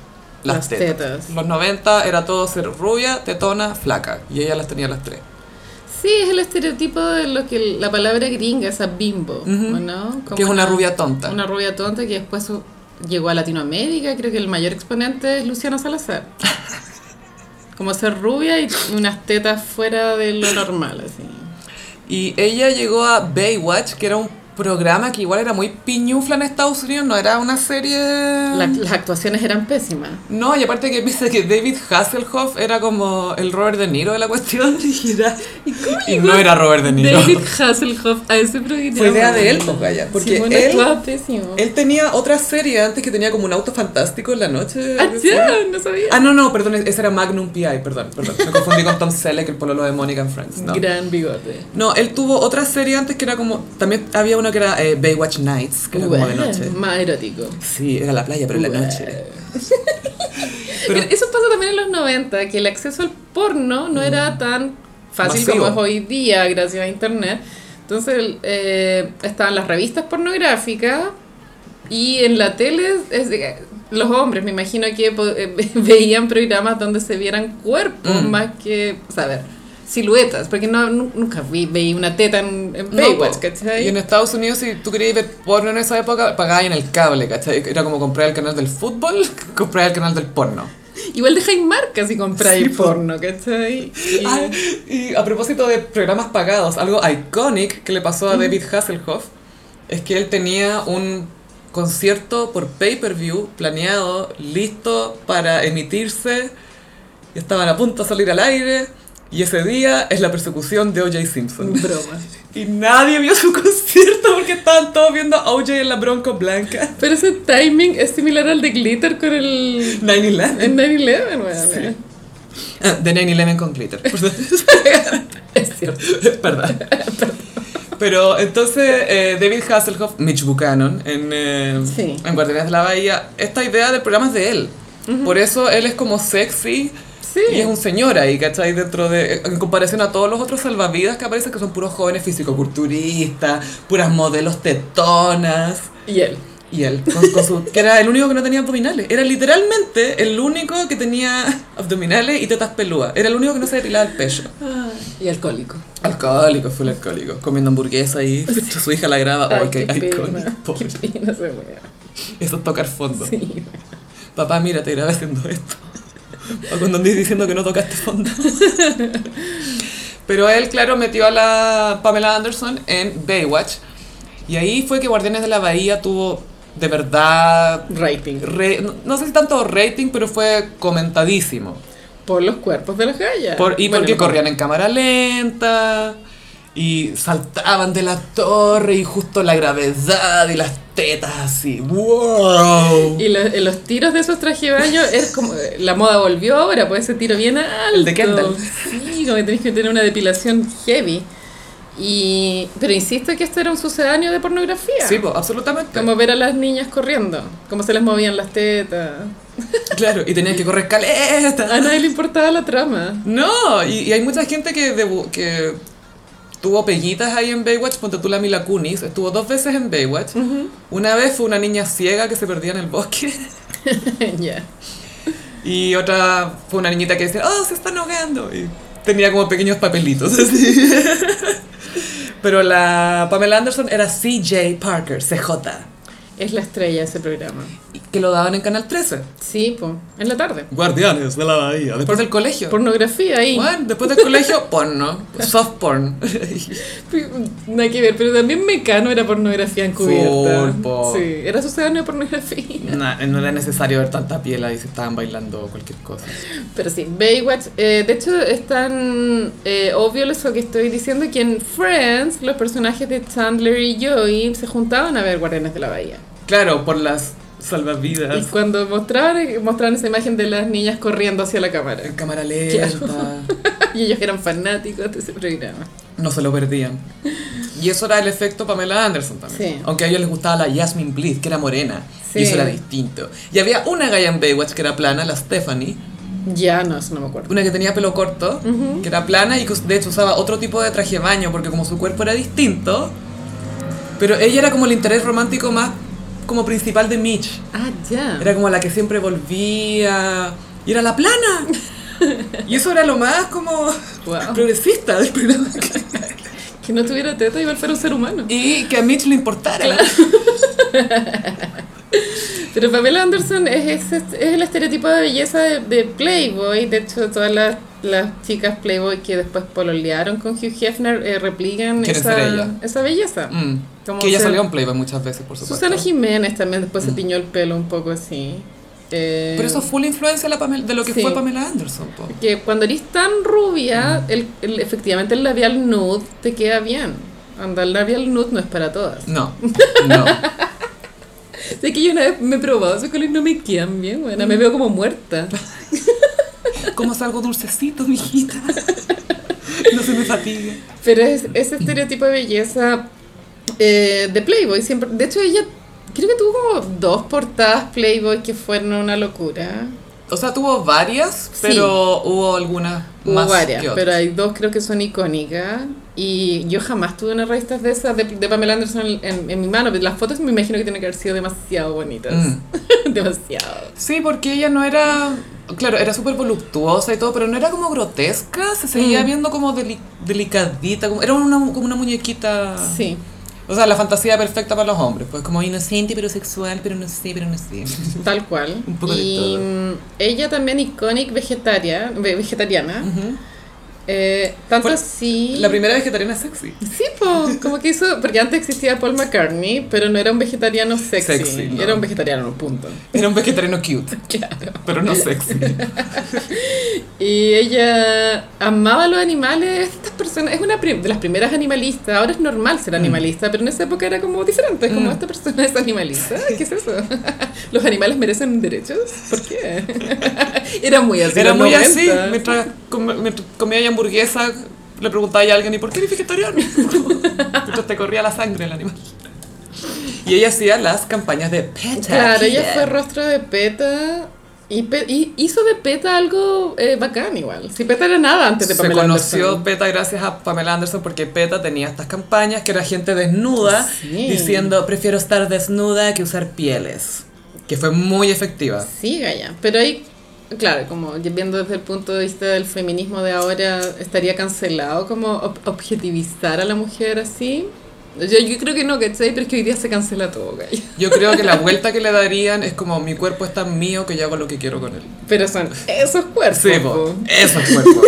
Speaker 1: las,
Speaker 2: Las
Speaker 1: tetas.
Speaker 2: tetas.
Speaker 1: Los 90 era todo ser rubia, tetona, flaca, y ella las tenía las tres.
Speaker 2: Sí, es el estereotipo de lo que la palabra gringa, esa bimbo,
Speaker 1: Ujú.
Speaker 2: ¿o no? Como
Speaker 1: que es una rubia tonta.
Speaker 2: Una rubia tonta que después su- llegó a Latinoamérica. Creo que el mayor exponente es Luciano Salazar. Como ser rubia y unas tetas fuera de lo normal, así.
Speaker 1: Y ella llegó a Baywatch, que era un programa que igual era muy piñufla en Estados Unidos, no era una serie...
Speaker 2: La- las actuaciones eran pésimas.
Speaker 1: No, y aparte que piensa que David Hasselhoff era como el Robert De Niro de la cuestión y, era- y no era Robert De Niro.
Speaker 2: David Hasselhoff a ese programa.
Speaker 1: Fue idea de él, pues, vaya, porque
Speaker 2: Sí, bueno,
Speaker 1: él-
Speaker 2: actuaba pésimo.
Speaker 1: Él tenía otra serie antes que tenía como un auto fantástico en la noche.
Speaker 2: Ah,
Speaker 1: algo así.
Speaker 2: ya, no sabía.
Speaker 1: Ah, no, no, perdón, ese era Magnum P.I., perdón, perdón. Me confundí con Tom Selleck, el pololo de Monica and Friends, ¿no?
Speaker 2: Gran bigote.
Speaker 1: No, él tuvo otra serie antes que era como... También había una que era eh, Baywatch Nights, que era como de
Speaker 2: Bueno,
Speaker 1: noche.
Speaker 2: Más erótico.
Speaker 1: Sí, era la playa, pero en la
Speaker 2: Bueno.
Speaker 1: noche.
Speaker 2: Pero
Speaker 1: Pero-
Speaker 2: eso pasa también en los 90, que el acceso al porno no era tan fácil
Speaker 1: Mm. Masivo.
Speaker 2: como es hoy día, gracias a internet. Entonces eh, estaban las revistas pornográficas y en la tele es de- los hombres, me imagino que po- eh, veían programas donde se vieran cuerpos
Speaker 1: Mm.
Speaker 2: más que, o sea, a ver, siluetas, porque no, nu- nunca vi, veí una teta en, en
Speaker 1: No,
Speaker 2: Baywatch,
Speaker 1: po.
Speaker 2: ¿cachai?
Speaker 1: Y en Estados Unidos, si tú querías ver porno en esa época, pagabas en el cable, ¿cachai? Era como comprar el canal del fútbol, comprar el canal del porno.
Speaker 2: Igual dejáis marcas si compráis
Speaker 1: Sí, po.
Speaker 2: porno, ¿cachai? Y-
Speaker 1: Ah, y a propósito de programas pagados, algo iconic que le pasó a David Hasselhoff es que él tenía un concierto por pay-per-view planeado, listo para emitirse, y estaban a punto de salir al aire, y ese día es la persecución de O.J. Simpson.
Speaker 2: broma.
Speaker 1: Y nadie vio su concierto porque estaban todos viendo a O.J. en la bronco blanca.
Speaker 2: Pero ese timing es similar al de Glitter con el.
Speaker 1: 9-11.
Speaker 2: En 9-11, weón.
Speaker 1: Ah, De 9-11 con glitter.
Speaker 2: Es cierto.
Speaker 1: Perdón. Pero entonces eh, David Hasselhoff, Mitch Buchanan, en, eh,
Speaker 2: Sí.
Speaker 1: en Guardianes de la Bahía, esta idea del programa es de él. Por eso él es como sexy
Speaker 2: Sí.
Speaker 1: y es un señor ahí, ¿cachai? Dentro de, en comparación a todos los otros salvavidas que aparecen, que son puros jóvenes fisicoculturistas, puras modelos tetonas.
Speaker 2: Y él.
Speaker 1: Y él, con, con su, que era el único que no tenía abdominales. Era literalmente el único que tenía abdominales y tetas pelúas. Era el único que no se depilaba el pecho.
Speaker 2: Y alcohólico.
Speaker 1: Alcohólico, full alcohólico. Comiendo hamburguesa y su hija la graba. ¡Ay, qué icónico!
Speaker 2: Qué
Speaker 1: pobre.
Speaker 2: pena ese weón.
Speaker 1: Eso es tocar fondo.
Speaker 2: Sí, weón.
Speaker 1: Papá, mira, te grabé haciendo esto. O cuando andes diciendo que no tocaste fondo. Pero él, claro, metió a la Pamela Anderson en Baywatch. Y ahí fue que Guardianes de la Bahía tuvo de verdad.
Speaker 2: Rating.
Speaker 1: re- no, no sé si tanto rating, pero fue comentadísimo.
Speaker 2: Por los cuerpos de las gallas.
Speaker 1: Por- y
Speaker 2: Bueno,
Speaker 1: porque
Speaker 2: no-
Speaker 1: corrían en cámara lenta y saltaban de la torre y justo la gravedad y las tetas así. ¡Wow!
Speaker 2: Y lo- eh, los tiros de esos trajebaños es como. eh, La moda volvió ahora, pues ese tiro bien alto.
Speaker 1: El de Kendall.
Speaker 2: Sí, como que tenés que tener una depilación heavy. Y, pero insisto que esto era un sucedáneo de pornografía.
Speaker 1: Sí, po, absolutamente.
Speaker 2: Como ver a las niñas corriendo, cómo se les movían las tetas.
Speaker 1: Claro, y tenían que correr
Speaker 2: A
Speaker 1: caleta.
Speaker 2: nadie le importaba la trama.
Speaker 1: No, y, y hay mucha gente que, debu- que tuvo pellitas ahí en Baywatch. Ponte tú la Mila Kunis, estuvo dos veces en Baywatch. Una vez fue una niña ciega que se perdía en el bosque.
Speaker 2: Ya.
Speaker 1: Y otra fue una niñita que decía, oh, se están ahogando. Y tenía como pequeños papelitos así. Pero la Pamela Anderson era CJ Parker, CJ.
Speaker 2: es la estrella de ese programa.
Speaker 1: y que lo daban en Canal 13.
Speaker 2: Sí, pues, en la tarde.
Speaker 3: Guardianes de la bahía.
Speaker 1: Después del colegio.
Speaker 2: Pornografía ahí.
Speaker 1: Bueno, después del colegio, porno. Soft porn.
Speaker 2: Nada que ver, pero también Mecano era pornografía encubierta.
Speaker 1: Full, po.
Speaker 2: Sí, era su pseudónimo de pornografía.
Speaker 1: Nah, no era necesario ver tanta piel ahí si estaban bailando cualquier cosa.
Speaker 2: Pero sí, Baywatch, eh, de hecho es tan eh, obvio eso que estoy diciendo que en Friends los personajes de Chandler y Joey se juntaban a ver Guardianes de la Bahía.
Speaker 1: Claro, por las
Speaker 2: Y
Speaker 1: salvavidas.
Speaker 2: cuando mostraban, mostraban esa imagen de las niñas corriendo hacia la cámara.
Speaker 1: En cámara lenta.
Speaker 2: Y ellos eran fanáticos de ese programa.
Speaker 1: No se lo perdían. Y eso era el efecto Pamela Anderson también.
Speaker 2: Sí.
Speaker 1: Aunque a ellos les gustaba la Jasmine Bleeth, que era morena.
Speaker 2: Sí.
Speaker 1: Y eso era distinto. Y había una galla en Baywatch que era plana, la Stephanie.
Speaker 2: Ya, no, eso no me acuerdo.
Speaker 1: Una que tenía pelo corto, que era plana y que us- de hecho usaba otro tipo de traje de baño porque como su cuerpo era distinto, pero ella era como el interés romántico más como principal de Mitch.
Speaker 2: Ah, ya.
Speaker 1: Era como la que siempre volvía y era la plana. Y eso era lo más como
Speaker 2: Wow.
Speaker 1: progresista del programa.
Speaker 2: Que no tuviera teta igual fuera un ser humano.
Speaker 1: Y que a Mitch le importara.
Speaker 2: Pero Pamela Anderson es, es, es el estereotipo de belleza de, de Playboy. De hecho, todas las, las chicas Playboy que después pololearon con Hugh Hefner eh, replican
Speaker 1: Quieren ser ella.
Speaker 2: esa, esa belleza.
Speaker 1: Mm.
Speaker 2: Como
Speaker 1: Que ella
Speaker 2: ser-
Speaker 1: salió en Playboy muchas veces, por supuesto. Mm.
Speaker 2: Susana Jiménez también después se tiñó el pelo un poco así. Eh,
Speaker 1: Pero eso fue la influencia de, la Pamela- de lo que
Speaker 2: Sí.
Speaker 1: fue Pamela Anderson. po.
Speaker 2: que cuando eres tan rubia,
Speaker 1: Mm.
Speaker 2: el, el- efectivamente el labial nude te queda bien. Anda, el labial nude no es para todas.
Speaker 1: No, no.
Speaker 2: Sé que yo una vez me he probado esos colores no me quedan bien, bueno,
Speaker 1: Mm.
Speaker 2: me veo como muerta.
Speaker 1: Como algo dulcecito, mijita. No se me fatiga.
Speaker 2: Pero es ese estereotipo de belleza eh, de Playboy siempre. De hecho, ella creo que tuvo como dos portadas Playboy que fueron una locura.
Speaker 1: O sea, tuvo varias,
Speaker 2: Sí.
Speaker 1: pero hubo algunas
Speaker 2: Hubo
Speaker 1: más.
Speaker 2: varias,
Speaker 1: que otras.
Speaker 2: pero hay dos creo que son icónicas. Y yo jamás tuve una revista de esas de, de Pamela Anderson en, en mi mano. Pero las fotos me imagino que tienen que haber sido demasiado bonitas.
Speaker 1: Mm.
Speaker 2: demasiado.
Speaker 1: Sí, porque ella no era. Claro, era súper voluptuosa y todo, pero no era como grotesca, se seguía
Speaker 2: Mm.
Speaker 1: viendo como deli- delicadita, como, era una, mu- como una muñequita.
Speaker 2: Sí.
Speaker 1: O sea, la fantasía perfecta para los hombres, pues como inocente pero sexual, pero no sé, pero no sé.
Speaker 2: Tal cual.
Speaker 1: Un poco de
Speaker 2: y
Speaker 1: todo.
Speaker 2: mm, ella también icónica vegetaria, ve- vegetariana.
Speaker 1: Ujú.
Speaker 2: Eh, tanto
Speaker 1: Por-
Speaker 2: así.
Speaker 1: La primera vegetariana sexy.
Speaker 2: Sí, po, como que hizo, porque antes existía Paul McCartney, pero no era un vegetariano sexy,
Speaker 1: Sexy, no.
Speaker 2: era un vegetariano, punto.
Speaker 1: Era un vegetariano cute,
Speaker 2: Claro.
Speaker 1: pero no sexy.
Speaker 2: Y ella amaba los animales, estas personas, es una pri- de las primeras animalistas, ahora es normal ser animalista, pero en esa época era como diferente, es como
Speaker 1: Mm.
Speaker 2: esta persona es animalista, ¿qué es eso? ¿Los animales merecen derechos? ¿Por qué? Era muy así.
Speaker 1: era
Speaker 2: los
Speaker 1: muy
Speaker 2: 90.
Speaker 1: así. Mientras, come- mientras comía ella hamburguesa, le preguntaba a alguien, ¿y por qué eres vegetariano? mientras te corría la sangre el animal. Y ella hacía las campañas de PETA.
Speaker 2: Claro, ella
Speaker 1: Here.
Speaker 2: fue rostro de PETA. Y, pe- y hizo de PETA algo eh, bacán igual. Si PETA era nada antes de
Speaker 1: Se
Speaker 2: Pamela
Speaker 1: conoció
Speaker 2: Anderson.
Speaker 1: PETA gracias a Pamela Anderson porque PETA tenía estas campañas que era gente desnuda
Speaker 2: Sí.
Speaker 1: diciendo prefiero estar desnuda que usar pieles. Que fue muy efectiva.
Speaker 2: Sí, Gaya. Pero ahí, claro, como viendo desde el punto de vista del feminismo de ahora, estaría cancelado como ob- objetivizar a la mujer así. Yo, yo creo que no, ¿cachai? Pero es que hoy día se cancela todo, Gaya.
Speaker 1: Yo creo que la vuelta que le darían es como mi cuerpo es tan mío que yo hago lo que quiero con él.
Speaker 2: Pero son esos cuerpos.
Speaker 1: Sí, po,
Speaker 2: po.
Speaker 1: eso es cuerpo.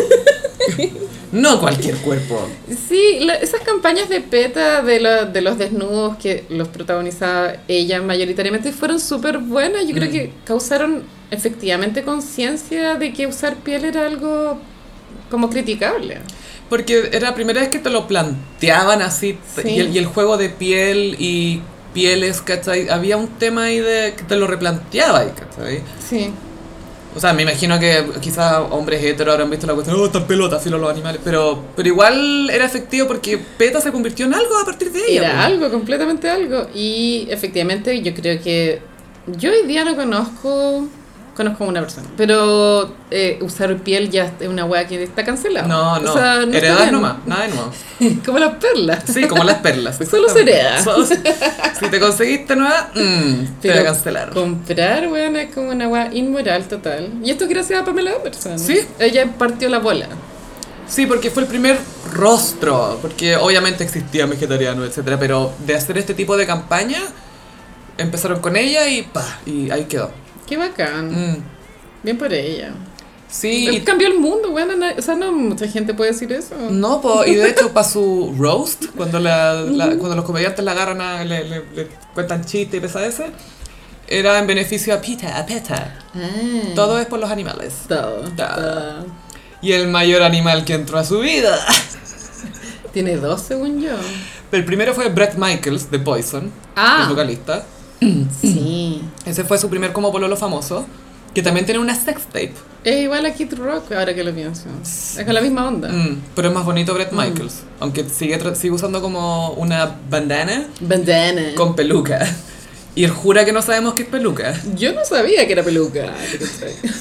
Speaker 1: No cualquier cuerpo.
Speaker 2: Sí, la- esas campañas de PETA de, lo- de los desnudos que los protagonizaba ella mayoritariamente fueron súper buenas. Yo creo
Speaker 1: Mm.
Speaker 2: que causaron efectivamente conciencia de que usar piel era algo como criticable.
Speaker 1: Porque era la primera vez que te lo planteaban así.
Speaker 2: Sí.
Speaker 1: Y, el, y el juego de piel y pieles, ¿cachai? Había un tema ahí de que te lo replanteaba, ahí, ¿cachai?
Speaker 2: Sí.
Speaker 1: O sea, me imagino que quizás hombres heteros habrán visto la cuestión, oh, están pelotas, filo los animales. Pero, pero igual era efectivo porque PETA se convirtió en algo a partir de ella. pues.
Speaker 2: Era
Speaker 1: po.
Speaker 2: algo, completamente algo. Y efectivamente yo creo que yo hoy día no conozco, conozco a una persona, pero eh, usar piel ya es una wea que está cancelada.
Speaker 1: No, no.
Speaker 2: O sea, no está
Speaker 1: Heredad
Speaker 2: bien.
Speaker 1: nomás, nada de nuevo.
Speaker 2: Como las perlas.
Speaker 1: Sí, como las perlas.
Speaker 2: Solo se hereda.
Speaker 1: Solo se- si te conseguiste nueva, mm, te la
Speaker 2: Pero
Speaker 1: cancelaron.
Speaker 2: Comprar, weón, es como una weá inmoral total. Y esto es gracias a Pamela Anderson.
Speaker 1: Sí.
Speaker 2: Ella partió la bola.
Speaker 1: Sí, porque fue el primer rostro, porque obviamente existía vegetariano, etcétera, pero de hacer este tipo de campaña empezaron con ella y pa, y ahí quedó.
Speaker 2: Qué bacán.
Speaker 1: Mm.
Speaker 2: Bien por ella. Eh,
Speaker 1: Sí, y-
Speaker 2: Cambió el mundo, bueno, na- o sea, no mucha gente puede decir eso.
Speaker 1: no, po, y de hecho para su roast, cuando, la, la-
Speaker 2: Mm.
Speaker 1: cuando los comediantes la agarran, a- le, le- le cuentan chistes y pesadeces, era en beneficio a Pita, a Peta.
Speaker 2: Ah.
Speaker 1: Todo es por los animales.
Speaker 2: Todo,
Speaker 1: Todo.
Speaker 2: todo.
Speaker 1: Y el mayor animal que entró a su vida.
Speaker 2: Tiene dos, según yo.
Speaker 1: El primero fue Bret Michaels, de Poison,
Speaker 2: Ah.
Speaker 1: el vocalista. Mm.
Speaker 2: Sí.
Speaker 1: Ese fue su primer como pololo famoso, que también tiene una sex tape.
Speaker 2: Es igual a Kid Rock, ahora que lo pienso. Es con la misma onda.
Speaker 1: Mm, pero es más bonito Bret Michaels, aunque sigue, tra- sigue usando como una bandana
Speaker 2: Bandana.
Speaker 1: con peluca. Y él jura que no sabemos qué es peluca.
Speaker 2: Yo no sabía que era peluca.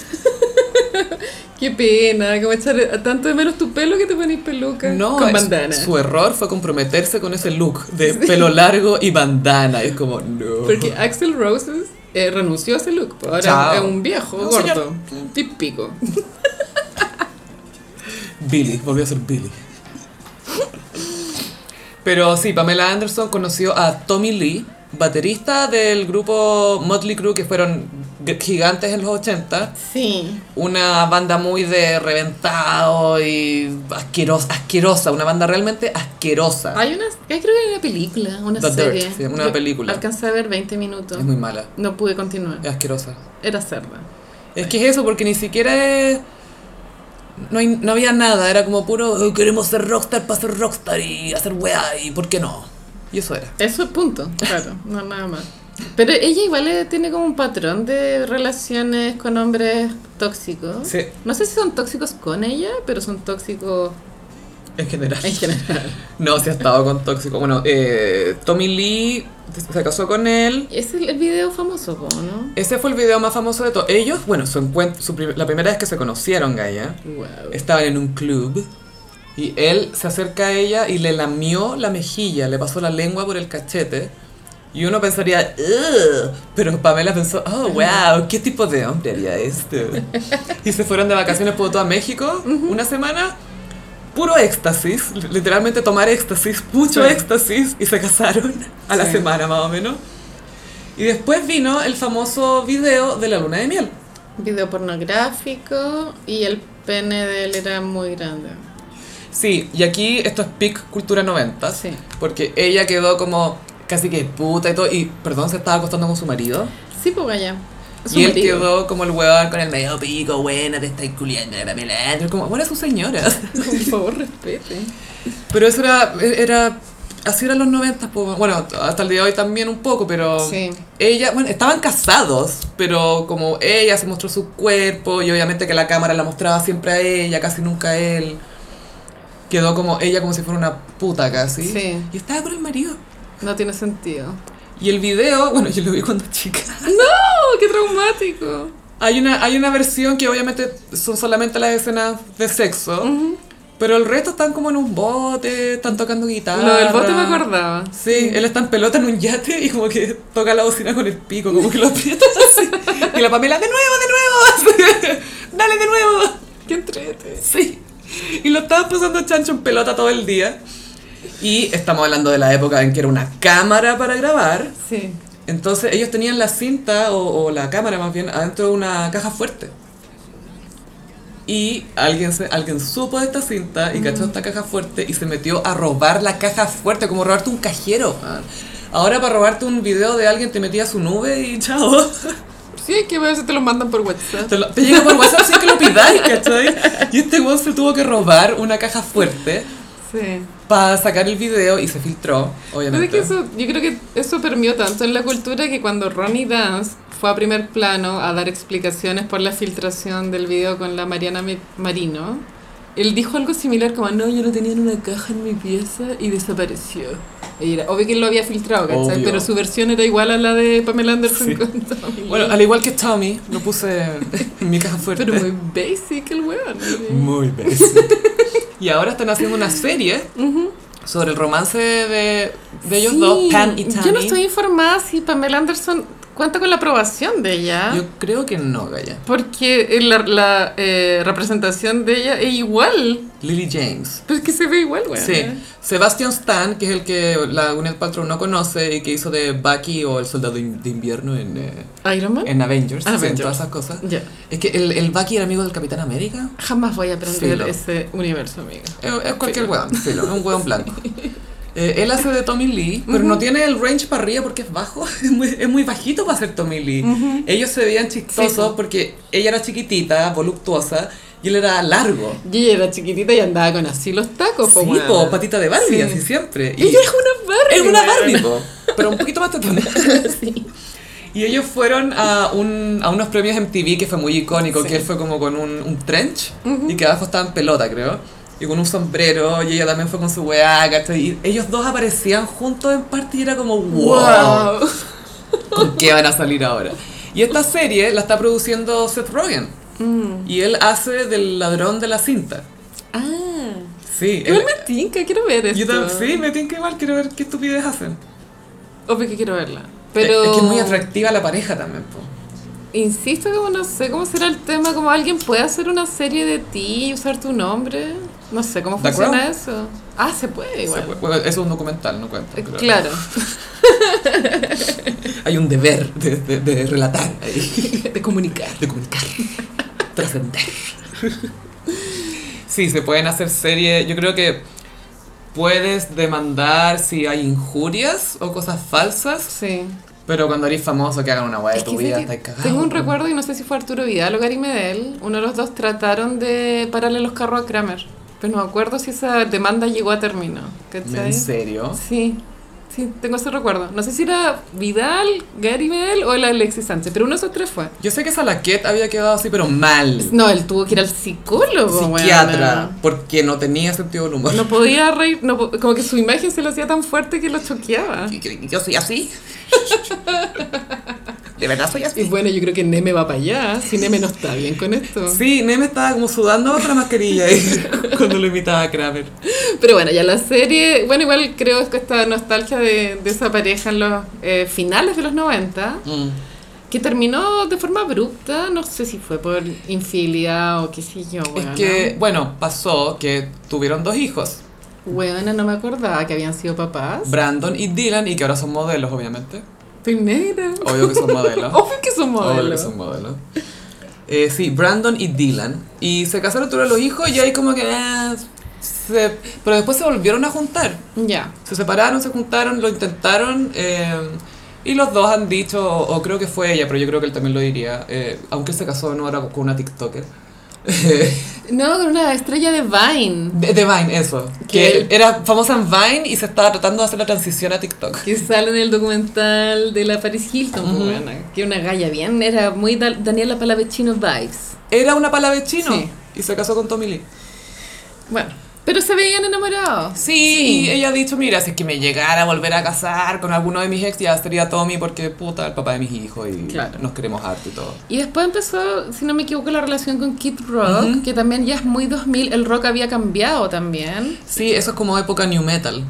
Speaker 2: Qué pena, como echar a tanto de menos tu pelo que te ponís peluca.
Speaker 1: No,
Speaker 2: con
Speaker 1: es-
Speaker 2: bandana.
Speaker 1: su error fue comprometerse con ese look de pelo largo y bandana. Y es como, no.
Speaker 2: Porque Axel Roses eh, renunció a ese look. pues Ahora
Speaker 1: Chao.
Speaker 2: es un viejo,
Speaker 1: Un
Speaker 2: gordo,
Speaker 1: señor.
Speaker 2: típico.
Speaker 1: Billy, volvió a ser Billy. Pero sí, Pamela Anderson conoció a Tommy Lee, baterista del grupo Motley Crue, que fueron g- gigantes en los 80.
Speaker 2: Sí.
Speaker 1: Una banda muy de reventado y asquerosa, asquerosa una banda realmente asquerosa.
Speaker 2: Hay una, eh, creo que era una película, una
Speaker 1: The
Speaker 2: serie.
Speaker 1: Dirt, sí, una
Speaker 2: Yo
Speaker 1: película.
Speaker 2: Alcancé a ver 20 minutos.
Speaker 1: Es muy mala,
Speaker 2: No pude continuar.
Speaker 1: es asquerosa.
Speaker 2: Era cerda.
Speaker 1: Es que es eso, porque ni siquiera es... No, hay- no había nada, era como puro, "Oh, queremos ser rockstar para ser rockstar y hacer weá y por qué no. Y eso era.
Speaker 2: Eso es punto, claro, no nada más. Pero ella igual eh, tiene como un patrón de relaciones con hombres tóxicos.
Speaker 1: Sí.
Speaker 2: No sé si son tóxicos con ella, pero son tóxicos
Speaker 1: En general.
Speaker 2: en general.
Speaker 1: No, sí ha estado con tóxico. Bueno, eh, Tommy Lee se casó con él.
Speaker 2: Es el, el video famoso, po, ¿no?
Speaker 1: Ese fue el video más famoso de todos. Ellos, bueno, su encuent- su prim- la primera vez que se conocieron, Gaia,
Speaker 2: Wow.
Speaker 1: estaban en un club y él se acerca a ella y le lamió la mejilla, le pasó la lengua por el cachete. Y uno pensaría, "Ugh", pero Pamela pensó, oh, wow, ¿qué tipo de hombre haría esto? y se fueron de vacaciones por todo a México una semana, puro éxtasis, li- literalmente tomar éxtasis, mucho
Speaker 2: Sí.
Speaker 1: éxtasis, y se casaron a la
Speaker 2: Sí.
Speaker 1: semana más o menos. Y después vino el famoso video de la luna de miel.
Speaker 2: Video pornográfico y el pene de él era muy grande.
Speaker 1: Sí, y aquí esto es peak cultura 90.
Speaker 2: Sí.
Speaker 1: Porque ella quedó como casi que puta y todo. Y perdón, se estaba acostando con su marido.
Speaker 2: Sí, pues vaya.
Speaker 1: y él quedó como el huevón con el medio pico, buena, te estáis culiando, la Pamela Anderson", Como, bueno, es su señora.
Speaker 2: Por favor, respete.
Speaker 1: Pero eso era, era, así eran los 90. pues, bueno, hasta el día de hoy también un poco, pero
Speaker 2: Sí.
Speaker 1: ella, bueno, estaban casados, pero como ella se mostró su cuerpo y obviamente que la cámara la mostraba siempre a ella, casi nunca a él. Quedó como ella como si fuera una puta casi.
Speaker 2: Sí.
Speaker 1: Y estaba con el marido.
Speaker 2: No tiene sentido.
Speaker 1: Y el video, bueno, yo lo vi cuando chica.
Speaker 2: ¡No! ¡Qué traumático!
Speaker 1: Hay una, hay una versión que obviamente son solamente las escenas de sexo, pero el resto están como en un bote, están tocando guitarra.
Speaker 2: Lo del bote me acordaba.
Speaker 1: Sí, él está en pelota en un yate y como que toca la bocina con el pico, como que lo aprieta así. Y la Pamela, de nuevo, de nuevo, dale de nuevo.
Speaker 2: ¡Qué entrete!
Speaker 1: Sí. Y lo estaba pasando chancho en pelota todo el día. Y estamos hablando de la época en que era una cámara para grabar.
Speaker 2: Sí.
Speaker 1: Entonces ellos tenían la cinta o, o la cámara más bien adentro de una caja fuerte. Y alguien, se- alguien supo de esta cinta y
Speaker 2: Mm.
Speaker 1: cachó esta caja fuerte y se metió a robar la caja fuerte, como robarte un cajero. man. Ahora para robarte un video de alguien te metías a su nube y chao.
Speaker 2: Sí, es que a veces te lo mandan por WhatsApp.
Speaker 1: Te, lo- te llega por WhatsApp sin que lo pidáis, ¿cachai? Y este weón se tuvo que robar una caja fuerte
Speaker 2: Sí.
Speaker 1: para sacar el video y se filtró,
Speaker 2: Pero
Speaker 1: obviamente.
Speaker 2: es que eso, yo creo que eso permeó tanto en la cultura que cuando Ronnie Dance fue a primer plano a dar explicaciones por la filtración del video con la Mariana Mi- Marino, él dijo algo similar como, no, yo lo tenía en una caja en mi pieza y desapareció. Y era, obvio que él lo había filtrado, ¿cachai?
Speaker 1: Obvio.
Speaker 2: Pero su versión era igual a la de Pamela Anderson
Speaker 1: Sí.
Speaker 2: con Tommy Lee.
Speaker 1: Bueno, al igual que Tommy, lo puse en mi caja fuerte.
Speaker 2: Pero muy basic el weón. así.
Speaker 1: Muy beso. y ahora están haciendo una serie sobre el romance de, de ellos
Speaker 2: Sí,
Speaker 1: dos, Pam y Tammy.
Speaker 2: Yo no estoy informada si Pamela Anderson cuenta con la aprobación de ella.
Speaker 1: Yo creo que no, Gaya.
Speaker 2: Porque la, la, eh, representación de ella es igual.
Speaker 1: Lily James.
Speaker 2: Pero es que se ve igual, ¿Eh? güey.
Speaker 1: Sí, Sebastian Stan, que es el que la Gwyneth Paltrow no conoce y que hizo de Bucky o el soldado in- de invierno en, eh,
Speaker 2: Iron Man.
Speaker 1: en Avengers, sí, en
Speaker 2: Avengers.
Speaker 1: todas esas cosas.
Speaker 2: Ya.
Speaker 1: Es que el, el Bucky era amigo del Capitán América.
Speaker 2: Jamás voy a aprender
Speaker 1: Filo.
Speaker 2: ese universo, amiga.
Speaker 1: Es, es cualquier weón, filo, es un weón blanco. Eh, él hace de Tommy Lee, pero no tiene el range para arriba porque es bajo, es muy, es muy bajito para ser Tommy Lee. Ellos se veían chistosos
Speaker 2: Sí.
Speaker 1: porque ella era chiquitita, voluptuosa, y él era largo.
Speaker 2: Y ella era chiquitita y andaba con así los tacos, po,
Speaker 1: Sí,
Speaker 2: weona.
Speaker 1: po, patita de Barbie,
Speaker 2: Sí.
Speaker 1: así siempre. Y
Speaker 2: Ella es una Barbie.
Speaker 1: es una
Speaker 2: weona.
Speaker 1: Barbie, po, pero un poquito más tetona.
Speaker 2: Sí.
Speaker 1: Y ellos fueron a, un, a unos premios MTV que fue muy icónico, que él fue como con un, un trench y que abajo estaba en pelota, creo. Y con un sombrero, y ella también fue con su weá, ¿cachai? Y ellos dos aparecían juntos en parte y era como, wow,
Speaker 2: Wow.
Speaker 1: ¿con qué van a salir ahora? Y esta serie la está produciendo Seth Rogen.
Speaker 2: Mm.
Speaker 1: Y él hace del ladrón de la cinta.
Speaker 2: Ah.
Speaker 1: Sí, él-
Speaker 2: Igual me tinca, quiero ver esto.
Speaker 1: yo tam- sí, me tienen que mal, quiero ver qué estupidez hacen.
Speaker 2: Obvio que quiero verla. Pero.
Speaker 1: Es que es muy atractiva la pareja también, po.
Speaker 2: Insisto, como no sé cómo será el tema, como alguien puede hacer una serie de ti y usar tu nombre. No sé cómo
Speaker 1: The
Speaker 2: funciona eso. Ah, se puede
Speaker 1: O
Speaker 2: igual.
Speaker 1: sea, bueno, eso es un documental, no cuenta.
Speaker 2: Eh,
Speaker 1: creo.
Speaker 2: Claro.
Speaker 1: Hay un deber de, de- de relatar, ahí,
Speaker 2: De comunicar.
Speaker 1: de comunicar, trascender. Sí, se pueden hacer series. Yo creo que puedes demandar si hay injurias o cosas falsas,
Speaker 2: Sí.
Speaker 1: pero cuando eres famoso que hagan una guay de
Speaker 2: Es que
Speaker 1: tu
Speaker 2: sé
Speaker 1: vida,
Speaker 2: que
Speaker 1: estás cagado.
Speaker 2: tengo un
Speaker 1: po.
Speaker 2: recuerdo y no sé si fue Arturo Vidal o Gary Medel. Uno de los dos trataron de pararle los carros a Kramer. Pero no me acuerdo si esa demanda llegó a término. ¿Cachai?
Speaker 1: ¿En serio?
Speaker 2: ¿eh? Sí, sí, tengo ese recuerdo. No sé si era Vidal, Gary Medel o el Alexis Sánchez, pero uno de esos tres fue.
Speaker 1: Yo sé que Salaquet había quedado así, pero mal.
Speaker 2: No, él tuvo que ir al psicólogo,
Speaker 1: Psiquiatra,
Speaker 2: weona.
Speaker 1: porque no tenía sentido del humor.
Speaker 2: No podía reír, no po- como que su imagen se lo hacía tan fuerte que lo choqueaba.
Speaker 1: Y- y- y Yo soy así. De verdad soy
Speaker 2: Y
Speaker 1: así.
Speaker 2: bueno, yo creo que Neme va para allá, si Neme no está bien con esto.
Speaker 1: Sí, Neme estaba como sudando otra mascarilla ahí cuando lo imitaba a Kramer.
Speaker 2: Pero bueno, ya la serie, bueno, igual creo que esta nostalgia de, de esa pareja en los eh, finales de los 90,
Speaker 1: Mm.
Speaker 2: que terminó de forma abrupta, no sé si fue por infidelidad o qué sé yo.
Speaker 1: Es
Speaker 2: weona.
Speaker 1: que, bueno, pasó que tuvieron dos hijos,
Speaker 2: Weona, no me acordaba que habían sido papás.
Speaker 1: Brandon y Dylan, y que ahora son modelos, obviamente.
Speaker 2: Estoy negra.
Speaker 1: Obvio que son modelos.
Speaker 2: Obvio que son
Speaker 1: Obvio que
Speaker 2: Oh, modelos.
Speaker 1: son modelos. Eh, sí, Brandon y Dylan. Y se casaron todos los hijos y ahí como que... eh, se- pero después se volvieron a juntar.
Speaker 2: Ya.
Speaker 1: Se separaron, se juntaron, lo intentaron. eh, y los dos han dicho, o, o creo que fue ella, pero yo creo que él también lo diría. eh, aunque se casó no era con una TikToker.
Speaker 2: No, con una estrella de Vine.
Speaker 1: De, de Vine, eso. Que
Speaker 2: Que-
Speaker 1: era famosa en Vine y se estaba tratando de hacer la transición a TikTok.
Speaker 2: Que sale en el documental de la Paris Hilton, pues, weona, que una galla bien, era muy Dal- Daniela Palavecino vibes.
Speaker 1: Era una palavecino
Speaker 2: Sí.
Speaker 1: y se casó con Tommy Lee.
Speaker 2: Bueno, pero se veían enamorados.
Speaker 1: Sí, y ella ha dicho, mira, si es que me llegara a volver a casar con alguno de mis ex, ya sería Tommy porque puta, el papá de mis hijos y
Speaker 2: Claro.
Speaker 1: nos queremos harto y todo.
Speaker 2: Y después empezó, si no me equivoco, la relación con Kid Rock, que también ya es muy 2000, el rock había cambiado también.
Speaker 1: Sí, eso es como época new metal.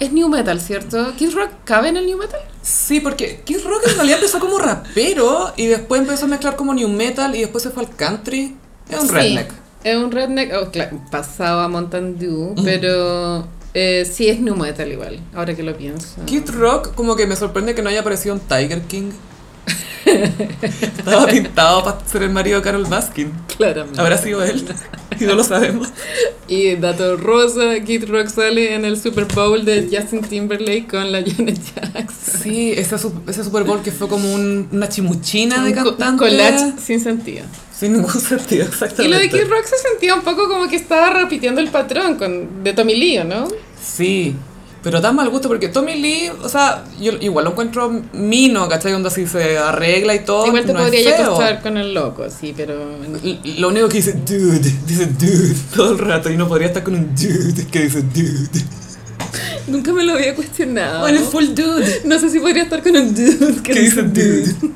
Speaker 2: Es new metal, ¿cierto? ¿Kid Rock cabe en el new metal?
Speaker 1: Sí, porque Kid Rock en realidad empezó como rapero y después empezó a mezclar como new metal y después se fue al country. Es un
Speaker 2: Sí,
Speaker 1: redneck.
Speaker 2: Es un redneck, oh, claro, pasado a Mountain Dew, pero eh, sí es new metal igual, ahora que lo pienso.
Speaker 1: Kid Rock, como que me sorprende que no haya aparecido en Tiger King. Estaba pintado para ser el marido de Carol Baskin.
Speaker 2: Claramente.
Speaker 1: Habrá sido él. Y no lo sabemos.
Speaker 2: Y dato rosa, Kid Rock sale en el Super Bowl de Justin Timberlake con la Janet Jackson.
Speaker 1: Sí, ese, su- ese Super Bowl que fue como un- una chimuchina de
Speaker 2: Un co-
Speaker 1: cantantes.
Speaker 2: collage sin sentido.
Speaker 1: Sin ningún sentido, exactamente.
Speaker 2: Y lo de Kid Rock se sentía un poco como que estaba repitiendo el patrón con, de Tommy Lee, ¿o ¿no?
Speaker 1: Sí, pero da mal gusto porque Tommy Lee, o sea, yo igual lo encuentro mino, ¿cachai? Onda si se arregla y todo.
Speaker 2: Igual te
Speaker 1: no es
Speaker 2: podría ya
Speaker 1: feo.
Speaker 2: acostar con el loco, sí, pero...
Speaker 1: L- Lo único que dice dude, dice dude todo el rato y no podría estar con un dude que dice dude.
Speaker 2: Nunca me lo había cuestionado.
Speaker 1: Bueno, es full dude.
Speaker 2: No sé si podría estar con un dude que
Speaker 1: Que dice dude.
Speaker 2: dude.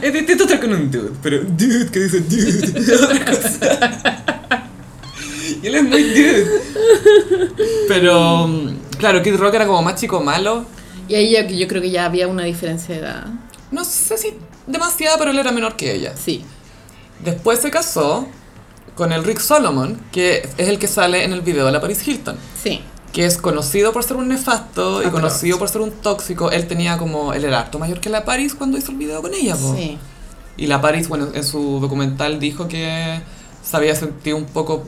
Speaker 1: Es distinto estar con un dude, pero dude que dice dude. es otra cosa. Y él es muy dude. Pero, mm, claro, Kid Rock era como más chico malo.
Speaker 2: Y ahí ya- yo creo que ya había una diferencia de edad.
Speaker 1: no sé si demasiada, pero él era menor que ella.
Speaker 2: Sí.
Speaker 1: Después se casó con el Rick Solomon, que es el que sale en el video de la Paris Hilton,
Speaker 2: Sí.
Speaker 1: que es conocido por ser un nefasto y
Speaker 3: Ah,
Speaker 1: conocido
Speaker 3: claro.
Speaker 1: por ser un tóxico. Él tenía como, él era harto mayor que la Paris cuando hizo el video con ella. po.
Speaker 2: Sí.
Speaker 1: Y la Paris, bueno, en su documental dijo que se había sentido un poco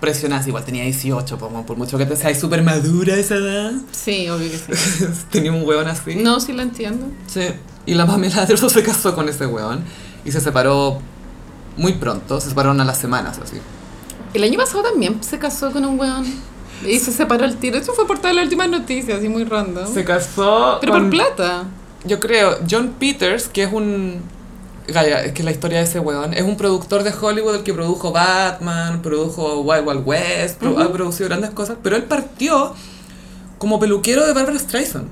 Speaker 1: presionada, igual tenía 18, po, bueno, por mucho que te seas súper madura a esa edad.
Speaker 2: Sí, obvio que sí.
Speaker 1: tenía un hueón así.
Speaker 2: No, sí lo entiendo.
Speaker 1: Sí. Y la Pamela Anderson se casó con ese hueón y se separó muy pronto, se separaron a las semanas así.
Speaker 2: El año pasado también se casó con un weón. Y se separó el tiro. Eso fue por todas las últimas noticias, así muy random.
Speaker 1: Se casó
Speaker 2: Oh. Pero
Speaker 1: con,
Speaker 2: por plata.
Speaker 1: yo creo, John Peters, que es un... Gaya, es que la historia de ese weón es un productor de Hollywood, el que produjo Batman, produjo Wild Wild West, pro- ha producido grandes cosas, pero él partió como peluquero de Barbara Streisand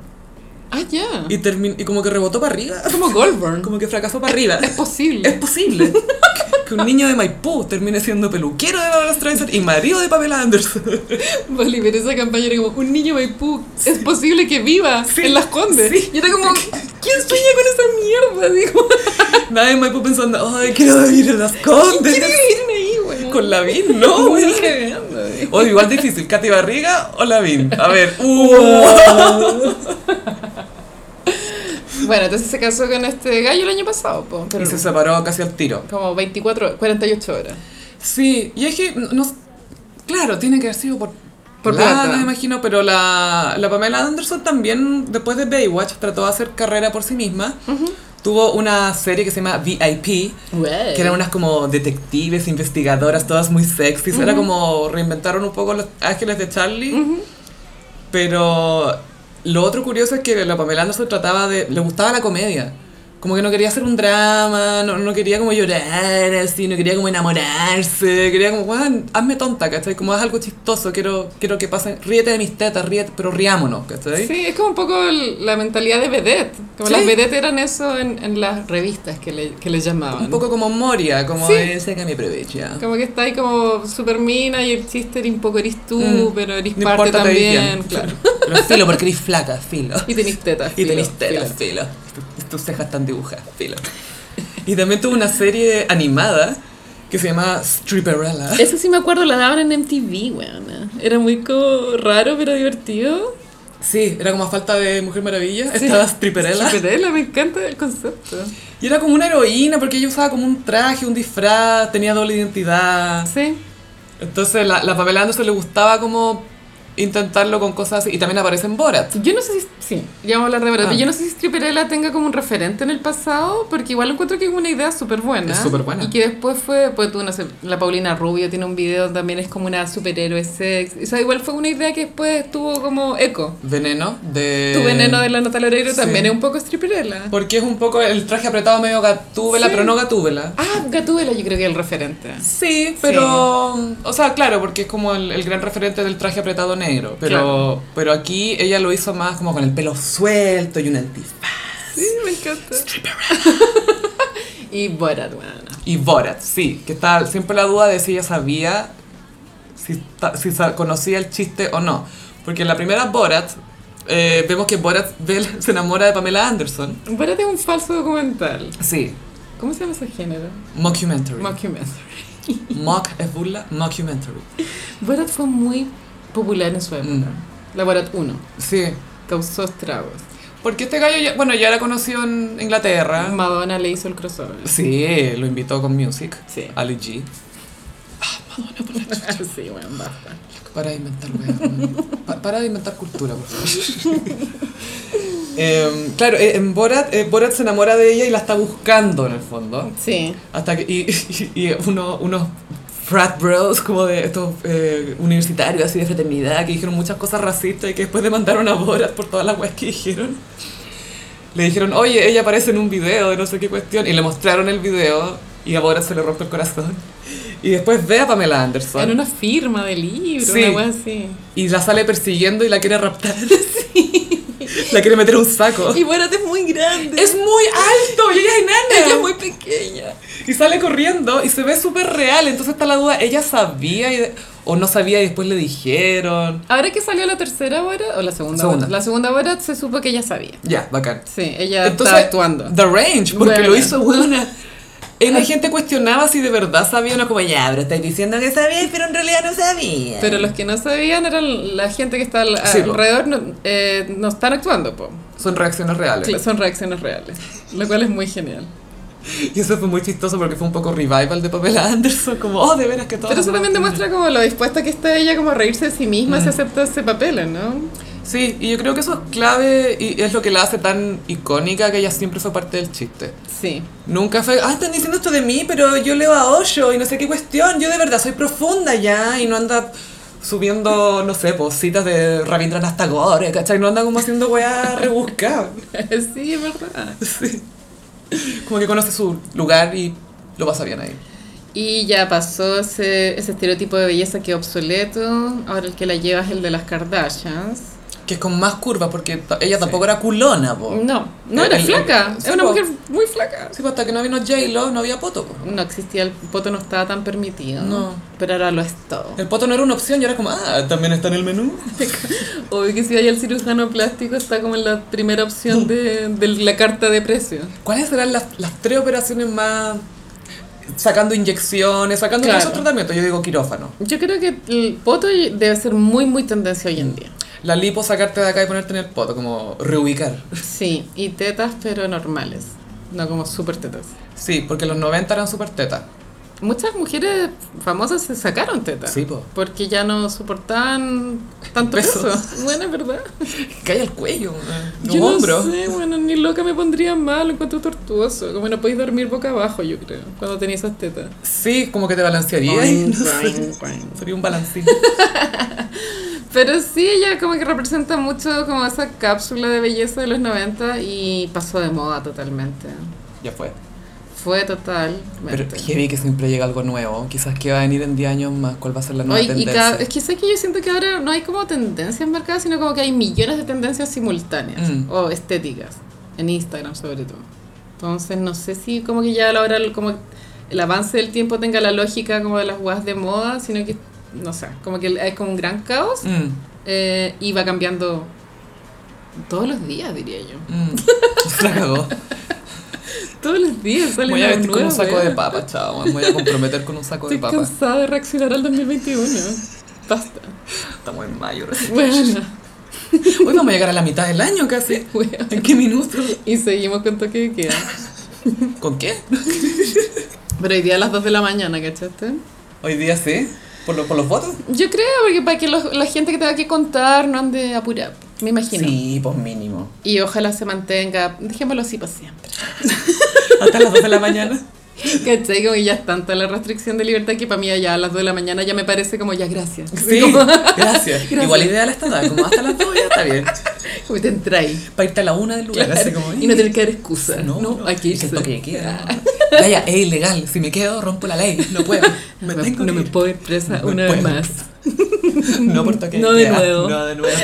Speaker 2: Ah, ya.
Speaker 1: y, termin- y como que rebotó para arriba,
Speaker 2: Como Goldburn.
Speaker 1: como que fracasó para arriba.
Speaker 2: Es posible.
Speaker 1: Es posible que- que un niño de Maipú termine siendo peluquero de Barbara Streisand y marido de Pamela Anderson.
Speaker 2: Bolívar, esa campaña era como un niño Maipú, es posible que viva
Speaker 1: Sí,
Speaker 2: en Las Condes.
Speaker 1: sí.
Speaker 2: Y era como, ¿quién sueña con esa mierda? Digo,
Speaker 1: Nadie de Maipú pensando, ay, quiero vivir en las Condes.
Speaker 2: ¿quiere vivirme ahí, güey?
Speaker 1: Con Lavín, no,
Speaker 2: Muy
Speaker 1: güey.
Speaker 2: cagando, güey.
Speaker 1: O igual difícil, Katy Barriga o Lavín. A ver, uh.
Speaker 2: Bueno, entonces se casó con este gallo el año pasado, po, pero
Speaker 1: Y se separó casi al tiro.
Speaker 2: como 24, 48 horas.
Speaker 1: Sí, y es que, no- no, claro, tiene que haber sido por,
Speaker 2: Por
Speaker 1: plata,
Speaker 2: plata.
Speaker 1: me imagino, pero la, la Pamela Anderson también, después de Baywatch, trató de hacer carrera por sí misma. Tuvo una serie que se llama VIP, que eran unas como detectives, investigadoras, todas muy sexys. Era como reinventaron un poco los ángeles de Charlie. Pero lo otro curioso es que la Pamela Anderson trataba de. le gustaba la comedia. Como que no quería hacer un drama, no, no quería como llorar, así, no quería como enamorarse, quería como, "Weón, hazme tonta, ¿cachai? Como haz algo chistoso, quiero, quiero que pasen, ríete de mis tetas, ríete, pero riámonos, ¿cachai?
Speaker 2: Sí, es como un poco el- la mentalidad de vedette. Como
Speaker 1: Sí.
Speaker 2: las vedettes eran eso en, en las revistas que le, que le llamaban.
Speaker 1: Un poco como Moria, como "Eh,
Speaker 2: Sí.
Speaker 1: ese que me aprovecha.
Speaker 2: Como que está ahí como super mina y el chiste era un poco eres tú,
Speaker 1: Mm.
Speaker 2: pero eres
Speaker 1: No
Speaker 2: parte
Speaker 1: importa, te
Speaker 2: también.
Speaker 1: dirían.
Speaker 2: Claro.
Speaker 1: Pero filo, porque eres flaca, filo.
Speaker 2: Y tenés tetas.
Speaker 1: Y
Speaker 2: filo,
Speaker 1: tenés telas, filo. Tus- Tus cejas están dibujadas, filo. Y también tuvo una serie animada que se llama Stripperella.
Speaker 2: Eso sí me acuerdo, la daban en MTV, weona. Era muy como raro, pero divertido.
Speaker 1: Sí, era como a falta de Mujer Maravilla. Estaba Stripperella.
Speaker 2: Superela, me encanta el concepto.
Speaker 1: Y era como una heroína porque ella usaba como un traje, un disfraz, tenía doble identidad.
Speaker 2: Sí.
Speaker 1: Entonces la, la Pamela Anderson le gustaba como intentarlo con cosas así. Y también aparece en Borat.
Speaker 2: Yo no sé si. Sí, ya vamos a hablar de verdad.
Speaker 1: Ah.
Speaker 2: pero Yo no sé si Stripperella tenga como un referente en el pasado, porque igual encuentro que es una idea súper buena.
Speaker 1: Es súper buena.
Speaker 2: Y que después fue. Pues tú, no sé, la Paulina Rubio tiene un video también, es como una superhéroe sex. O sea, igual fue una idea que después tuvo como eco.
Speaker 1: Veneno de...
Speaker 2: tu veneno de la nota Loreiro
Speaker 1: Eh, sí.
Speaker 2: también es un poco Stripperella.
Speaker 1: Porque es un poco el traje apretado medio gatúbela,
Speaker 2: Sí.
Speaker 1: pero no gatúbela.
Speaker 2: Ah, Gatúbela, yo creo que es el referente.
Speaker 1: Sí, pero. O sea, claro, porque es como el, el gran referente del traje apretado negro. Pero,
Speaker 2: Claro.
Speaker 1: pero aquí ella lo hizo más como con el pelo suelto y un antifaz.
Speaker 2: Sí, me encanta. y Borat, bueno.
Speaker 1: Y Borat, sí, que está siempre la duda de si ella sabía, si, ta- si sa- conocía el chiste o no. Porque en la primera Borat, eh, vemos que Borat ve- se enamora de Pamela Anderson.
Speaker 2: Borat es un falso documental.
Speaker 1: Sí,
Speaker 2: ¿Cómo se llama ese género?
Speaker 1: mockumentary.
Speaker 2: Mockumentary.
Speaker 1: Mock es burla, mockumentary.
Speaker 2: Borat fue muy popular en su época.
Speaker 1: Mm,
Speaker 2: La Borat 1
Speaker 1: Sí,
Speaker 2: causó estragos.
Speaker 1: porque este gallo, ya, bueno, ya era conocido en
Speaker 2: Ah.
Speaker 1: Inglaterra.
Speaker 2: Madonna le hizo el crossover. Ah,
Speaker 1: Sí, lo invitó con Music.
Speaker 2: Sí.
Speaker 1: Ali G.
Speaker 2: sí, bueno, basta.
Speaker 1: Para de inventar, weón. Pa- para de inventar cultura, por favor. Em, claro, eh, en Borat, eh, Borat se enamora de ella y la está buscando en el fondo.
Speaker 2: Sí.
Speaker 1: Hasta que. Y, y- y uno- unos frat bros, como de estos eh, universitarios así de fraternidad, que dijeron muchas cosas racistas y que después demandaron a Borat por todas las weas que dijeron. Le dijeron, oye, ella aparece en un video de no sé qué cuestión. Y le mostraron el video y a Borat se le rompe el corazón. Y después ve a Pamela Anderson.
Speaker 2: En una firma de libro,
Speaker 1: Sí.
Speaker 2: una cosa así.
Speaker 1: Y la sale persiguiendo y la quiere raptar. La quiere meter a un saco.
Speaker 2: Y Borat es muy grande.
Speaker 1: Es muy alto y ella es enana.
Speaker 2: Ella es muy pequeña.
Speaker 1: Y sale corriendo y se ve súper real. Entonces está la duda, ¿ella sabía? y- o no sabía y después le dijeron.
Speaker 2: Ahora que salió la tercera hora, o la segunda,
Speaker 1: Segunda.
Speaker 2: hora, la segunda hora se supo que ella sabía.
Speaker 1: Ya, bacán.
Speaker 2: Sí, ella estaba actuando.
Speaker 1: The Range, porque
Speaker 2: Bueno.
Speaker 1: lo hizo buena. La gente cuestionaba si de verdad sabía o no, como ya, pero estáis diciendo que sabía, pero en realidad no sabía.
Speaker 2: Pero los que no sabían eran la gente que está al-
Speaker 1: Sí, po.
Speaker 2: alrededor, no, eh, no están actuando, po.
Speaker 1: Son reacciones reales.
Speaker 2: Cla- son reacciones reales, lo cual es muy genial.
Speaker 1: Y eso fue muy chistoso porque fue un poco revival de Pamela Anderson, como, oh, de veras que todo.
Speaker 2: Pero eso también demuestra como Mm. lo dispuesta que está ella como a reírse de sí misma si acepta ese papel, ¿no?
Speaker 1: Sí, y yo creo que eso es clave y es lo que la hace tan icónica que ella siempre fue parte del chiste.
Speaker 2: Sí.
Speaker 1: Nunca fue, ah, están diciendo esto de mí, pero yo leo a Osho y no sé qué cuestión, yo de verdad soy profunda ya y no anda subiendo, no sé, pues, citas de Rabindranath Tagore, ¿cachai? No anda como haciendo weá rebuscada.
Speaker 2: sí, es verdad.
Speaker 1: Sí. Como que conoce su lugar y lo pasa bien ahí.
Speaker 2: Y ya pasó ese, ese estereotipo de belleza que obsoleto. Ahora el que la lleva es el de las Kardashians.
Speaker 1: Que es con más curvas porque ta- ella tampoco era culona, po.
Speaker 2: No, no era
Speaker 1: El- el-
Speaker 2: flaca.
Speaker 1: sí,
Speaker 2: Era una
Speaker 1: po.
Speaker 2: mujer muy flaca.
Speaker 1: Sí, pues, hasta que no vino J-Lo no había poto, po.
Speaker 2: No existía, el poto no estaba tan permitido.
Speaker 1: No.
Speaker 2: Pero ahora lo es todo.
Speaker 1: El poto no era una opción y era como, ah, también está en el menú.
Speaker 2: Obvio que si hay el cirujano plástico está como en la primera opción de, de la carta de precio.
Speaker 1: ¿Cuáles serán las, las tres operaciones más sacando inyecciones, sacando
Speaker 2: Claro.
Speaker 1: esos tratamientos? Yo digo quirófano.
Speaker 2: Yo creo que el poto debe ser muy, muy tendencia hoy en día.
Speaker 1: La lipo sacarte de acá y ponerte en el poto, como reubicar.
Speaker 2: Sí, y tetas, pero normales. No como súper tetas.
Speaker 1: Sí, porque los 90 eran súper tetas.
Speaker 2: Muchas mujeres famosas se sacaron tetas.
Speaker 1: Sí, po.
Speaker 2: Porque ya no soportaban tanto
Speaker 1: Peso.
Speaker 2: peso. Bueno, es verdad.
Speaker 1: Cae el cuello, eh, los
Speaker 2: yo no
Speaker 1: hombros.
Speaker 2: sé, bueno, ni loca me pondría mal, lo encuentro tortuoso. Como no podéis dormir boca abajo, yo creo, cuando tenéis esas tetas.
Speaker 1: Sí, como que te balancearía. y no sé. Sería un balancín.
Speaker 2: Pero sí, ella como que representa mucho como esa cápsula de belleza de los 90 y pasó de moda totalmente.
Speaker 1: ya fue.
Speaker 2: Fue total.
Speaker 1: Pero heavy que siempre llega algo nuevo. Quizás que va a venir en 10 años más. ¿Cuál va a ser la nueva
Speaker 2: Oye, y
Speaker 1: tendencia?
Speaker 2: cada- es que sé que yo siento que ahora no hay como tendencias marcadas, sino como que hay millones de tendencias simultáneas
Speaker 1: Mm.
Speaker 2: o estéticas en Instagram sobre todo. Entonces no sé si como que ya a la hora como el avance del tiempo tenga la lógica como de las guas de moda, sino que no sé, como que es como un gran caos
Speaker 1: Mm,
Speaker 2: eh, y va cambiando todos los días, diría yo.
Speaker 1: mm. La cagó.
Speaker 2: Todos los días sale
Speaker 1: Voy a
Speaker 2: algo
Speaker 1: vestir con un
Speaker 2: nuevo,
Speaker 1: saco de
Speaker 2: weón.
Speaker 1: papas, chao. Me voy a comprometer con un saco de
Speaker 2: Estoy
Speaker 1: papas.
Speaker 2: cansada de reaccionar al 2021. Basta.
Speaker 1: Estamos en mayo recién.
Speaker 2: Bueno,
Speaker 1: Hoy vamos a llegar a la mitad del año casi.
Speaker 2: weón.
Speaker 1: ¿En qué minuto?
Speaker 2: Y seguimos con toque de queda.
Speaker 1: ¿Con qué?
Speaker 2: Pero hoy día a las 2 de la mañana, ¿cachaste?
Speaker 1: Hoy día sí. ¿Por, lo- por los votos?
Speaker 2: Yo creo, porque para que los- la gente que tenga que contar no ande apurada, me imagino.
Speaker 3: Sí, pues mínimo.
Speaker 2: Y ojalá se mantenga, dejémoslo así para siempre.
Speaker 1: Hasta las 2 de la mañana.
Speaker 2: ¿Cachai? Como que ya es tanta la restricción de libertad que para mí ya a las 2 de la mañana ya me parece como ya gracias.
Speaker 1: Sí,
Speaker 2: Como,
Speaker 1: gracias. Igual ideal esta edad, como hasta las 2 ya está bien.
Speaker 2: como te entráis.
Speaker 1: Para irte a la 1 del lugar,
Speaker 2: Claro,
Speaker 1: así como... "Eh,
Speaker 2: y no tener que dar excusas. No,
Speaker 1: No,
Speaker 2: no, Ah, hay que
Speaker 3: Es el
Speaker 2: irse.
Speaker 3: toque de queda.
Speaker 1: Vaya, es ilegal. Si me quedo, rompo la ley. No puedo. Me
Speaker 2: No me-
Speaker 1: tengo
Speaker 2: no
Speaker 1: que
Speaker 2: me
Speaker 1: ir.
Speaker 2: puedo ir presa
Speaker 1: No me
Speaker 2: una vez
Speaker 1: puedo.
Speaker 2: más.
Speaker 1: No por toque
Speaker 2: No de
Speaker 1: queda,
Speaker 2: nuevo.
Speaker 1: No de nuevo.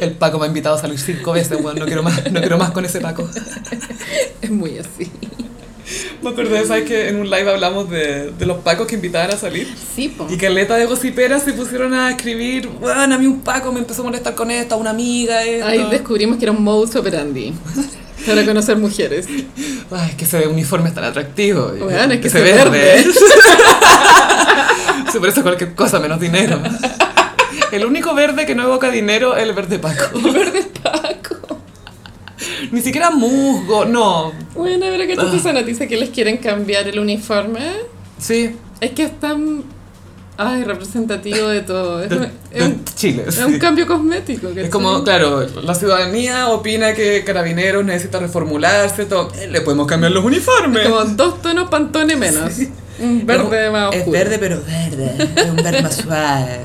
Speaker 1: El Paco me ha invitado a salir cinco veces, weón. No quiero más, no quiero más con ese Paco.
Speaker 2: Es muy así.
Speaker 1: Me acordé, ¿sabes que En un live hablamos de, de los Pacos que invitaban a salir.
Speaker 2: Sí, po.
Speaker 1: Y caleta de gossiperas se pusieron a escribir, bueno, a mí un Paco me empezó a molestar con esta, una amiga, esto.
Speaker 2: Ahí descubrimos que era un modus operandi para conocer mujeres.
Speaker 1: Ay, es que ese uniforme es tan atractivo. Y
Speaker 2: Weón, es que
Speaker 1: ese
Speaker 2: se verde.
Speaker 1: se parece a cualquier cosa menos dinero. El único verde que no evoca dinero es el verde Paco.
Speaker 2: El verde Paco.
Speaker 1: Ni siquiera musgo, no.
Speaker 2: Bueno, pero que
Speaker 1: Ah.
Speaker 2: esta noticia que les quieren cambiar el uniforme
Speaker 1: Sí,
Speaker 2: es que es tan. Ay, representativo de todo. Es,
Speaker 1: de,
Speaker 2: un- es
Speaker 1: de
Speaker 2: un,
Speaker 1: Chile.
Speaker 2: es
Speaker 1: sí.
Speaker 2: un cambio cosmético. ¿cachai?
Speaker 1: Es como, claro, la ciudadanía opina que Carabineros necesita reformularse, todo. Eh, Le podemos cambiar los uniformes.
Speaker 2: Es como dos tonos pantone menos. Un verde más
Speaker 3: Es
Speaker 2: oscuro.
Speaker 3: verde, pero verde. Es un verde más suave.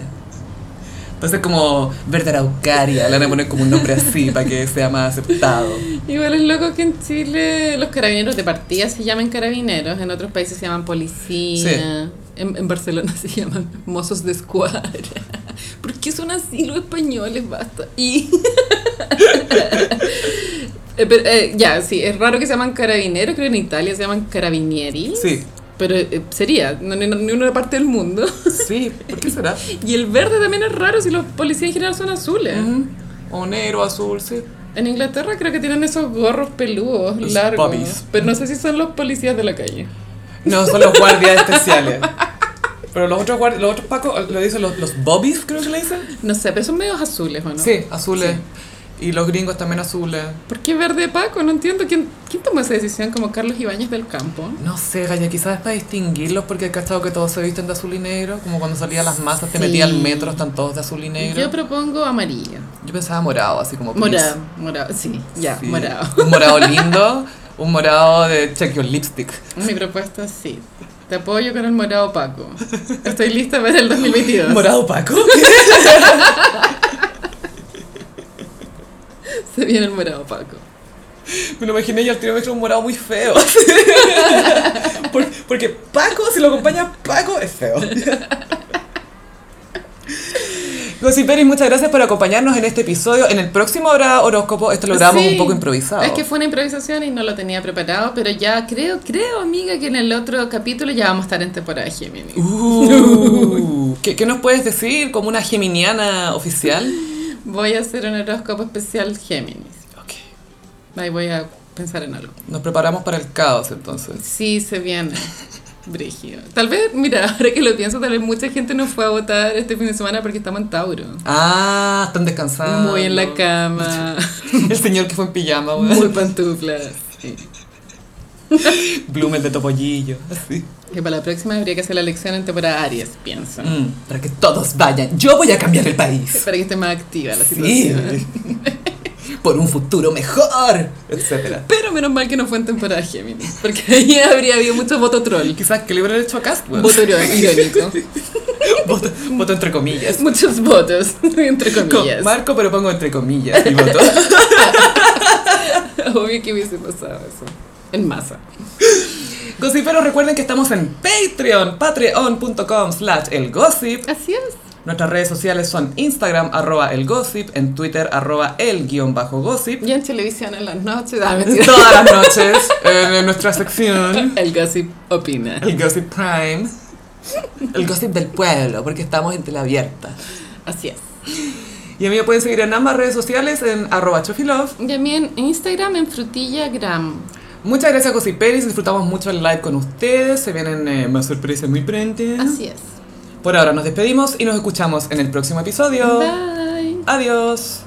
Speaker 1: Entonces como Verde Araucaria, le van a poner como un nombre así para que sea más aceptado.
Speaker 2: Igual es loco que en Chile los carabineros de partida se llamen carabineros, en otros países se llaman policía, en, en Barcelona se llaman mozos de escuadra. ¿Por qué son así los españoles? Basta. Y... Eh, pero, eh, ya, sí, es raro que se llaman carabineros, creo que en Italia se llaman carabinieri.
Speaker 1: Sí,
Speaker 2: Pero eh, sería, no, ni, ni una parte del mundo.
Speaker 1: Sí, ¿por qué será?
Speaker 2: Y el verde también es raro si los policías en general son azules.
Speaker 1: Ujú. O negro, azul, sí.
Speaker 2: En Inglaterra creo que tienen esos gorros peludos
Speaker 1: Los
Speaker 2: largos.
Speaker 1: puppies.
Speaker 2: Pero no sé si son los policías de la calle.
Speaker 1: No, son los guardias especiales. Pero los otros guardias, los otros pacos, lo dicen los, los bobbies, creo que le dicen.
Speaker 2: No sé, pero son medios azules, ¿o no?
Speaker 1: Sí, azules. Y los gringos también azules.
Speaker 2: ¿Por qué verde Paco? No entiendo. ¿Quién, quién tomó esa decisión? Como Carlos Ibáñez del Campo.
Speaker 1: No sé, Gaya, quizás es para distinguirlos porque he cachado que todos se visten de azul y negro. Como cuando salían las masas, te
Speaker 2: Sí.
Speaker 1: metían al metro, están todos de azul y negro.
Speaker 2: Yo
Speaker 1: Yo,
Speaker 2: propongo amarillo.
Speaker 1: pensaba morado, así como. gris.
Speaker 2: Morado, morado, sí, ya,
Speaker 1: Sí.
Speaker 2: morado.
Speaker 1: Un morado lindo, un morado de check your lipstick.
Speaker 2: Mi propuesta sí. Te apoyo con el morado Paco. Estoy lista para el 2022.
Speaker 1: ¿Morado opaco?
Speaker 2: Se viene el morado Paco.
Speaker 1: Me lo imaginé y al tiro me hizo un morado muy feo. Por- porque Paco, si lo acompaña Paco, es feo. Gossip Berry, muchas gracias por acompañarnos en este episodio. En el próximo habrá horóscopo. Esto lo grabamos
Speaker 2: Sí.
Speaker 1: un poco improvisado.
Speaker 2: Es que fue una improvisación y no lo tenía preparado, pero ya creo, creo, amiga, que en el otro capítulo ya vamos a estar en temporada Gemini.
Speaker 1: Uh, ¿qué, qué nos puedes decir como una geminiana oficial?
Speaker 2: Voy a hacer un horóscopo especial Géminis.
Speaker 1: Ok.
Speaker 2: Ahí voy a pensar en algo.
Speaker 1: Nos preparamos para el caos entonces.
Speaker 2: Sí, se viene. Brígido. Tal vez, mira, ahora que lo pienso, tal vez mucha gente no fue a votar este fin de semana porque estamos en Tauro.
Speaker 1: Ah, están descansando.
Speaker 2: Muy en la cama,
Speaker 1: El señor que fue en pijama, weón.
Speaker 2: muy pantufla. Sí.
Speaker 1: Bloom, el de topollillo. Así.
Speaker 2: Que para la próxima habría que hacer la elección en temporada Aries, pienso.
Speaker 1: Mm, para que todos vayan. Yo voy a cambiar el país.
Speaker 2: Para que esté más activa la
Speaker 1: Sí.
Speaker 2: situación.
Speaker 1: Por un futuro mejor, etcétera.
Speaker 2: Pero menos mal que no fue en temporada Géminis, porque ahí habría habido mucho voto troll.
Speaker 1: Quizás que le hubieran hecho a Castwell.
Speaker 2: Voto iró- irónico.
Speaker 1: voto, voto entre comillas.
Speaker 2: Muchos votos, entre
Speaker 1: Con
Speaker 2: comillas.
Speaker 1: Marco, pero pongo entre comillas. mi voto.
Speaker 2: Obvio que hubiese pasado eso. En masa.
Speaker 1: Gossiperos, recuerden que estamos en Patreon, patreon.com slash elgossip.
Speaker 2: Así es.
Speaker 1: Nuestras redes sociales son Instagram, arroba elgossip, en Twitter, arroba el guión bajo gossip.
Speaker 2: Y en televisión en las noches. Ah, mentira.
Speaker 1: Todas las noches eh, en nuestra sección
Speaker 2: El gossip opina.
Speaker 1: El Gossip Prime. El Gossip del pueblo, porque estamos en tela abierta.
Speaker 2: Así es.
Speaker 1: Y a mí me pueden seguir en ambas redes sociales en arroba chofilove.
Speaker 2: Y a mí en Instagram en frutillagram.
Speaker 1: Muchas gracias, Gossiperis. Disfrutamos mucho el live con ustedes. Se vienen eh, más sorpresas muy pronto.
Speaker 2: Así es.
Speaker 1: Por ahora nos despedimos y nos escuchamos en el próximo episodio.
Speaker 2: Bye.
Speaker 1: Adiós.